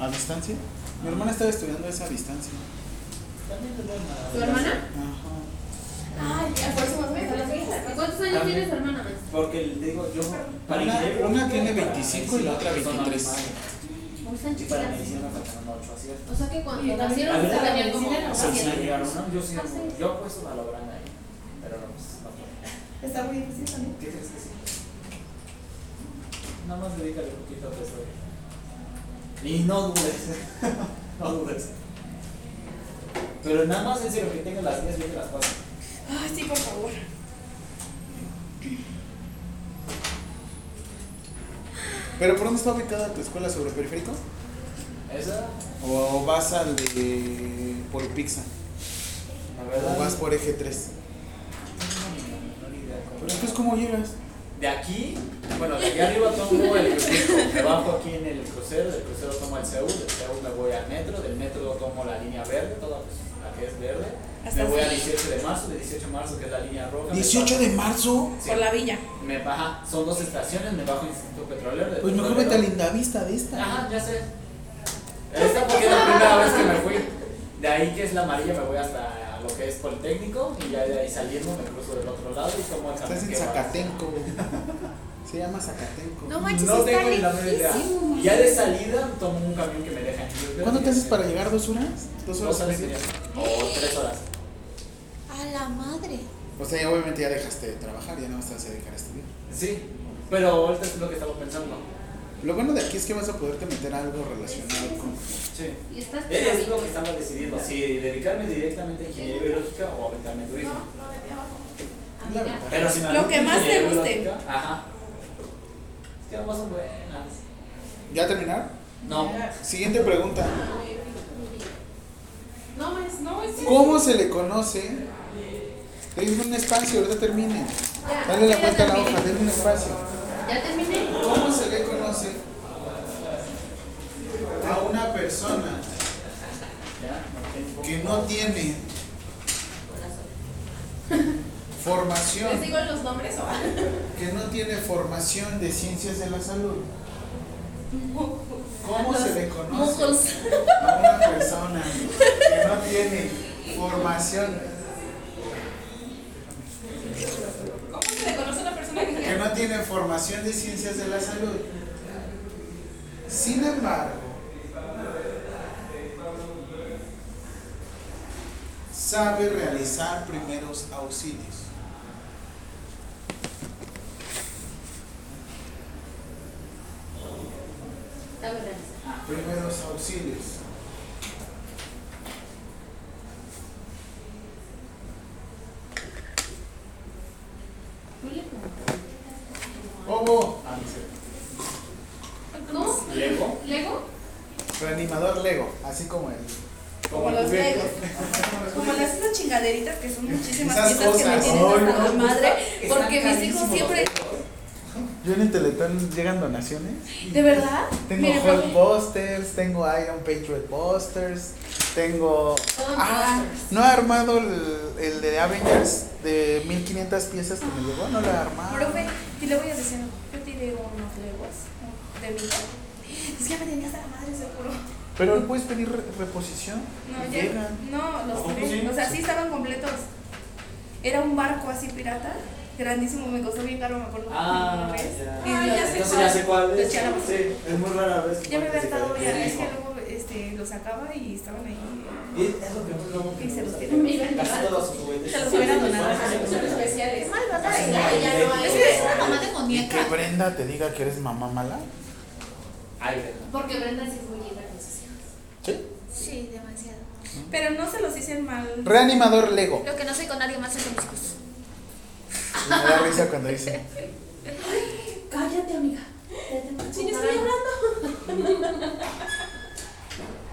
Speaker 1: ¿A distancia? Mi hermana estaba estudiando esa distancia.
Speaker 5: También te doy una-
Speaker 7: ¿Tu hermana?
Speaker 1: Ajá.
Speaker 7: Ay, ya, por su momento. ¿Cuántos años
Speaker 5: También.
Speaker 7: tiene su hermana?
Speaker 5: Porque el- digo, yo para
Speaker 1: Una-
Speaker 5: ingeniería
Speaker 1: una
Speaker 5: biológica,
Speaker 1: tiene
Speaker 5: para
Speaker 1: 25 y la otra
Speaker 5: medicina, son
Speaker 1: 23.
Speaker 5: normales.
Speaker 7: O sea,
Speaker 5: Y para medicina me faltaron 8, ¿así es?
Speaker 7: O sea que cuando
Speaker 5: La
Speaker 7: nacieron se
Speaker 5: verdad,
Speaker 7: tenían como
Speaker 5: medicina, o sea, si me llegaron, ¿no? Yo sí,
Speaker 7: Ah, sí.
Speaker 5: yo apuesto a la grana ahí, pero no, pues, no fue.
Speaker 2: Está muy difícil también.
Speaker 5: ¿Qué crees que sí? Nada más dedícale un poquito a tu estudio. Y no dudes, no dudes. Pero nada más en serio, que tengan las 10, yo te las paso.
Speaker 2: Ay, sí, por favor.
Speaker 1: ¿Pero por dónde está ubicada tu escuela sobre periférico?
Speaker 5: Esa,
Speaker 1: ¿O vas al de. por pizza?
Speaker 5: la
Speaker 1: ¿O vas
Speaker 5: verdad,
Speaker 1: por eje 3?
Speaker 5: no tengo ni la menor idea cómo-
Speaker 1: Pero entonces, ¿cómo llegas?
Speaker 5: De aquí, bueno, de aquí arriba tomo el crucero, me bajo aquí en el crucero, del crucero tomo el Seúl, del Seúl me voy al metro, del metro tomo la línea verde, toda pues, la que es verde,
Speaker 2: Hasta
Speaker 5: me voy al
Speaker 2: aquí.
Speaker 5: 18 de marzo, del 18 de marzo que es la línea roja. me
Speaker 1: ¿18 de marzo?
Speaker 5: bajo- sí,
Speaker 2: Por la villa.
Speaker 5: Me baja, son dos estaciones, me bajo Instituto Petrolero. del
Speaker 1: Pues mejor vete a
Speaker 5: Petrolero.
Speaker 1: Lindavista de esta.
Speaker 5: Ajá, ya sé. Esta porque es la primera vez que me fui. De ahí que es la amarilla me voy hasta lo que es Politécnico y ya de ahí saliendo me cruzo del otro lado y tomo el camión
Speaker 1: Estás en
Speaker 5: que va hacia-
Speaker 1: Zacatenco. Se llama Zacatenco.
Speaker 8: No manches,
Speaker 5: no
Speaker 8: está
Speaker 5: tengo ni la menor idea.
Speaker 8: lejísimo.
Speaker 5: Ya de salida tomo un camión que me deja.
Speaker 1: ¿Cuándo te haces para llegar? ¿Dos horas? ¿Dos horas?
Speaker 5: Dos horas y media. O tres horas.
Speaker 8: A la madre.
Speaker 1: O sea, ya obviamente ya dejaste de trabajar, ya no vas a dedicar a estudiar.
Speaker 5: Sí. Pero ahorita es lo que estamos pensando.
Speaker 1: Lo bueno de aquí es que vas a poderte meter a algo relacionado con.
Speaker 5: Sí.
Speaker 7: Y estás
Speaker 5: Eh, Es lo que estamos decidiendo. Si dedicarme directamente a ingeniería biológica o aventarme a turismo.
Speaker 1: La verdad.
Speaker 5: Pero si me
Speaker 2: Lo
Speaker 5: aviento
Speaker 2: que más te
Speaker 5: ingeniería
Speaker 2: guste.
Speaker 5: biológica, Ajá. Es que ambas son buenas.
Speaker 1: ¿Ya terminaron?
Speaker 5: No.
Speaker 1: Siguiente pregunta.
Speaker 4: No, es, no, es.
Speaker 1: ¿Cómo se le conoce? Denme un espacio, ahorita termine. Dale la vuelta a la hoja, denme un espacio.
Speaker 7: Ya terminé.
Speaker 1: ¿Cómo se le conoce a una persona
Speaker 5: Ya, no tengo.
Speaker 1: que no tiene
Speaker 4: ¿Les
Speaker 1: formación,
Speaker 4: digo los nombres o
Speaker 1: que no tiene formación de ciencias de la salud? ¿Cómo se le conoce
Speaker 2: Mocos.
Speaker 1: a una persona que no tiene formación,
Speaker 4: ¿Cómo se le conoce a una persona que
Speaker 1: que no tiene formación de ciencias de la salud? Sin embargo, sabe realizar primeros auxilios? Primeros auxilios. Bobo,
Speaker 5: Ah, no sé.
Speaker 2: ¿Cómo?
Speaker 5: Lego.
Speaker 2: ¿Lego?
Speaker 1: reanimador Lego, así como él.
Speaker 5: Como los
Speaker 1: Legos.
Speaker 4: Como las esas chingaderitas que son muchísimas
Speaker 1: Esas
Speaker 4: piezas que me
Speaker 1: cosas.
Speaker 4: tienen
Speaker 5: Ay,
Speaker 4: hasta
Speaker 5: no,
Speaker 4: la madre,
Speaker 5: están
Speaker 4: porque mis hijos
Speaker 5: carísimos los
Speaker 4: siempre,
Speaker 1: Yo en Teletón llegan donaciones.
Speaker 4: de verdad,
Speaker 1: Tengo
Speaker 4: Mire,
Speaker 1: Hulk
Speaker 4: por-
Speaker 1: Busters, tengo Iron Patriot Busters, tengo. Ah, no he armado el, el de Avengers de 1500 piezas que me llegó, no lo he armado.
Speaker 4: profe, y le voy a decir, yo tiré unos legos de mi hijo. Es que ya me tenía hasta la madre, seguro.
Speaker 1: Pero puedes pedir re- reposición.
Speaker 4: No,
Speaker 1: y
Speaker 4: ya,
Speaker 1: llegan.
Speaker 4: no, los
Speaker 5: Ojo,
Speaker 4: tiré,
Speaker 5: sí.
Speaker 4: o sea, sí estaban completos. Era un barco así pirata, grandísimo, me costó bien caro, me acuerdo.
Speaker 5: Ah,
Speaker 4: una vez.
Speaker 5: ya.
Speaker 4: Y lo-
Speaker 5: Entonces ya sé cuál
Speaker 4: Los
Speaker 5: es.
Speaker 4: chalamos.
Speaker 5: Sí, es muy rara vez. que
Speaker 4: Ya me había estado
Speaker 5: participe
Speaker 4: ya,
Speaker 5: del
Speaker 4: es que
Speaker 5: mismo.
Speaker 4: luego este, lo sacaba y estaban ahí.
Speaker 5: Es es lo que más luego
Speaker 4: Y se los
Speaker 5: que
Speaker 4: tiran.
Speaker 5: Casi todos sus juguetes.
Speaker 4: Se los hubiera donado.
Speaker 5: Son especiales.
Speaker 8: Mal vas a bailar y ya no hay. Es una mamá
Speaker 1: Y que
Speaker 8: demoníaca.
Speaker 1: Brenda te diga que eres mamá mala.
Speaker 5: Ay, verdad.
Speaker 7: Porque Brenda sí es muy linda con sus hijos.
Speaker 8: Sí, demasiado.
Speaker 4: Pero no se los hice mal.
Speaker 1: Reanimador Lego.
Speaker 8: Lo que no soy con nadie más es con mis hijos.
Speaker 1: Y me da risa cuando dice.
Speaker 7: Cállate, amiga. Ya te voy a
Speaker 4: Sí, yo
Speaker 7: contar
Speaker 4: estoy
Speaker 7: algo.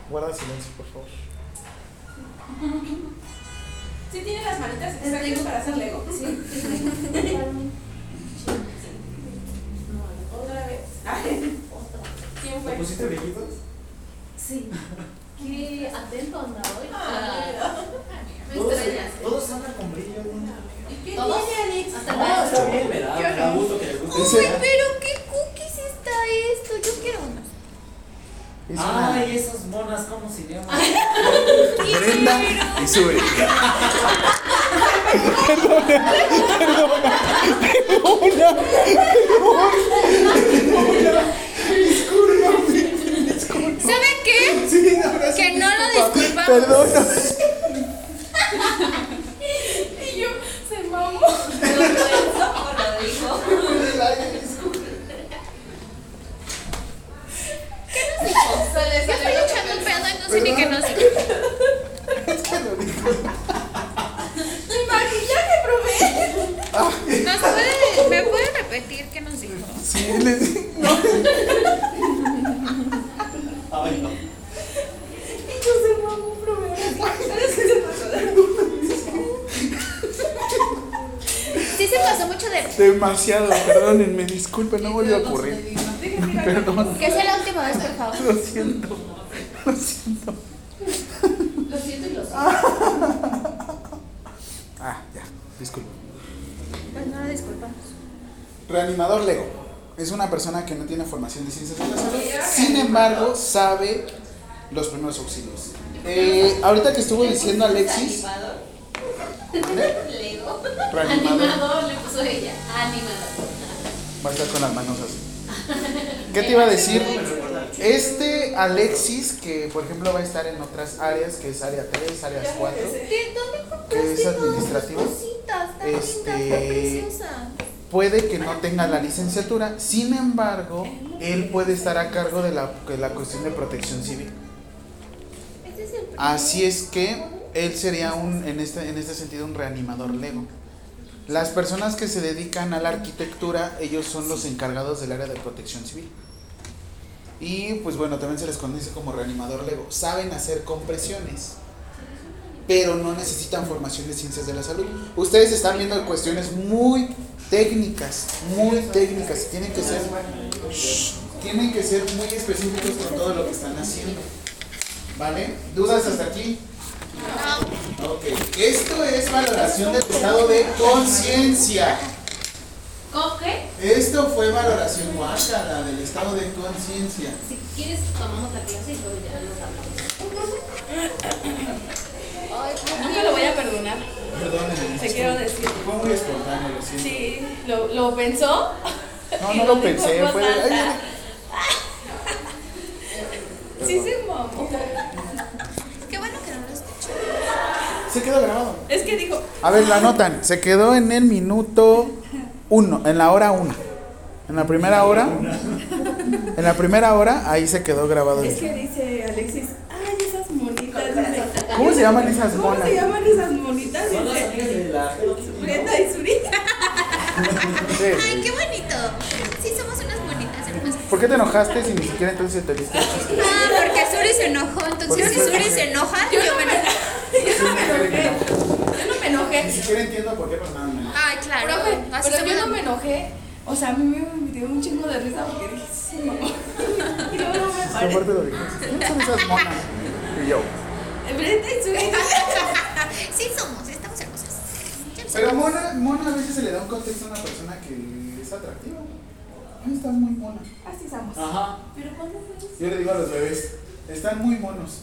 Speaker 1: Guarda silencio, por favor.
Speaker 4: Sí tiene las manitas exactas para hacer Lego. Sí. Otra vez. ¿Quién
Speaker 5: ¿Te
Speaker 4: fue?
Speaker 5: pusiste brillitos?
Speaker 7: Sí. Qué atento anda hoy.
Speaker 2: Ah.
Speaker 5: Me
Speaker 7: extrañas.
Speaker 5: Todos andan con brillo. ¿no?
Speaker 4: ¿Qué
Speaker 7: ¿Todos?
Speaker 4: Alex?
Speaker 2: Ah.
Speaker 7: Hasta
Speaker 5: No,
Speaker 7: luego.
Speaker 5: está bien, me da, me da gusto que les guste.
Speaker 1: Dice-
Speaker 8: Pero qué cookies está esto. Yo quiero unos.
Speaker 1: Es una-
Speaker 5: Ay, esas monas, ¿cómo se llaman?
Speaker 1: Brenda y su Brenda. Perdona, perdona,
Speaker 8: ¿Saben qué?
Speaker 1: perdona.
Speaker 8: Que no lo disculpamos.
Speaker 1: Perdona.
Speaker 4: Y yo, se mamó.
Speaker 8: Yo estoy echando un pedo y no sé ni qué no sé.
Speaker 4: ¡Mi maquillaje, probé!
Speaker 8: ¿Nos puede, ¿Me puede repetir qué nos dijo?
Speaker 1: Sí, les-
Speaker 5: Ay, no.
Speaker 4: Y yo, se mamó, probé. ¿Sabes qué se pasó?
Speaker 8: Sí se pasó mucho de...
Speaker 1: demasiado, perdónenme, disculpen, no volvió a ocurrir. Perdón,
Speaker 8: Que sea la última vez, por favor.
Speaker 1: lo siento. Lo siento.
Speaker 7: Lo siento y lo siento.
Speaker 1: Ah, ya, disculpen.
Speaker 8: Pues no la disculpamos.
Speaker 1: Reanimador Lego. Es una persona que no tiene formación de ciencias de la salud. Sin embargo, sabe los primeros auxilios. Eh, ahorita que estuvo diciendo Alexis. ¿eh?
Speaker 7: Lego.
Speaker 1: Reanimador.
Speaker 7: Animador le puso ella. Animador.
Speaker 1: Va a estar con las manos así. ¿Qué te iba a decir? Este Alexis, que por ejemplo va a estar en otras áreas, que es área 3, área 4,
Speaker 8: ¿De dónde
Speaker 1: que es
Speaker 8: compraste
Speaker 1: administrativa,
Speaker 8: cositas tan
Speaker 1: Este-
Speaker 8: lindas, tan preciosas?
Speaker 1: puede que no tenga la licenciatura. Sin embargo, él puede estar a cargo de la, de la cuestión de protección civil.
Speaker 8: Este es el primer-
Speaker 1: Así es que él sería un, en este, en este sentido, un reanimador Lego. Las personas que se dedican a la arquitectura, ellos son los encargados del área de protección civil. Y pues bueno, también se les conoce como reanimador Lego. Saben hacer compresiones, pero no necesitan formación de ciencias de la salud. Ustedes están viendo cuestiones muy técnicas, muy técnicas. Tienen que ser, Shh, tienen que ser muy específicos con todo lo que están haciendo. ¿Vale? ¿Dudas hasta aquí? Ok, esto es valoración del estado de conciencia.
Speaker 7: ¿Con qué?
Speaker 1: Esto fue valoración guácala del estado de conciencia.
Speaker 7: Si quieres, tomamos la clase y luego ya nos hablamos.
Speaker 4: Nunca lo voy a perdonar,
Speaker 1: Perdónenme.
Speaker 4: te quiero decir.
Speaker 1: Fue muy espontáneo, lo siento.
Speaker 4: Sí, lo, lo pensó.
Speaker 1: No,
Speaker 4: y
Speaker 1: no lo
Speaker 4: dijo en
Speaker 1: pensé,
Speaker 4: voz
Speaker 1: fue de-
Speaker 4: alta.
Speaker 1: ay,
Speaker 4: Sí, se mamó.
Speaker 8: Qué bueno que no lo escuché.
Speaker 1: Se quedó grabado.
Speaker 2: Es que dijo,
Speaker 1: A ver, la anotan. Se quedó en el minuto uno, en la hora uno. En la primera hora. En la primera hora, ahí se quedó grabado.
Speaker 6: Es que dice Alexis, ay, esas monitas. dice.
Speaker 1: ¿Cómo se llaman esas
Speaker 6: ¿Cómo
Speaker 1: monas?
Speaker 6: se llaman esas monitas?
Speaker 5: Son las amigas de la
Speaker 6: Brenda y Zurita.
Speaker 1: Sí.
Speaker 8: Ay, qué bonito. Sí, somos unas bonitas hermosas.
Speaker 1: ¿Por qué te enojaste si ni siquiera entonces te diste?
Speaker 8: Ah, porque Suri se enojó.
Speaker 1: Porque
Speaker 8: Entonces, si
Speaker 1: se
Speaker 8: Suri
Speaker 1: enojó.
Speaker 8: se enoja, yo, me enojo.
Speaker 4: Yo no me enojé.
Speaker 1: Ni siquiera entiendo por qué pasaron. ¿no?
Speaker 8: Ay, ah, claro.
Speaker 4: Profe,
Speaker 8: Así
Speaker 4: pero
Speaker 8: somos
Speaker 4: yo no
Speaker 8: las-
Speaker 4: me enojé. O sea, a mí me dio un chingo de risa porque dije, sí, mamá. Y luego no me
Speaker 1: Esa
Speaker 4: paré.
Speaker 1: parte lo dijiste. ¿Quiénes son esas monas? Y yo.
Speaker 4: Brenda y Zurita.
Speaker 8: Sí, somos. Estamos hermosas. Ya lo
Speaker 1: Pero
Speaker 8: sabemos.
Speaker 1: mona, mona a veces se le da un contexto a una persona que es atractiva. ¿no? Está muy mona.
Speaker 6: Así estamos.
Speaker 5: Ajá.
Speaker 4: Pero ¿cuándo fue eso?
Speaker 1: Yo le digo a los bebés, están muy monos.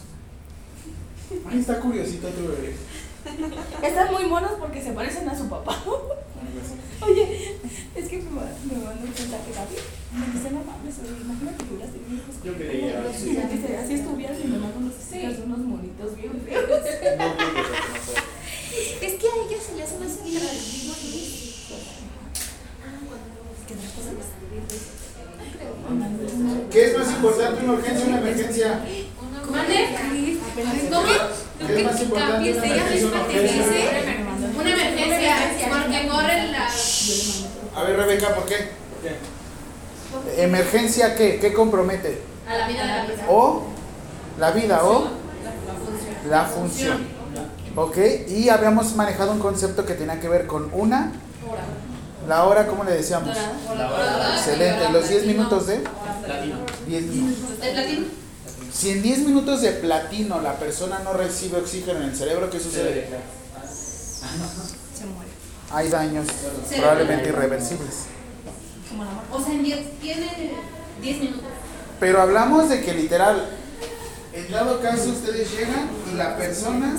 Speaker 1: Ay, está curiosito tu bebé.
Speaker 4: Están muy monos porque se parecen a su papá.
Speaker 1: Algo así.
Speaker 4: Oye, es que me ma- me mandó un mensaje David. Me dice, no mames, oye, imagínate que hubieras tenido hijos.
Speaker 5: Yo creía.
Speaker 4: conmigo". Y me dice, así estuvieras y me mandan unos stickers de unos monitos bien feos.
Speaker 5: No creo que sea como sea.
Speaker 8: Es que a ella se le hace más divertido.
Speaker 1: ¿Qué es más importante, una urgencia o una emergencia?
Speaker 2: ¿Mande? ¿Cómo? Lo
Speaker 1: ¿Qué es más
Speaker 2: que
Speaker 1: importante,
Speaker 2: cambies,
Speaker 1: una
Speaker 2: ella
Speaker 1: emergencia o una
Speaker 2: misma te dice.
Speaker 1: urgencia?
Speaker 2: Una emergencia, porque corren las.
Speaker 1: A ver, Rebeca, ¿por qué?
Speaker 5: ¿Por qué?
Speaker 1: ¿Emergencia qué? ¿Qué compromete?
Speaker 2: A la vida de la persona.
Speaker 1: O la vida o la función. Ok, y habíamos manejado un concepto que tenía que ver con una, la hora, ¿cómo le decíamos?
Speaker 5: La hora.
Speaker 1: Excelente, los 10 minutos de
Speaker 5: Latino.
Speaker 1: 10 minutos.
Speaker 2: El platino.
Speaker 1: Si en 10 minutos de platino la persona no recibe oxígeno en el cerebro, ¿qué sucede?
Speaker 6: Se muere.
Speaker 1: Hay daños probablemente irreversibles.
Speaker 6: Como la muerte.
Speaker 2: O sea, en 10 tiene 10 minutos.
Speaker 1: Pero hablamos de que literal, en dado caso ustedes llegan y la persona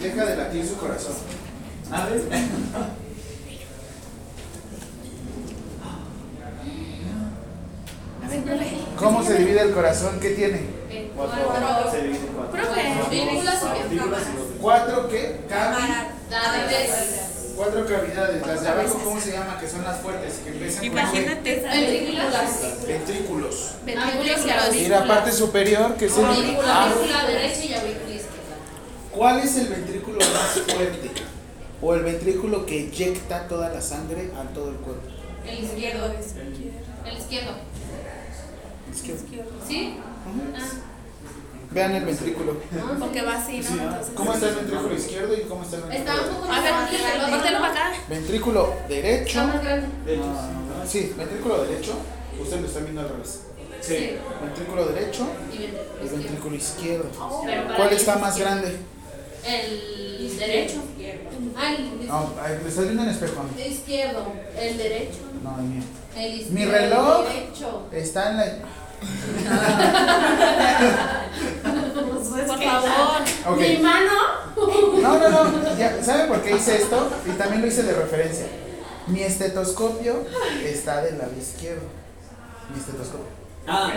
Speaker 1: deja de latir su corazón.
Speaker 5: A ver.
Speaker 6: A ver, profe.
Speaker 1: ¿Cómo se divide el corazón? ¿Qué tiene?
Speaker 5: Cuatro. Se divide en cuatro.
Speaker 2: Profe,
Speaker 5: Partículas
Speaker 2: películas y
Speaker 5: y otros.
Speaker 1: Cuatro que cavi-
Speaker 2: Dades.
Speaker 1: cuatro cavidades. Las de abajo, ¿cómo se llama? Que son las fuertes, que empiezan con V.
Speaker 2: Ventrículas.
Speaker 1: ventrículos.
Speaker 2: Ventrículos
Speaker 1: Y la parte superior, que es el Ah,
Speaker 2: Aurícula derecha y aurícula izquierda.
Speaker 1: ¿Cuál es el ventrículo más fuerte? O el ventrículo que eyecta toda la sangre a todo el cuerpo.
Speaker 2: El izquierdo. El izquierdo.
Speaker 1: Es que-
Speaker 2: ¿Sí?
Speaker 1: Ujú.
Speaker 2: Ah,
Speaker 1: Vean el ventrículo.
Speaker 6: Porque va así, ¿no? Entonces.
Speaker 1: ¿Cómo está el ventrículo izquierdo y cómo está el
Speaker 2: está un
Speaker 1: ventrículo?
Speaker 2: poco
Speaker 6: A
Speaker 2: más
Speaker 6: ver,
Speaker 2: grande.
Speaker 6: córtelo para acá.
Speaker 1: Ventrículo derecho.
Speaker 2: Está más grande.
Speaker 5: De hecho,
Speaker 1: Ah, Sí, ventrículo derecho. Ustedes lo están viendo al revés.
Speaker 5: sí.
Speaker 1: Ventrículo derecho
Speaker 2: Y ventrículo
Speaker 1: y
Speaker 2: izquierdo.
Speaker 1: ventrículo izquierdo.
Speaker 2: Pero para
Speaker 1: ¿Cuál
Speaker 2: mí
Speaker 1: está
Speaker 2: es
Speaker 1: más
Speaker 2: izquierdo.
Speaker 1: grande?
Speaker 2: El derecho.
Speaker 4: Pues,
Speaker 2: Ah, el
Speaker 1: No, ahí me estás viendo en espejo.
Speaker 2: izquierdo. El derecho.
Speaker 1: No, el mío.
Speaker 2: El izquierdo.
Speaker 1: Mi reloj.
Speaker 2: El derecho.
Speaker 1: Está en la.
Speaker 6: Por favor.
Speaker 1: Ok.
Speaker 2: Mi mano.
Speaker 1: No, no, no. Ya, ¿Sabe por qué hice esto? Y también lo hice de referencia. Mi estetoscopio está del lado izquierdo. Mi estetoscopio.
Speaker 5: Ah,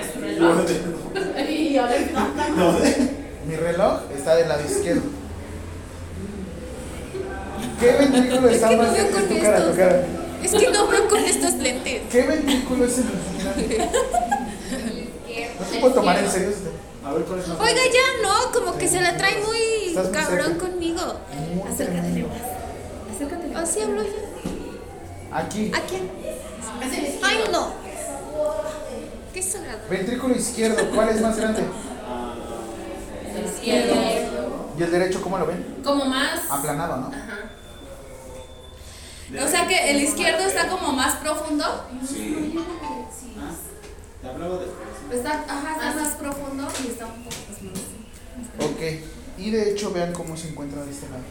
Speaker 2: Y ahora está.
Speaker 1: Mi reloj está del lado izquierdo. ¿Qué ventrículo está
Speaker 8: que no
Speaker 1: más
Speaker 8: veo
Speaker 1: grande?
Speaker 8: con
Speaker 1: Tu cara, tu
Speaker 8: estos.
Speaker 1: cara.
Speaker 8: Es que no veo con estos lentes.
Speaker 1: ¿Qué ventrículo es el más grande? No te puedo tomar en serio este. esto.
Speaker 5: A ver cuál es la
Speaker 8: Oiga, ya no, como que se la trae muy
Speaker 1: Estás muy
Speaker 8: cabrón
Speaker 1: cerca.
Speaker 8: conmigo.
Speaker 1: Acércate.
Speaker 8: Así hablo yo.
Speaker 1: Aquí.
Speaker 8: ¿A quién? Ay, no. Qué sagrado.
Speaker 1: Ventrículo izquierdo, ¿cuál es más grande?
Speaker 2: El izquierdo.
Speaker 1: ¿Y el derecho cómo lo ven?
Speaker 2: Como más.
Speaker 1: Aplanado, ¿no?
Speaker 4: O sea que el izquierdo está como más profundo.
Speaker 5: Sí. Ah, Te hablaba después.
Speaker 4: Está, ajá, está más profundo y está un poco más.
Speaker 1: Ok. Y de hecho, vean cómo se encuentra de este lado.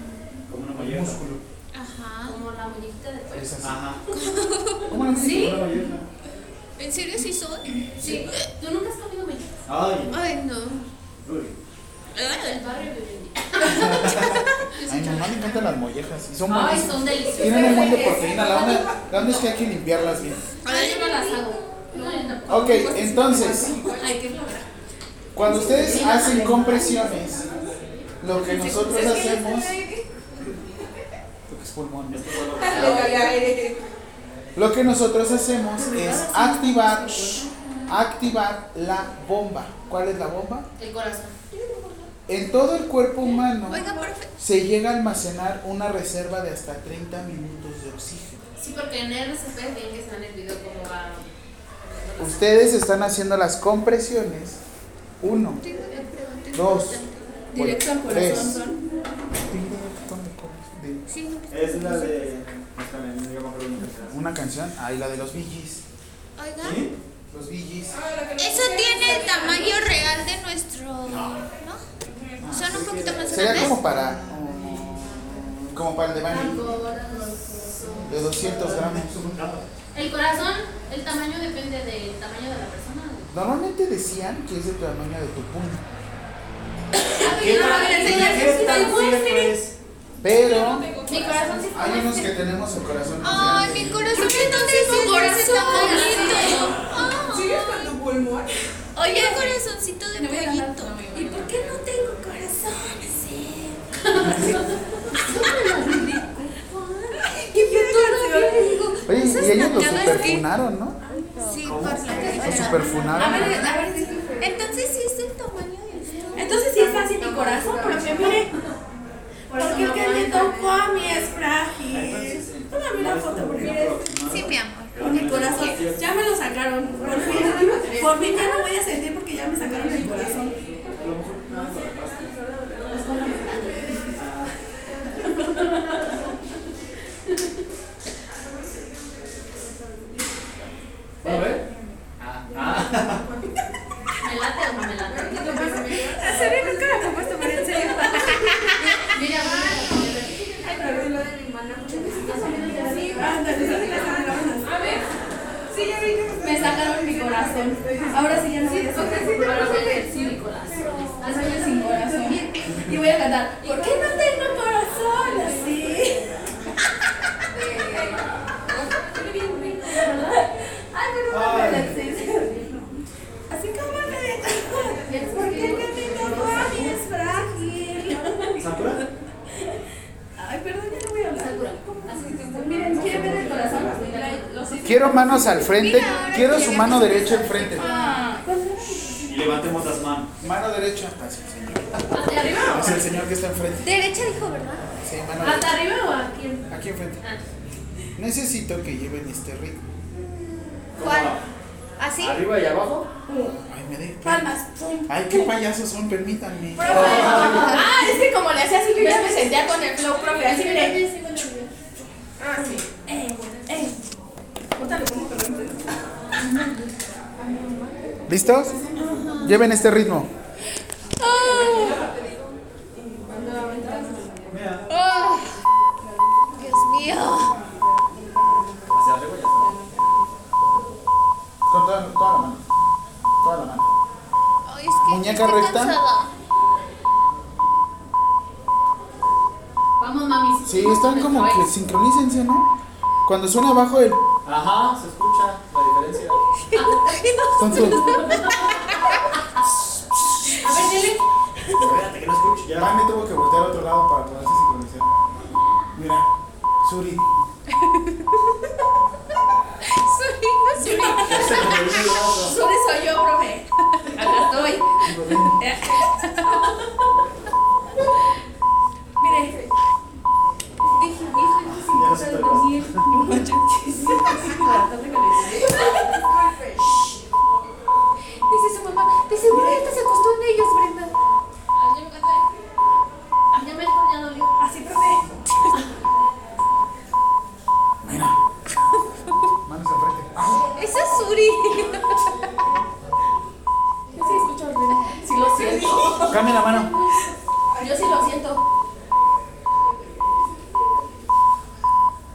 Speaker 5: Como una
Speaker 1: El
Speaker 5: mollera.
Speaker 1: músculo.
Speaker 8: Ajá.
Speaker 2: Como la muñequita de fuego.
Speaker 1: Es así.
Speaker 5: Ajá.
Speaker 1: ¿Cómo lo ven?
Speaker 5: Como una mollera.
Speaker 8: ¿En serio sí soy?
Speaker 2: Sí. ¿Tú nunca has comido muñequita?
Speaker 5: Ay.
Speaker 8: Ay, no.
Speaker 5: Uy.
Speaker 8: Ay.
Speaker 2: El barrio de
Speaker 1: A mi mamá le encantan las mollejas. Y son
Speaker 2: Ay,
Speaker 1: buenas.
Speaker 2: son deliciosas.
Speaker 1: Tienen un buen de proteína. La onda, la onda es que hay que limpiarlas bien.
Speaker 2: Ay, pues, yo no las hago. No, no.
Speaker 1: Ok, entonces,
Speaker 2: Ay, qué flora.
Speaker 1: Cuando ustedes hacen compresiones, lo que nosotros hacemos,
Speaker 5: Porque es pulmón, es
Speaker 1: lo que nosotros hacemos es activar, activar la bomba. ¿Cuál es la bomba?
Speaker 2: El corazón.
Speaker 1: En todo el cuerpo humano
Speaker 2: Venga, perfecto.
Speaker 1: se llega a almacenar una reserva de hasta 30 minutos de oxígeno.
Speaker 2: Sí, porque en RCP tienen que saber el video cómo va.
Speaker 1: Ustedes están haciendo las compresiones. Uno, dos,
Speaker 9: Directo al
Speaker 1: tres.
Speaker 9: corazón son.
Speaker 1: Directo al corazón.
Speaker 5: Es la de. espérame, no, yo me acuerdo nunca.
Speaker 1: Una canción, ahí la de los Billys.
Speaker 8: Oigan,
Speaker 5: ¿Sí?
Speaker 1: Los Billys.
Speaker 8: ¿eso tiene el tamaño real de nuestro. ¿No? Son un poquito más
Speaker 1: Sería
Speaker 8: grandes.
Speaker 1: como para. Como para el de Bani, de 200 gramos.
Speaker 2: El corazón, el tamaño depende del tamaño de la persona.
Speaker 1: Normalmente decían que es el tamaño de tu puño.
Speaker 5: ¿Qué
Speaker 2: no,
Speaker 5: tan-
Speaker 2: a ver, enseña,
Speaker 5: qué
Speaker 2: sí,
Speaker 5: tan
Speaker 2: sí,
Speaker 5: cierto es?
Speaker 1: Pero
Speaker 2: Mi corazón sí está
Speaker 1: hay
Speaker 2: más
Speaker 1: unos que tenemos el corazón más
Speaker 8: Ay, mi
Speaker 1: grande.
Speaker 8: corazón entonces corazón tan bonito.
Speaker 6: ¿Sigues con tu pulmón?
Speaker 8: Ah, Oye, un corazoncito de pollito. ¿Y por qué no tengo corazón? Sí.
Speaker 1: Oye, y ellos lo
Speaker 8: Esas canciones que-
Speaker 1: superfunaron, ¿no?
Speaker 8: Sí, por la
Speaker 1: Lo
Speaker 8: cara.
Speaker 1: superfunaron.
Speaker 4: A ver, disculpe.
Speaker 8: Entonces sí es el tamaño de
Speaker 4: Entonces sí está así mi corazón, porque mire. Porque el que me tocó a mí es frágil.
Speaker 5: Entonces,
Speaker 4: Póngame una foto, por favor.
Speaker 8: Sí, mi amor.
Speaker 4: Mi corazón, ya me lo sacaron. Por fin, por fin ya no voy a sentir porque ya me sacaron el corazón.
Speaker 5: ¿Puedo ver? Ah, ah.
Speaker 2: ¿Me late o no me late?
Speaker 4: En serio, nunca la he puesto, pero en serio.
Speaker 2: Mira,
Speaker 4: Ándale, sí, la sacaron. Sí, ya vi que me sacaron mi corazón. Ahora sí ya no voy a sentir.
Speaker 2: ahora voy a decir mi corazón.
Speaker 4: Ahora soy el sin corazón. Y voy a cantar, ¿por qué no tengo corazón? Así. Ay, pero no me Así como me ¿Por qué el que me tocó a mí es frágil?
Speaker 5: ¿Sakura?
Speaker 4: Ay, perdón, ya no voy a hablar. Miren, ¿quieren ver el corazón? Los
Speaker 1: Quiero manos al frente. Quiero su mano derecha al frente.
Speaker 5: Y levantemos las manos.
Speaker 1: Mano derecha. Así, señor.
Speaker 2: ¿Hasta arriba
Speaker 1: Es el señor que está enfrente.
Speaker 8: Derecha dijo, ¿verdad?
Speaker 1: Sí,
Speaker 2: o
Speaker 1: mano
Speaker 2: hasta
Speaker 1: derecha.
Speaker 2: arriba o aquí?
Speaker 1: Aquí enfrente.
Speaker 2: Ah.
Speaker 1: Necesito que lleven este ritmo.
Speaker 8: ¿Cuál? ¿Así?
Speaker 5: ¿Arriba y abajo?
Speaker 1: Ay, me dejo.
Speaker 4: palmas.
Speaker 1: Ay, qué payasos son, permítanme.
Speaker 4: Ah, es que como le hacía así, yo ya me sentía con el flow profe. Así, miren. Ah, sí. Eh, eh. Póntale como que lo
Speaker 1: ¿Listos? Lleven este ritmo.
Speaker 5: Mira.
Speaker 8: Dios mío.
Speaker 5: Hacia arriba y hacia abajo.
Speaker 1: Con toda, toda la mano. Toda la mano.
Speaker 8: Ay, es que
Speaker 1: Muñeca
Speaker 8: estoy
Speaker 1: recta.
Speaker 8: cansada.
Speaker 2: Vamos, mami.
Speaker 1: Sí, están como que sincronícense, ¿no? Cuando suena abajo el
Speaker 5: Ajá, se escucha la diferencia.
Speaker 1: tonto.
Speaker 2: A ver, dile.
Speaker 5: Espérate que no escucho ya.
Speaker 1: me tuvo que voltear a otro lado para poderse sincronizar. Mira, Suri.
Speaker 5: Ah,
Speaker 4: Sure soy yo, profe. Acá estoy. Mire. Dije,
Speaker 5: Ya no
Speaker 4: dije,
Speaker 5: se
Speaker 4: dije,
Speaker 5: te
Speaker 4: dormir.
Speaker 8: Dice su mamá, de seguro ya te se acostó en ellos, Brenda.
Speaker 2: Allá me Ah, Ya me ya dolió.
Speaker 4: Así, profe.
Speaker 1: Manos al frente.
Speaker 8: Esa es Suri.
Speaker 4: Yo sí escucho horrible. Sí lo siento.
Speaker 1: Cambia la mano.
Speaker 4: Yo sí lo siento.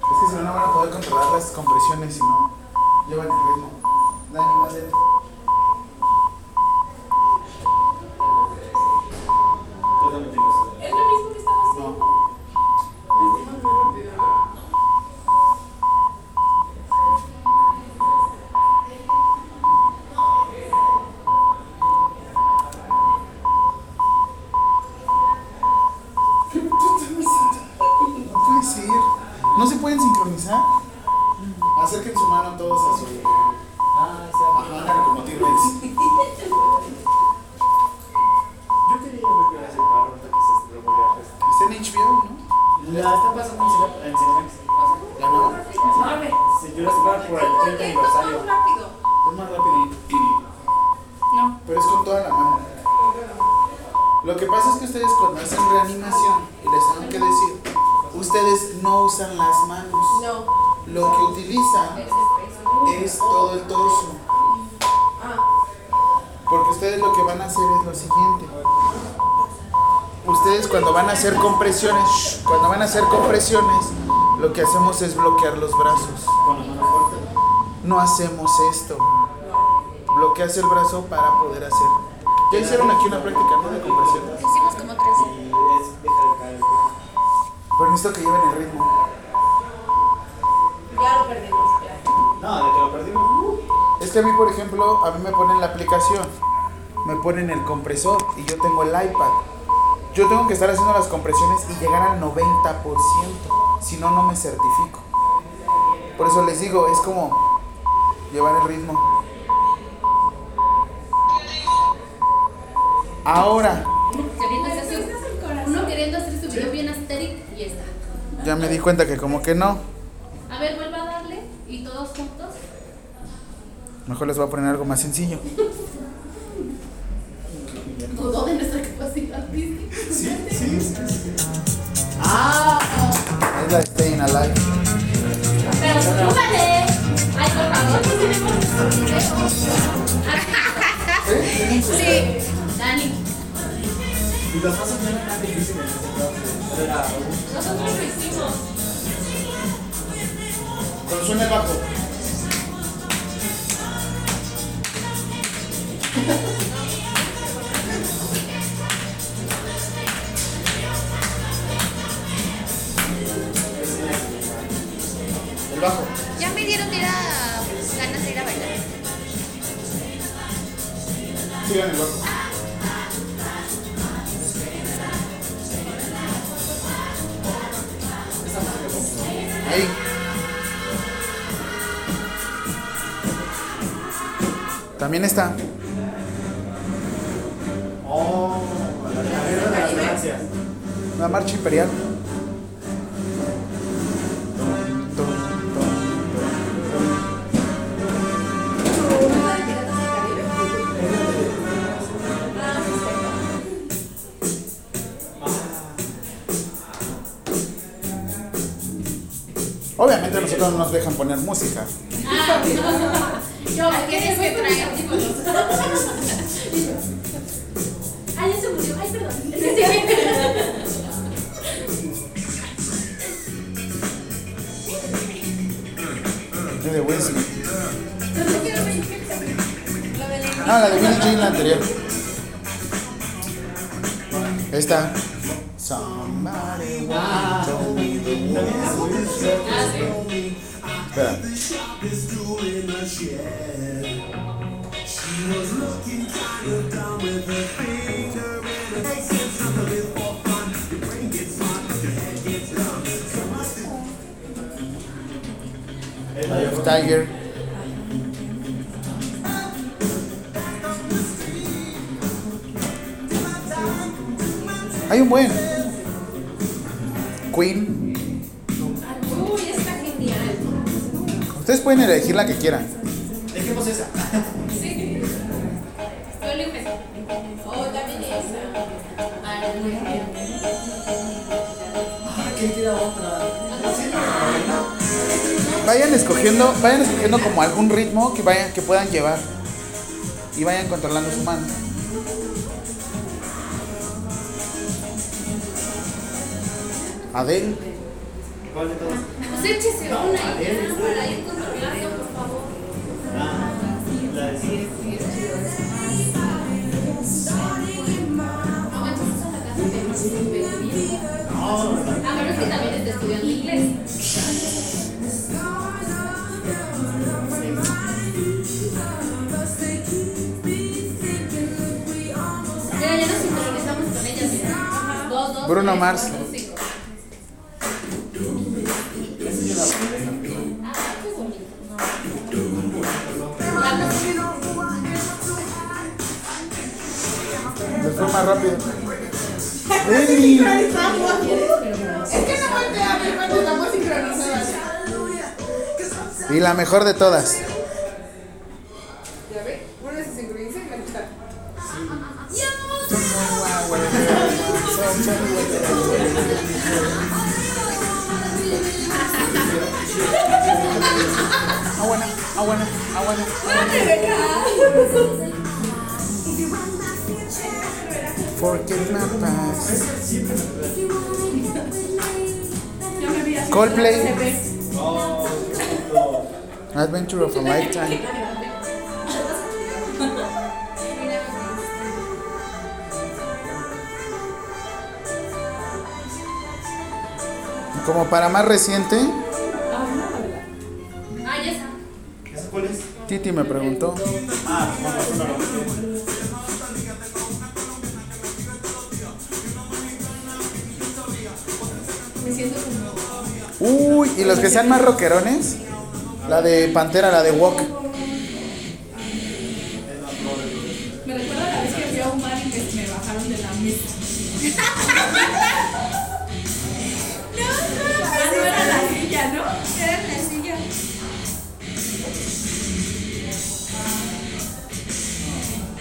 Speaker 1: Es que si no, no van a poder controlar las compresiones si no llevan el ritmo. Dani, más lento.
Speaker 5: Yo también tengo eso.
Speaker 4: Es lo mismo que estaba haciendo.
Speaker 1: No. ¿No se pueden sincronizar? Acerquen su mano todos a su.
Speaker 10: Ah, sí,
Speaker 1: Ajá, háganlo como T-Rex.
Speaker 5: Yo quería ver a ese paro ahorita que se estrenó Goliath.
Speaker 1: Está en HBO, ¿no?
Speaker 5: La está pasando en Cine- en Cinemex.
Speaker 1: Ya no.
Speaker 5: Se yo la separo por el 30 aniversario.
Speaker 4: rápido.
Speaker 1: Es más rápido.
Speaker 8: No.
Speaker 1: Pero es con toda la mano. Lo que pasa es que ustedes cuando hacen reanimación, y les tengo que decir, ustedes no usan las manos.
Speaker 4: No.
Speaker 1: Lo que utilizan es todo el torso.
Speaker 4: Ah,
Speaker 1: Porque ustedes lo que van a hacer es lo siguiente. Ustedes cuando van a hacer compresiones, shh, cuando van a hacer compresiones, lo que hacemos es bloquear los brazos.
Speaker 5: Con la mano fuerte.
Speaker 1: No hacemos esto. Bloqueas el brazo para poder hacer. Ya hicieron aquí una práctica, ¿no? De compresiones.
Speaker 8: Hicimos como tres.
Speaker 5: Y es dejar caer el cuerpo.
Speaker 1: Pero necesito que lleven el ritmo.
Speaker 4: ya lo perdimos. Ya.
Speaker 5: No, de que lo perdimos. uh,
Speaker 1: Es que a mí, por ejemplo, a mí me ponen la aplicación, me ponen el compresor y yo tengo el iPad. Yo tengo que estar haciendo las compresiones y llegar al 90%, si no, no me certifico. Por eso les digo, es como llevar el ritmo. Ahora,
Speaker 2: Queriendo hacer su- Uno queriendo hacer su video bien asteric y está.
Speaker 1: ya me di cuenta que como que no,
Speaker 2: A ver, vuelva a darle y todos juntos.
Speaker 1: mejor les voy a poner algo más sencillo.
Speaker 2: Dudó de nuestra capacidad física.
Speaker 1: Sí, sí, sí.
Speaker 8: Ah,
Speaker 1: Es la Staying Alive.
Speaker 2: Pero súbale. Ay, por favor, no tenemos
Speaker 8: sí.
Speaker 2: Dani,
Speaker 5: Y los pasos no eran tan difíciles. ¿no? Era un-
Speaker 11: Nosotros lo hicimos.
Speaker 1: Consume bajo. El bajo.
Speaker 8: Ya me dieron ir a ganas de ir a bailar.
Speaker 1: Sigan el bajo. Ahí. También está.
Speaker 5: Oh, la carrera de las galaxias.
Speaker 1: La marcha imperial. Obviamente a nosotros no nos dejan poner música.
Speaker 2: Ah, yo,
Speaker 8: ¿Qué es que traen?
Speaker 2: Ay, ya se murió. Ay, perdón.
Speaker 1: Yo de Wesley. Ah, la de Billie Jean la anterior. Esta. Somebody once told me the world. Espera. Eye of Tiger. Hay un buen. Queen.
Speaker 11: Uy, está genial.
Speaker 1: Ustedes pueden elegir la que quieran.
Speaker 5: Dejemos esa.
Speaker 11: Sí. Yo le empecé. Oh, también esa. Ay, muy bien.
Speaker 5: Ah, ¿qué queda otra? Sí, no,
Speaker 1: Vayan escogiendo, vayan escogiendo como algún ritmo que vayan, que puedan llevar. Y vayan controlando su mano. Adele.
Speaker 5: no. ¿Cuál de todas?
Speaker 2: Pues échese una y ya, para ir controlando.
Speaker 5: Ah, la de sí.
Speaker 2: No, entonces a la casa te vas a ver bien.
Speaker 5: No, la-
Speaker 2: A menos que también esté estudiando inglés. Ya, ya nos sincronizamos con ellas. mira. Dos, dos,
Speaker 1: Bruno
Speaker 2: tres,
Speaker 1: Mars.
Speaker 2: cuatro, cinco.
Speaker 1: me fue más rápido. Eli.
Speaker 6: Es que no voltea a ver cuando estamos sincronizadas.
Speaker 1: Y la mejor de todas.
Speaker 6: Ya ve, una se sincroniza y la otra.
Speaker 1: Aguana, aguana, aguana. Forget my past. Coldplay. Adventure of a lifetime. Como para más reciente,
Speaker 2: Ah, ya está.
Speaker 12: ¿Eso cuál es?
Speaker 1: Titi me preguntó.
Speaker 12: Ah, bueno, eso no lo
Speaker 1: Uy, y los que sean más rockerones, la de Pantera, la de Walk.
Speaker 4: Me recuerda la vez que fui a un bar y me, me bajaron de la mesa. no, no, no era la silla, ¿no? Era la silla.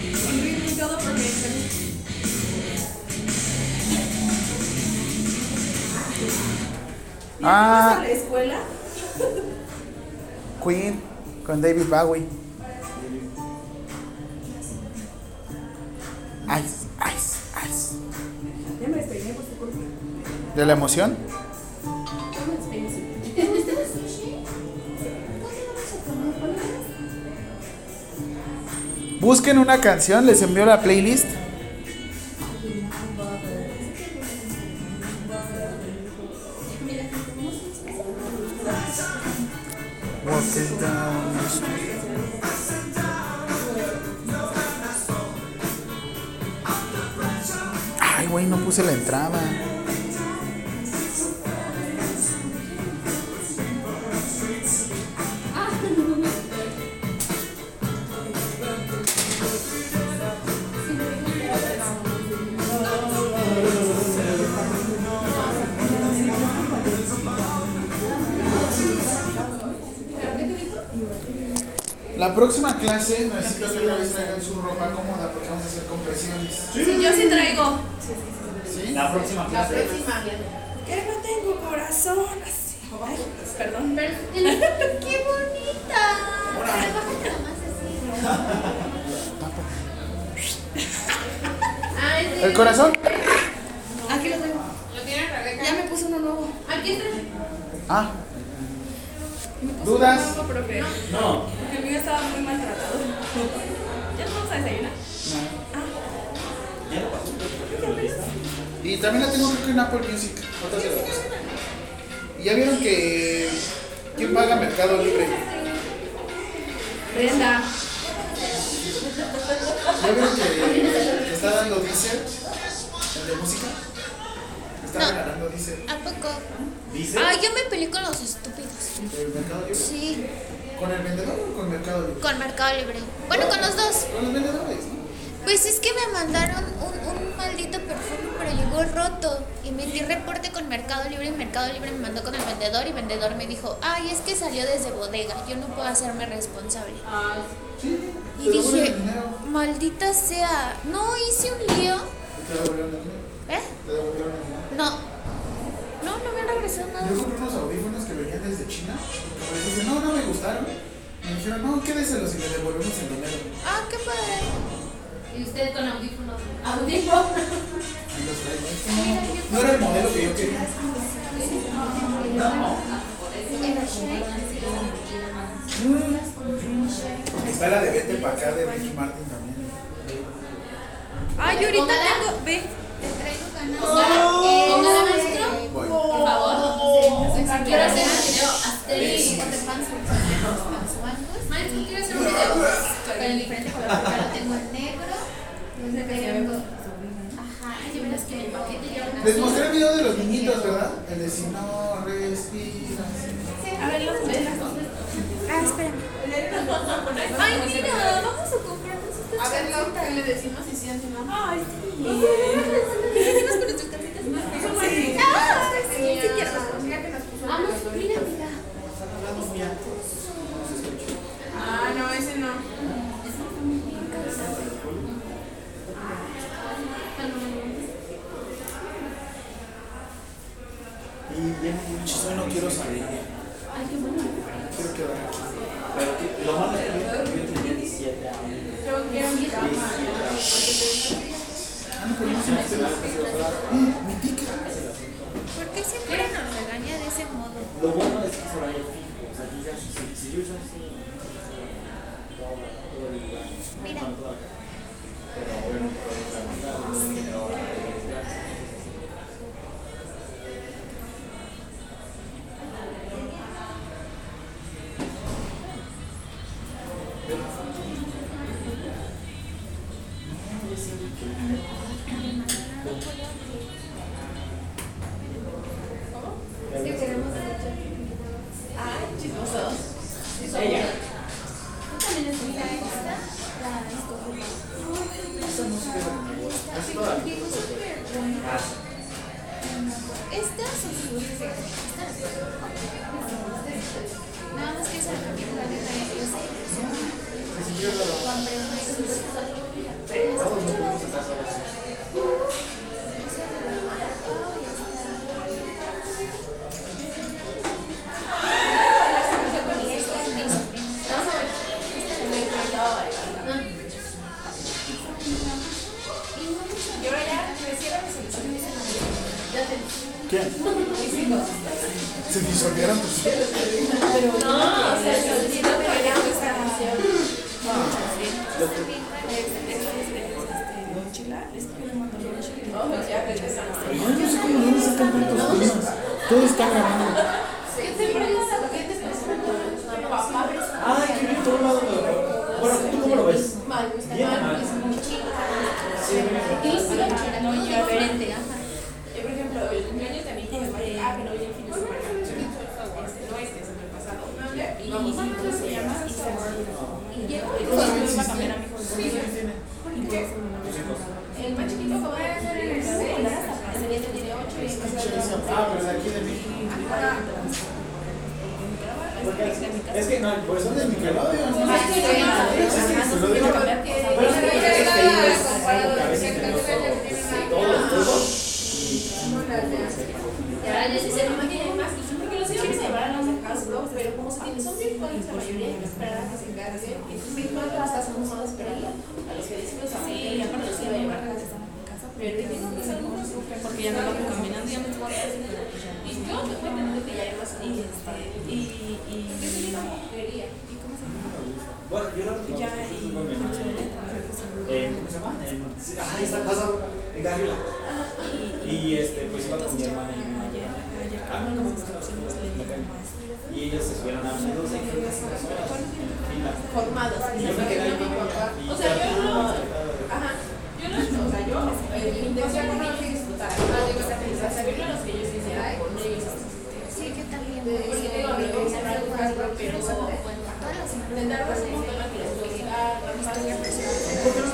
Speaker 4: Y ríe y todo porque
Speaker 1: Ah,
Speaker 4: la escuela.
Speaker 1: Queen con David Bowie. Ice, ice, ice.
Speaker 6: Ya me despeiné pues, por tu culpa.
Speaker 1: ¿De la emoción? Busquen una canción, les envió la playlist. Walking down the street. Ay, güey, no puse la entrada. La próxima clase necesito que otra vez traigan su ropa cómoda porque vamos a hacer compresiones.
Speaker 2: Sí, yo sí traigo.
Speaker 1: ¿Sí?
Speaker 5: La próxima clase.
Speaker 6: próxima. Que no tengo corazón. Así. Ay, perdón.
Speaker 8: ¡Qué bonita!
Speaker 2: Ay, sí.
Speaker 1: ¿El corazón?
Speaker 6: Aquí lo tengo.
Speaker 2: Lo tiene Rebeca.
Speaker 6: Ya me puse uno nuevo.
Speaker 2: Aquí está.
Speaker 1: Ah. ¿Dudas?
Speaker 4: No, pero que no.
Speaker 5: No,
Speaker 4: Porque el mío estaba muy maltratado. ya nos vamos a desayunar.
Speaker 5: ya lo pasó.
Speaker 1: Y también la tengo creo que en Apple Music. Otra de las cosas. Y ya vieron que. ¿Quién paga Mercado Libre?
Speaker 4: Brenda.
Speaker 1: ¿Ya vieron que, que está dando Deezer? ¿El de música? Está
Speaker 8: No.
Speaker 1: regalando Deezer.
Speaker 8: ¿A poco?
Speaker 5: Dice.
Speaker 8: Ah, yo me peleé con los estúpidos.
Speaker 1: ¿El Mercado Libre?
Speaker 8: Sí,
Speaker 1: ¿Con el vendedor o con Mercado Libre?
Speaker 8: con Mercado Libre. Bueno, con los dos.
Speaker 1: Con los vendedores, ¿no?
Speaker 8: Pues es que me mandaron un, un maldito perfume, pero llegó roto. Y metí reporte con Mercado Libre y Mercado Libre me mandó con el vendedor y el vendedor me dijo, ay, es que salió desde bodega, yo no puedo hacerme responsable.
Speaker 2: Ah,
Speaker 1: Sí.
Speaker 8: Y
Speaker 1: te devuelven
Speaker 8: dije,
Speaker 1: el dinero.
Speaker 8: maldita sea, no hice un lío.
Speaker 1: Te devolvieron el dinero.
Speaker 8: ¿Eh?
Speaker 1: Te devolvieron el dinero.
Speaker 8: No. No, no me han regresado nada.
Speaker 1: Yo compré unos audífonos que venían desde China. Y dije, no, no me gustaron. Me dijeron, no, quédeselos y le devolvemos el dinero.
Speaker 8: Ah, qué padre.
Speaker 2: Y usted con audífonos. Audífonos.
Speaker 1: Y los traigo. Este No no era el modelo que yo quería. Está la de vete para acá de Ricky Martin también.
Speaker 4: Ay, yo ahorita tengo. Ve.
Speaker 8: Este,
Speaker 2: Póngala, maestro.
Speaker 1: Bueno,
Speaker 2: Por favor. Quiero hacer un video. Asterix. Maestro, quiero hacer un video. Con el diferente color. porque lo tengo.
Speaker 8: Ajá, yo verás que el paquete ya una.
Speaker 1: Les mostré el video de los niñitos, ¿verdad? El de si no respiras.
Speaker 4: A ver, los ve.
Speaker 8: Ah, espérame.
Speaker 4: Ay, mira, vamos a comprarnos estas
Speaker 6: A ver, Lau, ¿qué le decimos y si
Speaker 2: decían mi mamá, ay, sí.
Speaker 13: Vamos, mira, mira.
Speaker 4: Ah, no, ese no.
Speaker 1: Muchis, hoy no quiero salir. Quiero quedarme aquí.
Speaker 5: Pero que- lo malo es que yo tenía 17 años.
Speaker 4: Yo quiero mi cama.
Speaker 1: ¡Eh, mi ticket!
Speaker 8: ¿Por qué siempre nos regaña de ese modo?
Speaker 5: Lo bueno es que es horario fijo. O sea, yo ya, si, si yo ya sí, todo, todo el lugar.
Speaker 8: Mira.
Speaker 5: Todo el lugar. Pero bueno, pues, la verdad, no tiene hora de descanso.
Speaker 2: Ay, chismosos.
Speaker 5: Ella. Ah, sí.
Speaker 8: Estas son sus luces de Nada más que esa también la de
Speaker 2: Y ahora ya crecieron y se les olvida la vida. Ya te
Speaker 1: ¿Quién? Se disolvieron tus hijos.
Speaker 2: No, o sea, se olvidó que era esta canción. Ojo, ya regresamos.
Speaker 1: Ay, no sé cómo no les están tantos temas. Todo está grabando.
Speaker 2: ¿Qué te preguntas? ¿Por qué te preguntas? Papá,
Speaker 5: Ay, qué bien todo lado de- Bueno, ¿tú cómo lo ves?
Speaker 2: mal, gusta
Speaker 5: Bien,
Speaker 2: mal,
Speaker 5: mal.
Speaker 2: es muy chido. Yo, por ejemplo, el cumpleaños de mi hijo me va a llegar, pero hoy el fin de semana. Este no es que es el pasado. Y vamos a ir, se llama Y llego y pues, me iba a cambiar a mi hijo. El más chiquito acaba de hacer el Ese día tiene ocho y
Speaker 1: Ah, pero de aquí de México.
Speaker 5: Es que no, por eso
Speaker 1: ¿Son de Nickelodeon?
Speaker 2: Ay, sí, sí, sí, sí, sí, sí, sí, sí, sí, sí, sí, sí, sí, sí, sí,
Speaker 5: Todos, todos.
Speaker 2: Ya, ya sí se me imagina más. Y siempre que los íbamos a llevar a los cascos, pero como son- son virtuales la mayoría, hay que esperar a que se encarguen. Entonces, virtual las casas no son esperando. A los que dicen los amigos, ya para los iba a llevar a las que están en casa. Pero yo tengo que hacer algunos, porque ya no lo voy caminando, ya me tengo que hacer. Y yo me fui teniendo que ya ir más y este, y, y, y, ¿Y cómo se llama?
Speaker 5: Bueno, yo lo que
Speaker 2: Ya, y...
Speaker 5: Eh, ¿Cómo se llama? En- Ah, esta casa. En Gabriela. Y este, pues iba con mi hermana y mi mamá. Ah, no, no, no, no. Y ellos se subieron a una doce, creo que cinco horas, en fila.
Speaker 2: formados.
Speaker 5: Yo me quedé ahí con ella y-
Speaker 2: O sea, yo no. Ajá. Yo no, o sea, yo eh, mi intención no es disfrutar. No digo esa felicidad, saberlo a los que ellos hicieron con ellos.
Speaker 8: Sí, yo también.
Speaker 2: Porque tengo amigos que no lo hacen, pero intentar hacer un tema que les gusta,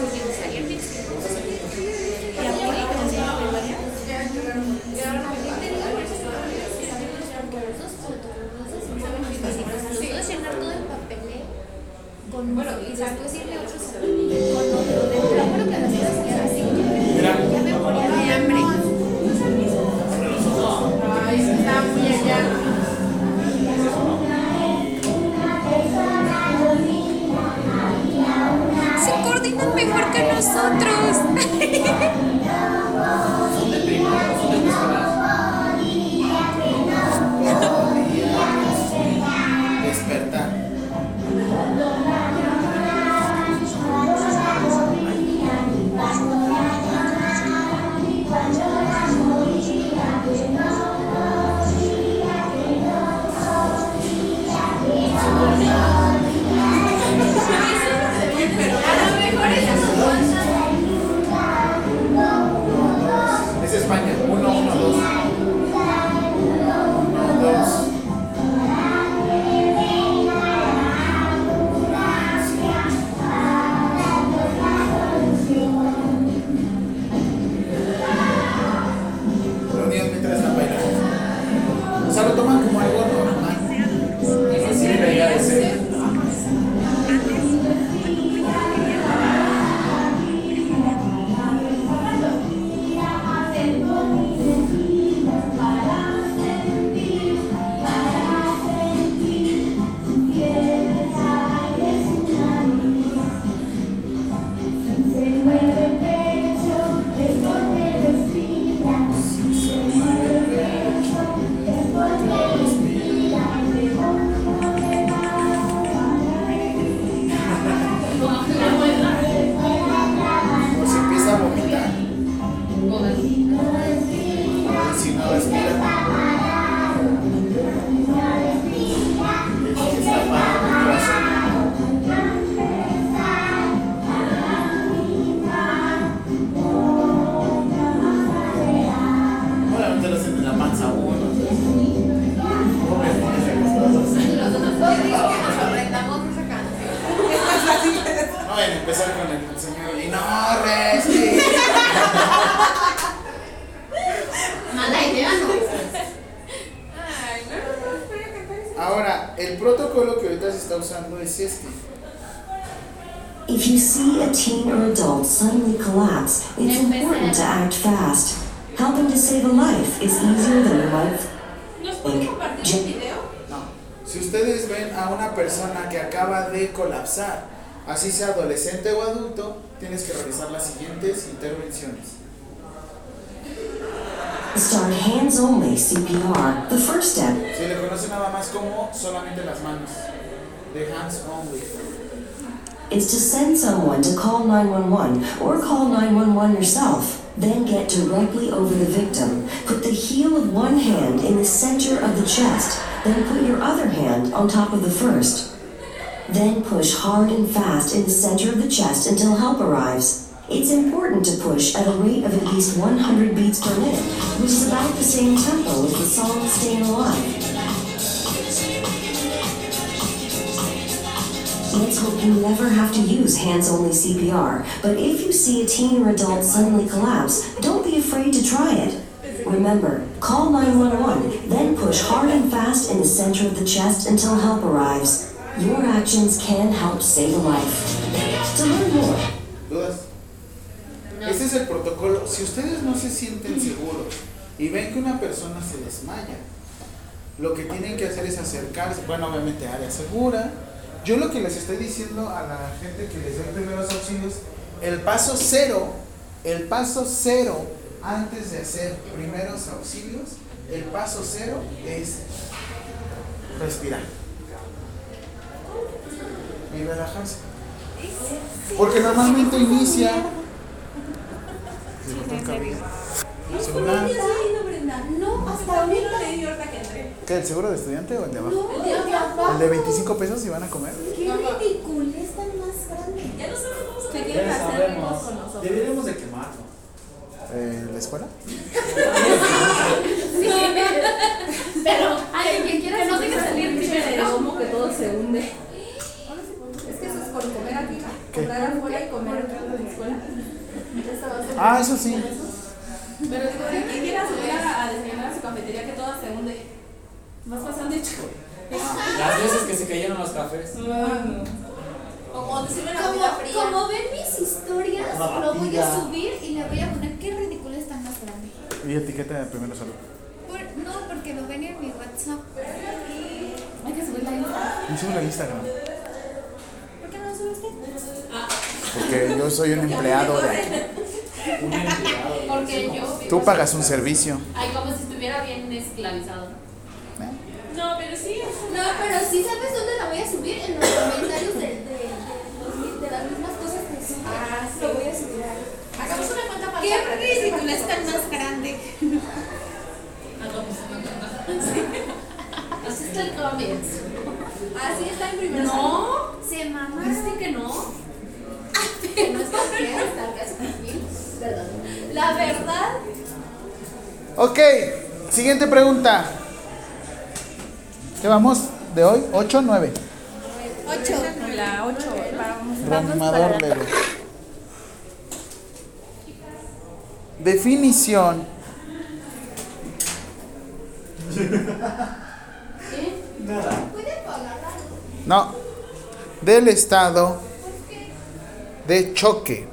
Speaker 2: normal.
Speaker 8: Nosotros llenar todo el papeleo con uno y después irle a otro con otro. Te lo juro que las cosas que así. Ya me moría de hambre.
Speaker 4: Ay, sí, está muy allá.
Speaker 8: Se coordinan mejor que nosotros.
Speaker 1: Despertar.
Speaker 14: Thank
Speaker 1: si no respira.
Speaker 15: Ahora no te lo hacen en la panza uno.
Speaker 1: No vayan a empezar con el señor y no respira.
Speaker 8: Mala idea, ¿no?
Speaker 1: Ahora, el protocolo que ahorita se está usando es este.
Speaker 16: If you see a teen or adult suddenly collapse, it's
Speaker 7: Empezar.
Speaker 16: important to act fast. Helping to save a life is easier than you might
Speaker 4: ¿Nos pueden compartir el video?
Speaker 1: Si ustedes ven a una persona que acaba de colapsar, así sea adolescente o adulto, tienes que realizar las siguientes intervenciones.
Speaker 16: start hands only CPR. The first step,
Speaker 1: Se le conoce nada más como solamente las manos. The hands only.
Speaker 16: is to send someone to call 911 or call 911 yourself. Then get directly over the victim. Put the heel of one hand in the center of the chest, then put your other hand on top of the first. Then push hard and fast in the center of the chest until help arrives. It's important to push at a rate of at least 100 beats per minute, which is about the same tempo as the song Staying Alive. Let's hope you never have to use hands only CPR, but if you see a teen or adult suddenly collapse, don't be afraid to try it. Remember, call 911, then push hard and fast in the center of the chest until help arrives. Your actions can help save a life. To learn more,
Speaker 1: ¿Dudas? Este es el protocolo. Si ustedes no se sienten seguros y ven que una persona se desmaya, lo que tienen que hacer es acercarse, bueno, obviamente área segura. Yo lo que les estoy diciendo a la gente que les doy primeros auxilios, el paso cero, el paso cero antes de hacer primeros auxilios, el paso cero es respirar y relajarse. Porque normalmente inicia. Se cortó el cabello. Celular.
Speaker 4: No, Brenda, no, hasta ahorita le di ahorita que entré.
Speaker 1: ¿Qué? ¿El seguro de estudiante o el de abajo?
Speaker 4: No, ya me abajo.
Speaker 1: ¿El de 25 pesos y van a comer?
Speaker 3: Qué ridiculez tan más grande.
Speaker 4: Ya no sabemos cómo se
Speaker 5: Ya
Speaker 4: quieren
Speaker 5: lo
Speaker 4: hacer
Speaker 5: sabemos.
Speaker 4: amigos con nosotros.
Speaker 17: Deberíamos de quemarlo.
Speaker 1: Eh, ¿La escuela?
Speaker 8: Pero,
Speaker 2: Ay, que quiera
Speaker 4: Que no tenga que salir primero.
Speaker 2: Como que todo se hunde. Es que eso es por comer aquí.
Speaker 1: ¿Qué?
Speaker 2: Comprar afuera y comer aquí en la escuela.
Speaker 1: Ah, eso sí.
Speaker 4: Pero digo, si alguien quiera subir a, a desayunar a su cafetería, que toda se hunde. Vas pasando y chico.
Speaker 5: Las veces que se cayeron los cafés.
Speaker 4: O te sirven la
Speaker 3: Como,
Speaker 4: comida fría.
Speaker 3: como ven mis historias, lo voy a subir y le voy a poner qué ridículo es tan más grande.
Speaker 1: Y etiqueta de primero salud.
Speaker 3: Por- no, porque lo ven en mi WhatsApp.
Speaker 8: hay que subirla ahí.
Speaker 1: Y sube la Instagram.
Speaker 3: ¿Por qué no lo subiste?
Speaker 1: Porque yo soy un empleado de aquí.
Speaker 5: Un empleado.
Speaker 8: Porque yo.
Speaker 1: Tú pagas un servicio.
Speaker 8: Ay, como si estuviera bien esclavizado.
Speaker 4: No, pero sí.
Speaker 3: No, pero sí sabes dónde la voy a subir en los comentarios de, de, de- de las mismas cosas que subo. Ah, sí. Lo voy a subir ahí.
Speaker 4: Hagamos una cuenta para para que
Speaker 3: Qué
Speaker 4: sepan
Speaker 3: ridículo es tan
Speaker 4: nosotros.
Speaker 3: más grande.
Speaker 8: Hagamos una cuenta. Así está el comments.
Speaker 4: Así está en primer
Speaker 8: No,
Speaker 3: Se mamá.
Speaker 8: ¿viste que no?
Speaker 3: No está bien, está casi conmigo. Perdón. La verdad.
Speaker 1: Ok, siguiente pregunta. ¿Qué vamos de hoy? ¿8 o 9?
Speaker 3: Ocho.
Speaker 4: La 8.
Speaker 1: Reanimador leve. Definición. No. Del estado de choque.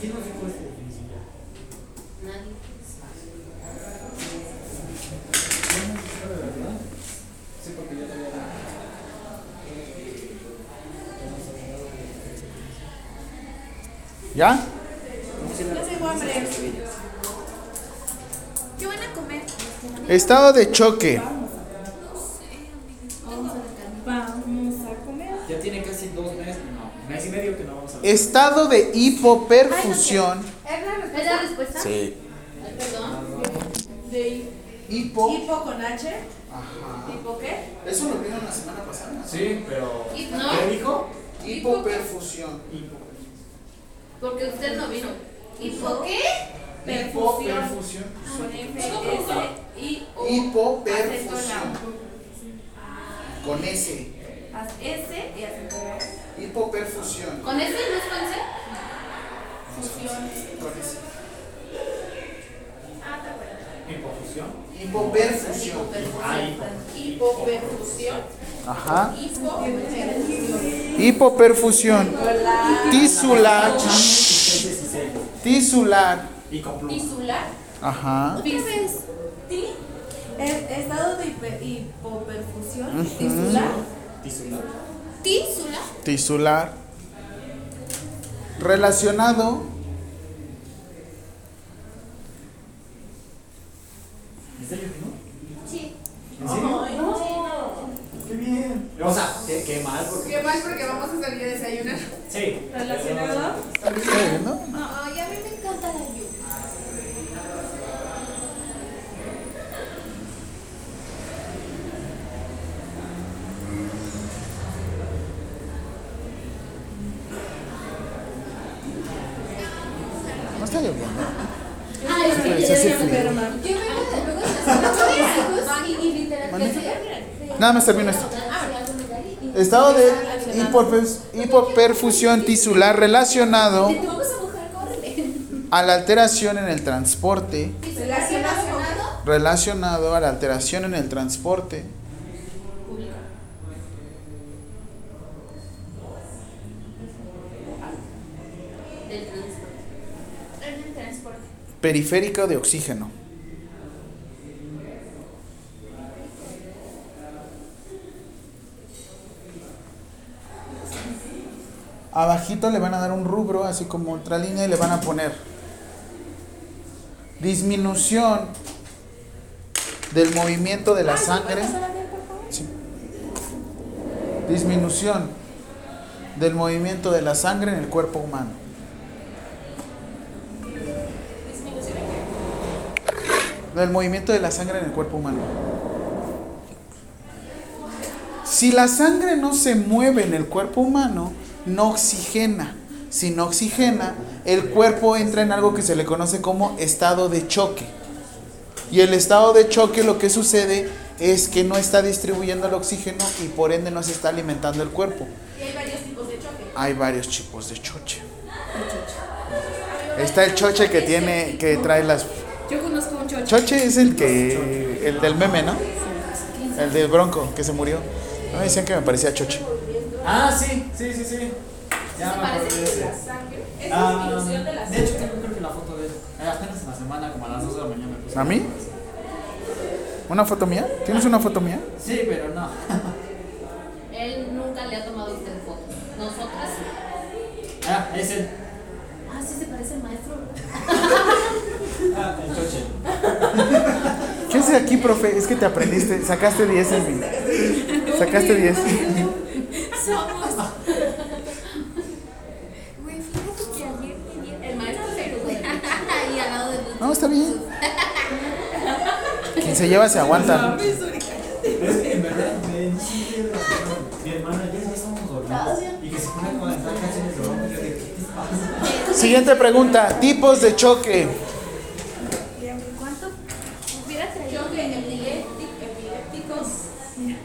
Speaker 17: ¿Quién nos dijo esta definición?
Speaker 8: Nadie.
Speaker 17: Sí, porque yo todavía la-
Speaker 1: ¿Ya?
Speaker 3: ¿Qué van a comer?
Speaker 1: Estado de choque.
Speaker 4: Vamos a comer.
Speaker 5: Ya tiene casi dos meses. mes, no, mes y medio que no vamos a ver.
Speaker 1: Estado de hipoperfusión.
Speaker 2: ¿Es la respuesta?
Speaker 15: Sí.
Speaker 4: Ay, Perdón.
Speaker 1: De hipo.
Speaker 4: Hipo con H.
Speaker 1: Ajá.
Speaker 4: ¿Hipo qué?
Speaker 1: Eso lo vieron la semana pasada.
Speaker 5: Sí, pero.
Speaker 4: No.
Speaker 5: ¿Qué dijo?
Speaker 1: Hipoperfusión.
Speaker 2: Porque usted no vino.
Speaker 4: ¿Hipo qué?
Speaker 1: Hipoperfusión.
Speaker 4: Con F, S, I, O.
Speaker 1: Hipoperfusión.
Speaker 4: acento
Speaker 1: Con S.
Speaker 4: en la U. Haz S y acento en la U.
Speaker 1: Hipoperfusión.
Speaker 4: ¿Con
Speaker 2: este
Speaker 4: S no es con C? Fusión.
Speaker 1: Con S.
Speaker 4: Ah, está bueno.
Speaker 5: Hipofusión.
Speaker 1: Hipoperfusión.
Speaker 5: Ah, hipo.
Speaker 4: Hipoperfusión.
Speaker 1: Ajá.
Speaker 4: Hipoperfusión.
Speaker 1: Hipoperfusión. Tisular. Tisular.
Speaker 5: Y con pluma.
Speaker 4: Tisular.
Speaker 1: Ajá.
Speaker 4: ¿Otra vez? ¿Ti? El estado de hiper- hipoperfusión.
Speaker 1: Ujú.
Speaker 4: Tisular.
Speaker 5: Tisular.
Speaker 4: Tisular.
Speaker 1: Tisular. Relacionado.
Speaker 5: ¿En serio que no?
Speaker 3: Sí.
Speaker 5: ¿En serio?
Speaker 4: Ay,
Speaker 5: Qué bien. O sea, qué, qué mal porque.
Speaker 6: Qué mal porque vamos a salir a desayunar.
Speaker 5: Sí.
Speaker 4: ¿Relacionado?
Speaker 1: Sí, ¿no?
Speaker 3: Ay, a mí me encanta la lluvia.
Speaker 1: No está lloviendo.
Speaker 3: Ah, es
Speaker 1: Pero sí hace frío.
Speaker 3: Yo vengo de luego de las chicos y, y
Speaker 1: Maneja.
Speaker 3: literatura.
Speaker 1: Nada más termino esto. Estado de hipoperfus- hipoperfusión tisular relacionado
Speaker 3: Te vamos a mojar, córrele.
Speaker 1: a la alteración en el transporte.
Speaker 3: Relacionado.
Speaker 1: Relacionado a la alteración en el transporte.
Speaker 2: Del transporte.
Speaker 3: En el transporte.
Speaker 1: Periférico de oxígeno. Abajito le van a dar un rubro, así como otra línea, y le van a poner disminución del movimiento de la sangre. Sí. Disminución del movimiento de la sangre en el cuerpo humano. Del movimiento de la sangre en el cuerpo humano. Si la sangre no se mueve en el cuerpo humano, no oxigena. Si no oxigena, el cuerpo entra en algo que se le conoce como estado de choque. Y el estado de choque lo que sucede es que no está distribuyendo el oxígeno y por ende no se está alimentando el cuerpo.
Speaker 4: Y hay varios tipos de choque.
Speaker 1: Hay varios tipos de choche. Está el choche que tiene, que trae las
Speaker 8: Yo conozco un chocho.
Speaker 1: Choche es el que. el del meme, ¿no? El del bronco que se murió. No me decían que me parecía Choche.
Speaker 5: Ah, sí, sí, sí, sí. Ya me acordé de ese.
Speaker 4: Sangre. Es
Speaker 5: Ah,
Speaker 4: disminución de la
Speaker 5: de hecho,
Speaker 4: sangre.
Speaker 5: tengo creo que la foto de él. Eh, Apenas en la semana, como a las 2 de la mañana me puse.
Speaker 1: ¿A mí? ¿Una foto mía? ¿Tienes una foto mía?
Speaker 5: Sí, pero no.
Speaker 2: Él nunca le ha tomado a usted foto. Nosotras. sí.
Speaker 5: Ah, es el.
Speaker 2: Ah, sí se parece al maestro. ¿verdad?
Speaker 5: Ah, el choche.
Speaker 1: ¿Qué haces aquí, profe? Es que te aprendiste. Sacaste 10 en mí. Sacaste 10.
Speaker 2: Somos.
Speaker 3: Güey, fíjate que ayer me dieron.
Speaker 2: El maestro peruano. Ahí al lado de nosotros.
Speaker 1: No, está bien. Quien se lleva se aguanta.
Speaker 5: Es que en verdad me dice mi hermana, ya ya estamos
Speaker 2: Ah,
Speaker 5: dormidos. Y que se pone a cantar canciones de broma. Yo de, ¿qué te pasa?
Speaker 1: Siguiente pregunta. Tipos de choque.
Speaker 3: ¿Cuánto? Hubiera traído.
Speaker 4: Choque epiléptico, epilépticos,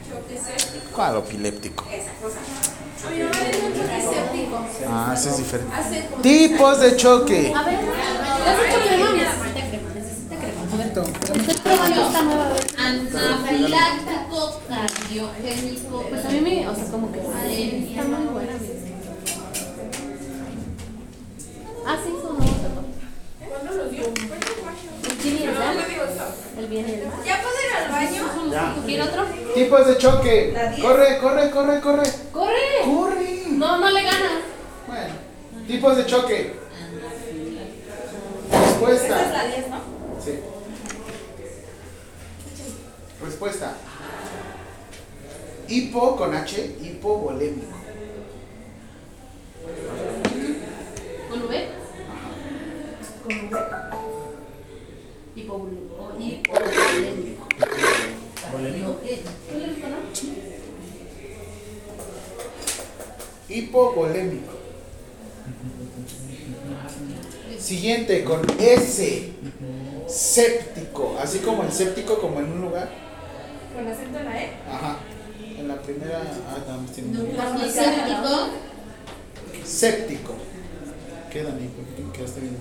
Speaker 4: choque séptico,
Speaker 1: ¿Cuál epiléptico?
Speaker 4: esa cosa. Mi mamá le dio un choque séptico.
Speaker 1: Ah, ese es diferente.
Speaker 4: Hace como
Speaker 1: Tipos de choque.
Speaker 2: A ver, ¿has hecho crema? Necesita crema, necesita crema.
Speaker 7: Estoy probando esta nueva vez.
Speaker 2: Anafiláctico cardiogénico.
Speaker 8: Pues a mí me, o sea, como que
Speaker 2: Alergia.
Speaker 8: está muy buena. Ah, sí, eso no me tocó.
Speaker 4: ¿Cuándo lo dio? Fue en mayo.
Speaker 8: El chile y el
Speaker 4: No,
Speaker 8: sal,
Speaker 4: no digo eso.
Speaker 8: el bien y el mal.
Speaker 4: ¿Ya puedo ir al baño?
Speaker 8: ¿Quiere otro?
Speaker 1: Tipos de choque. Corre, corre, corre, corre.
Speaker 8: ¡Corre!
Speaker 1: Corre.
Speaker 8: No, no le ganas.
Speaker 1: Bueno, tipos de choque.
Speaker 4: Esta es
Speaker 1: Respuesta.
Speaker 4: la 10, ¿no?
Speaker 1: Sí. Respuesta. Hipo con H, hipovolémico. Hipovolémico. Siguiente con S. Séptico. Así como el séptico, como en un lugar.
Speaker 4: Con acento en la E.
Speaker 1: Ajá. En la primera. Ah, no, sí, no.
Speaker 2: ¿Por séptico?
Speaker 1: Séptico. ¿Qué, Dani? ¿Por qué quedaste viendo?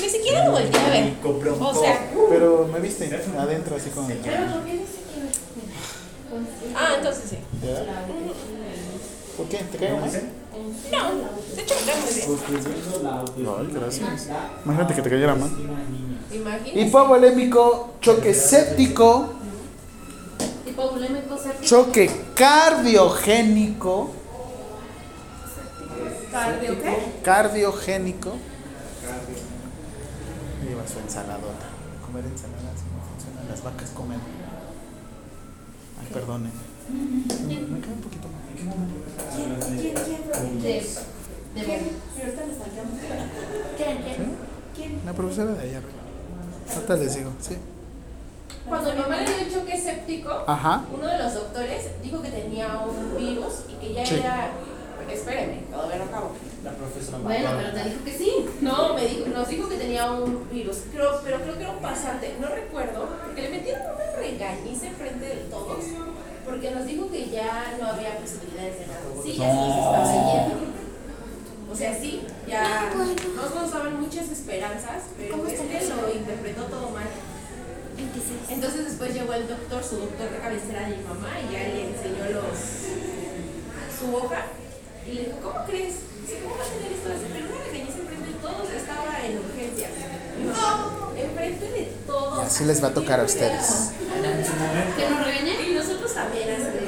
Speaker 8: Ni siquiera lo volteé a ver. O sea,
Speaker 1: Pero me viste adentro así como.
Speaker 8: ah, entonces sí.
Speaker 1: ¿Ya? ¿Por qué? ¿Te caigo más?
Speaker 8: No, de hecho está muy bien.
Speaker 1: Ay, gracias. Imagínate que te cayera más.
Speaker 8: Imagínate.
Speaker 1: Hipovolémico, choque séptico,
Speaker 2: Hipovolémico séptico.
Speaker 1: choque cardiogénico.
Speaker 6: ¿Cardio qué?
Speaker 1: Cardiogénico. Lleva su ensaladota. Comer ensalada así no funciona. Las vacas comen. Ay, perdonen. Me queda un poquito más.
Speaker 3: ¿Quién, quién fue? ¿Quién? Y ahorita les saltamos. ¿Quién, quién? ¿Quién?
Speaker 1: La profesora de ayer. Ahorita les digo, sí.
Speaker 4: Cuando mi mamá le dio el choque séptico,
Speaker 1: Ajá.
Speaker 4: uno de los doctores dijo que tenía un virus y que ya
Speaker 1: Sí.
Speaker 4: era. Espérenme, todavía no acabo.
Speaker 5: La profesora
Speaker 2: Bueno,
Speaker 5: Macuarro.
Speaker 2: pero te dijo que sí.
Speaker 4: No, me dijo, nos dijo que tenía un virus, creo, pero creo que era un pasante, no recuerdo, porque le metieron una regañiza enfrente de todos, porque nos dijo que ya no había posibilidades de nada. Sí, ya se nos estaba yendo. O sea, sí, ya nos causaban muchas esperanzas, pero
Speaker 3: ¿Cómo
Speaker 4: este
Speaker 3: está
Speaker 4: lo interpretó todo mal.
Speaker 3: 26.
Speaker 4: Entonces después llegó el doctor, su doctor de cabecera de mi mamá, y ya le enseñó los, su hoja. Y le dijo, ¿cómo crees? Dice, ¿cómo vas a tener esto? Dice, pero una regañiza enfrente de todos, estaba en urgencias. Mi mamá, enfrente de todos.
Speaker 1: Así les va a tocar a ustedes.
Speaker 2: ¿Que nos regañen?
Speaker 4: Y nosotros también, así de,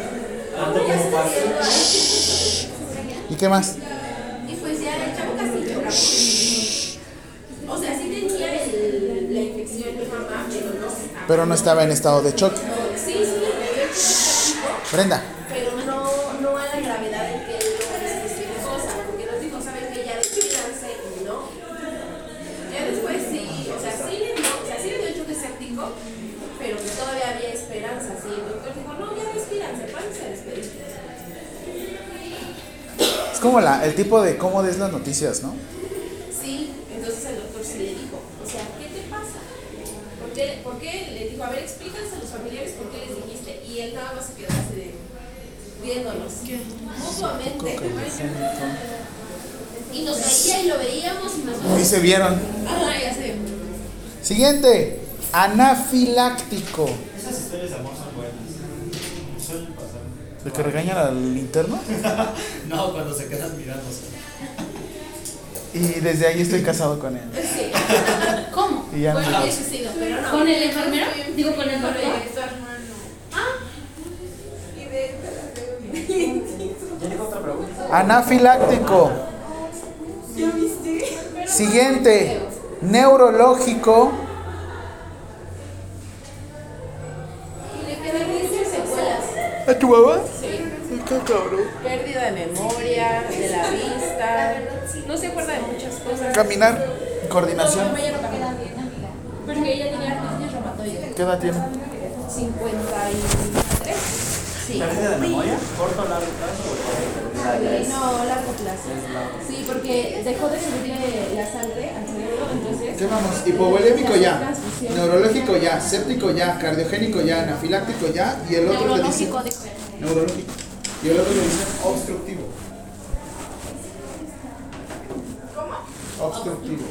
Speaker 5: Ando
Speaker 4: ya
Speaker 5: como
Speaker 4: está haciendo
Speaker 5: Pablo.
Speaker 4: ahí.
Speaker 1: ¿Y qué más?
Speaker 4: Y pues ya el chavo casi lloraba. O sea, sí tenía el- la infección mi mamá, pero no estaba.
Speaker 1: Pero no estaba en estado de choque.
Speaker 4: Sí, sí, le dio el choque
Speaker 1: Brenda.
Speaker 4: pero no, no a la gravedad en que él lo especificó, o sea, porque nos dijo, ¿saben que Ya despídanse y no. Ya después sí, o sea, sí le dio, o sea, sí le dio el choque séptico, pero que todavía había esperanza, sí. El doctor dijo, no, ya despídanse, párense a despedir.
Speaker 1: Es como la, el tipo de cómo des las noticias, ¿no?
Speaker 4: Sí, entonces el doctor sí le dijo, o sea, ¿qué te pasa? ¿Por qué, por qué le dijo, a ver, explícanse a los familiares por qué les dijiste? Y él nada más se quedó así de viéndonos mutuamente.
Speaker 2: Y nos veía y lo veíamos y
Speaker 1: Y
Speaker 2: nosotros.
Speaker 1: se vieron.
Speaker 2: Ajá, ya sé.
Speaker 1: Siguiente. Anafiláctico.
Speaker 15: Esas historias de amor son buenas. Suelen pasar.
Speaker 1: ¿El que regaña al interno?
Speaker 15: No, cuando se quedan mirándose.
Speaker 1: Y desde ahí estoy casado con él.
Speaker 4: Sí. Ah,
Speaker 2: ¿Cómo?
Speaker 1: Y ya no.
Speaker 2: Bueno, hubiese sido, pero no. ¿Con el enfermero? Digo, con el doctor.
Speaker 5: Ya tengo otra pregunta.
Speaker 1: Anafiláctico. Siguiente. Neurológico.
Speaker 4: Y le quedan 15 secuelas.
Speaker 1: ¿A tu mamá?
Speaker 4: Sí.
Speaker 1: Qué cabrón.
Speaker 4: Pérdida de memoria, de la vista. No se acuerda de muchas cosas.
Speaker 1: Caminar.
Speaker 4: No,
Speaker 1: Coordinación.
Speaker 4: mi mamá ya no camina bien, amiga. Porque ella tenía artritis reumatoide.
Speaker 1: ¿Qué edad tiene?
Speaker 4: 53. Sí.
Speaker 5: ¿Pérdida de memoria? ¿Corto o largo plazo?
Speaker 1: Ah,
Speaker 5: o-
Speaker 4: No, largo plazo. Sí, porque dejó de subirle la sangre al cerebro, entonces.
Speaker 1: ¿Qué vamos? Hipovolémico ya. Neurológico ya. Séptico ya. Cardiogénico ya. Anafiláctico ya. Y el otro le dice.
Speaker 2: Neurológico, dijo.
Speaker 1: Neurológico. Y el otro le dice obstructivo. ¿Cómo? Obstructivo.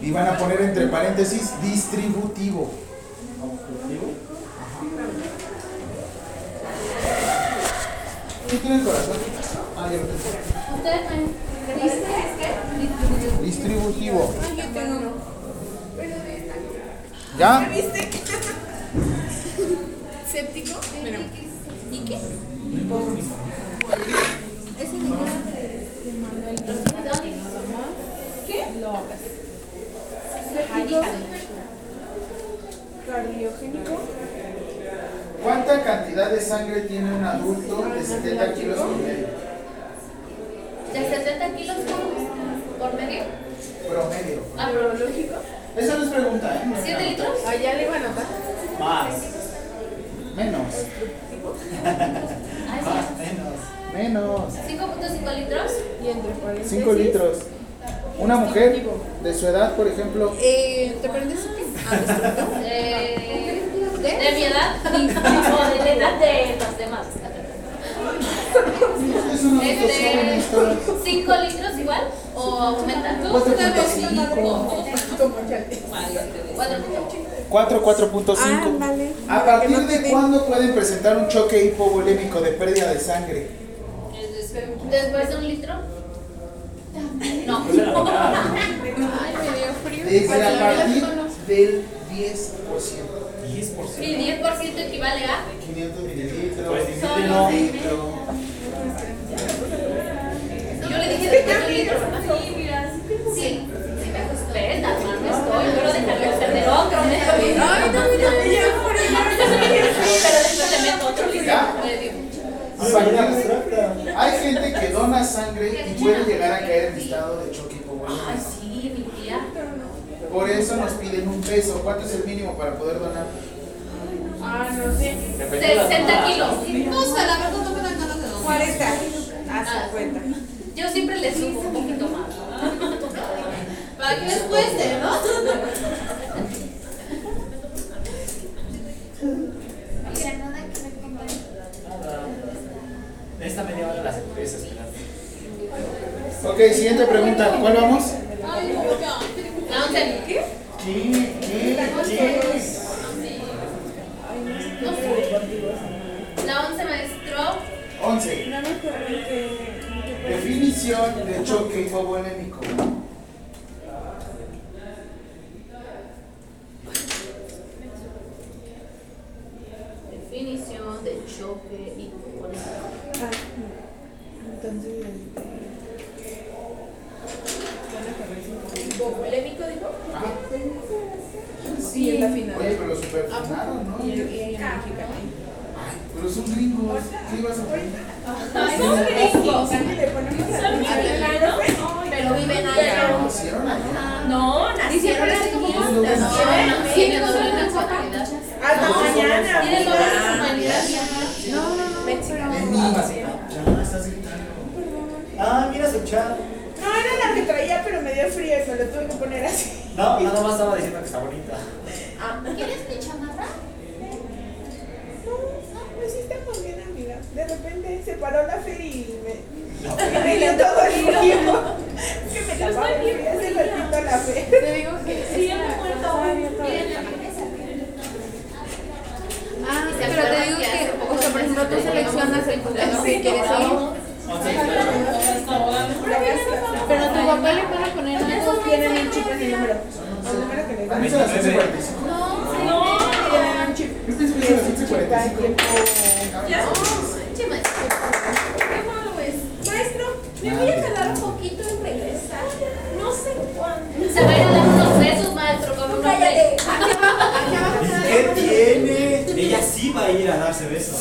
Speaker 1: Y van a poner entre paréntesis distributivo.
Speaker 5: ¿Obstructivo?
Speaker 1: ¿Qué tiene el corazón? Ah, ya lo tengo.
Speaker 2: Ustedes también.
Speaker 1: Distributivo. ¿Ya?
Speaker 6: ¿Viste? ¿Séptico? Pero,
Speaker 2: ¿Y qué?
Speaker 6: ¿Séptico? ¿Cardiogénico?
Speaker 1: ¿Cuánta cantidad de sangre tiene un adulto de 70 kilos por medio?
Speaker 2: ¿De 70 kilos por, por medio?
Speaker 1: Promedio.
Speaker 8: Ah, pero lógico.
Speaker 1: Esa no es pregunta, ¿eh?
Speaker 8: ¿Siete litros? Ah, ya le iba a notar.
Speaker 1: Más. Menos. Más, menos. Menos.
Speaker 2: 5.5 litros.
Speaker 8: Y entre 40.
Speaker 1: 5 litros. Una mujer de su edad, por ejemplo.
Speaker 8: Eh, ¿Te prendes un
Speaker 2: Eh, de mi edad. O de la edad de los demás.
Speaker 1: Eso no es posible,
Speaker 2: Este,
Speaker 1: esto.
Speaker 2: 5 litros igual o aumenta tú.
Speaker 1: Cuatro
Speaker 2: Una
Speaker 1: punto
Speaker 2: vez
Speaker 1: cinco.
Speaker 2: cinco. Cuatro punto cinco.
Speaker 1: 4,
Speaker 8: Ah,
Speaker 1: 4.5. ¿A partir de cuándo pueden presentar un choque hipovolémico de pérdida de sangre?
Speaker 2: Después de un litro. No.
Speaker 1: Pues era pecado.
Speaker 2: Ay, me dio frío.
Speaker 8: pues,
Speaker 1: Desde a
Speaker 2: Cuando lo vi,
Speaker 1: partir
Speaker 2: no, no.
Speaker 1: del 10%.
Speaker 2: Mi
Speaker 1: 10%.
Speaker 2: 10% equivale a
Speaker 1: 500 mililitros.
Speaker 2: solo seis meses. Yo le dije después de un litro. Sí, mira, sí que- sí. Sí me gustó. Ves, la mano estoy. Yo lo dejaría hacer de otro. me dejo ir.
Speaker 8: Ay, no, mira, ya, por
Speaker 2: Pero después le meto otro litro.
Speaker 1: ¿Ya?
Speaker 2: Le digo.
Speaker 1: A partir- Hay gente que dona sangre y puede llegar a caer en estado de choque hipovolémico.
Speaker 2: Ay, sí, mi tía.
Speaker 1: Por eso nos piden un peso. ¿Cuánto es el mínimo para poder donar?
Speaker 8: Ah, no sé.
Speaker 2: 60 kilos.
Speaker 8: No sé, la verdad no me dan ganas de dos.
Speaker 6: 40
Speaker 4: Ah,
Speaker 6: a 50.
Speaker 2: Yo siempre le subo un poquito más.
Speaker 8: Para que después cueste, ¿no?
Speaker 5: Esta media hora las empresas, ¿verdad?
Speaker 1: Ok, siguiente pregunta. ¿Cuál vamos?
Speaker 2: Ay, no, no. La once.
Speaker 1: ¿Qué? ¿Qué? ¿Qué?
Speaker 2: No sé. La once maestro.
Speaker 1: 11. Definición de choque hipovolémico.
Speaker 2: Definición de choque y
Speaker 6: Entonces,
Speaker 8: Polémico, dijo.
Speaker 6: sí, es la final.
Speaker 1: Oye, pero lo superfunaron, ¿no?
Speaker 6: Y el- y el mexicano.
Speaker 1: Pero son gringos. ¿Qué ibas a poner?
Speaker 8: Son gringos.
Speaker 6: Le ponemos la
Speaker 8: Son mexicanos, pero viven allá.
Speaker 1: No, hicieron allá.
Speaker 8: No, nacieron aquí.
Speaker 1: No,
Speaker 8: Nacieron
Speaker 2: no,
Speaker 8: aquí.
Speaker 2: tienen
Speaker 8: Nosotros
Speaker 2: doble
Speaker 8: en Oaxaca.
Speaker 2: nacionalidad.
Speaker 6: Hasta
Speaker 8: Ah,
Speaker 6: mañana.
Speaker 2: Tienen doble nacionalidad.
Speaker 6: No, no, no.
Speaker 15: Ya, estás gritando. Ah, mira su chat.
Speaker 6: No, era la que traía, pero me dio frío y me lo tuve que poner así.
Speaker 5: No, nada más estaba diciendo que está bonita.
Speaker 3: ¿Quieres mi chamarra?
Speaker 6: No, no, no, sí estamos bien, amiga. De repente se paró la feria y me. Me dio todo el frío. Es que me tapaba el frío, se lo quitó la fe.
Speaker 8: Te digo que sí,
Speaker 2: me
Speaker 8: Ah, pero te digo que, o sea, por ejemplo, tú seleccionas el cumpleaños que quieres ir, pero tu papá le puede poner algo.
Speaker 6: Tienen un chip en el número. El número que le
Speaker 1: ¿Han
Speaker 6: dan.
Speaker 1: visto las 11.45?
Speaker 6: Tienen un chip.
Speaker 1: ¿Viste las 11.45?
Speaker 4: Me voy a quedar un poquito en regresar. No sé cuándo.
Speaker 2: Se va a ir a dar unos besos, maestro, con un hombre.
Speaker 15: ¿Qué tiene? Ella sí va a ir a darse besos.